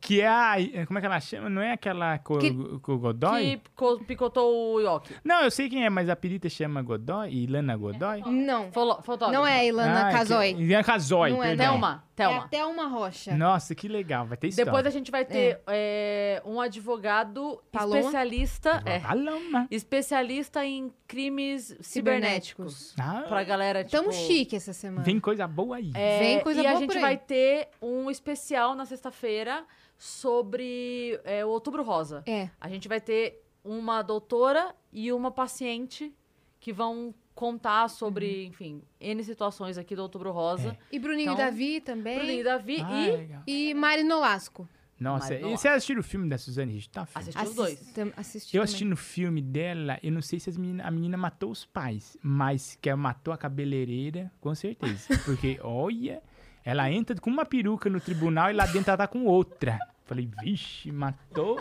Speaker 3: Que é a. Como é que ela chama? Não é aquela com
Speaker 2: Que-
Speaker 3: com o Godoy?
Speaker 1: Que co- picotou o Yoki.
Speaker 3: Não, eu sei quem é, mas a perita chama Godoy? Ilana Godoy?
Speaker 2: Não.
Speaker 1: Folo- Fotógrafo.
Speaker 2: Não é a
Speaker 3: Ah,
Speaker 2: Ilana
Speaker 3: que-
Speaker 2: Casoy.
Speaker 3: Ilana Casoy,
Speaker 2: Não é,
Speaker 3: perdão.
Speaker 1: Thelma.
Speaker 2: É
Speaker 1: Thelma.
Speaker 2: até uma rocha.
Speaker 3: Nossa, que legal. Vai ter história.
Speaker 1: Depois a gente vai ter é, um advogado
Speaker 2: Paloma?
Speaker 1: especialista. é,
Speaker 3: Paloma.
Speaker 1: especialista em crimes cibernéticos.
Speaker 3: Ah.
Speaker 1: Pra galera, tipo...
Speaker 2: Tamo chique essa semana.
Speaker 3: Vem coisa boa aí.
Speaker 1: É,
Speaker 2: Então, Vem coisa
Speaker 1: e a
Speaker 2: boa
Speaker 1: gente
Speaker 2: por aí.
Speaker 1: vai ter um especial na sexta-feira sobre é, o Outubro Rosa.
Speaker 2: É.
Speaker 1: A gente vai ter uma doutora e uma paciente que vão contar sobre,
Speaker 2: Uhum.
Speaker 1: enfim, N situações aqui do Outubro Rosa.
Speaker 2: E Bruninho
Speaker 1: Então,
Speaker 2: e Davi também.
Speaker 1: Bruninho e Davi
Speaker 3: Ah,
Speaker 1: e
Speaker 3: legal.
Speaker 2: E Mari Nolasco.
Speaker 3: Nossa,
Speaker 1: Mas,
Speaker 3: e
Speaker 1: nossa.
Speaker 3: você assistiu o filme da Tá Suzane Ristoff?
Speaker 1: assistir os dois.
Speaker 2: Assisti
Speaker 3: Eu
Speaker 2: também.
Speaker 3: assisti no filme dela, eu não sei se as menina- a menina matou os pais, mas que ela matou a cabeleireira, com certeza. Porque, olha, ela entra com uma peruca no tribunal e lá dentro ela tá com outra. Falei, vixe, matou.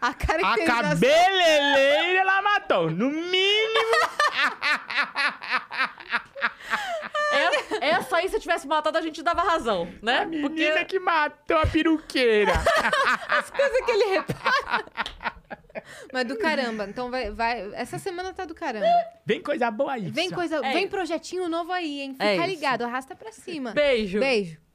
Speaker 2: A é
Speaker 3: A
Speaker 2: caracterização.
Speaker 3: cabeleireira ela matou. No mínimo.
Speaker 1: Essa, essa aí, se eu tivesse matado, a gente dava razão, né?
Speaker 3: A menina que matou a peruqueira.
Speaker 2: Coisa que ele repara. Mas do caramba. Então vai, vai. Essa semana tá do caramba.
Speaker 3: Vem coisa boa aí.
Speaker 2: Vem
Speaker 3: só.
Speaker 2: coisa,
Speaker 1: É
Speaker 2: vem
Speaker 1: isso.
Speaker 2: projetinho novo aí, hein? Fica
Speaker 1: É isso.
Speaker 2: ligado, arrasta pra cima.
Speaker 1: Beijo.
Speaker 2: Beijo.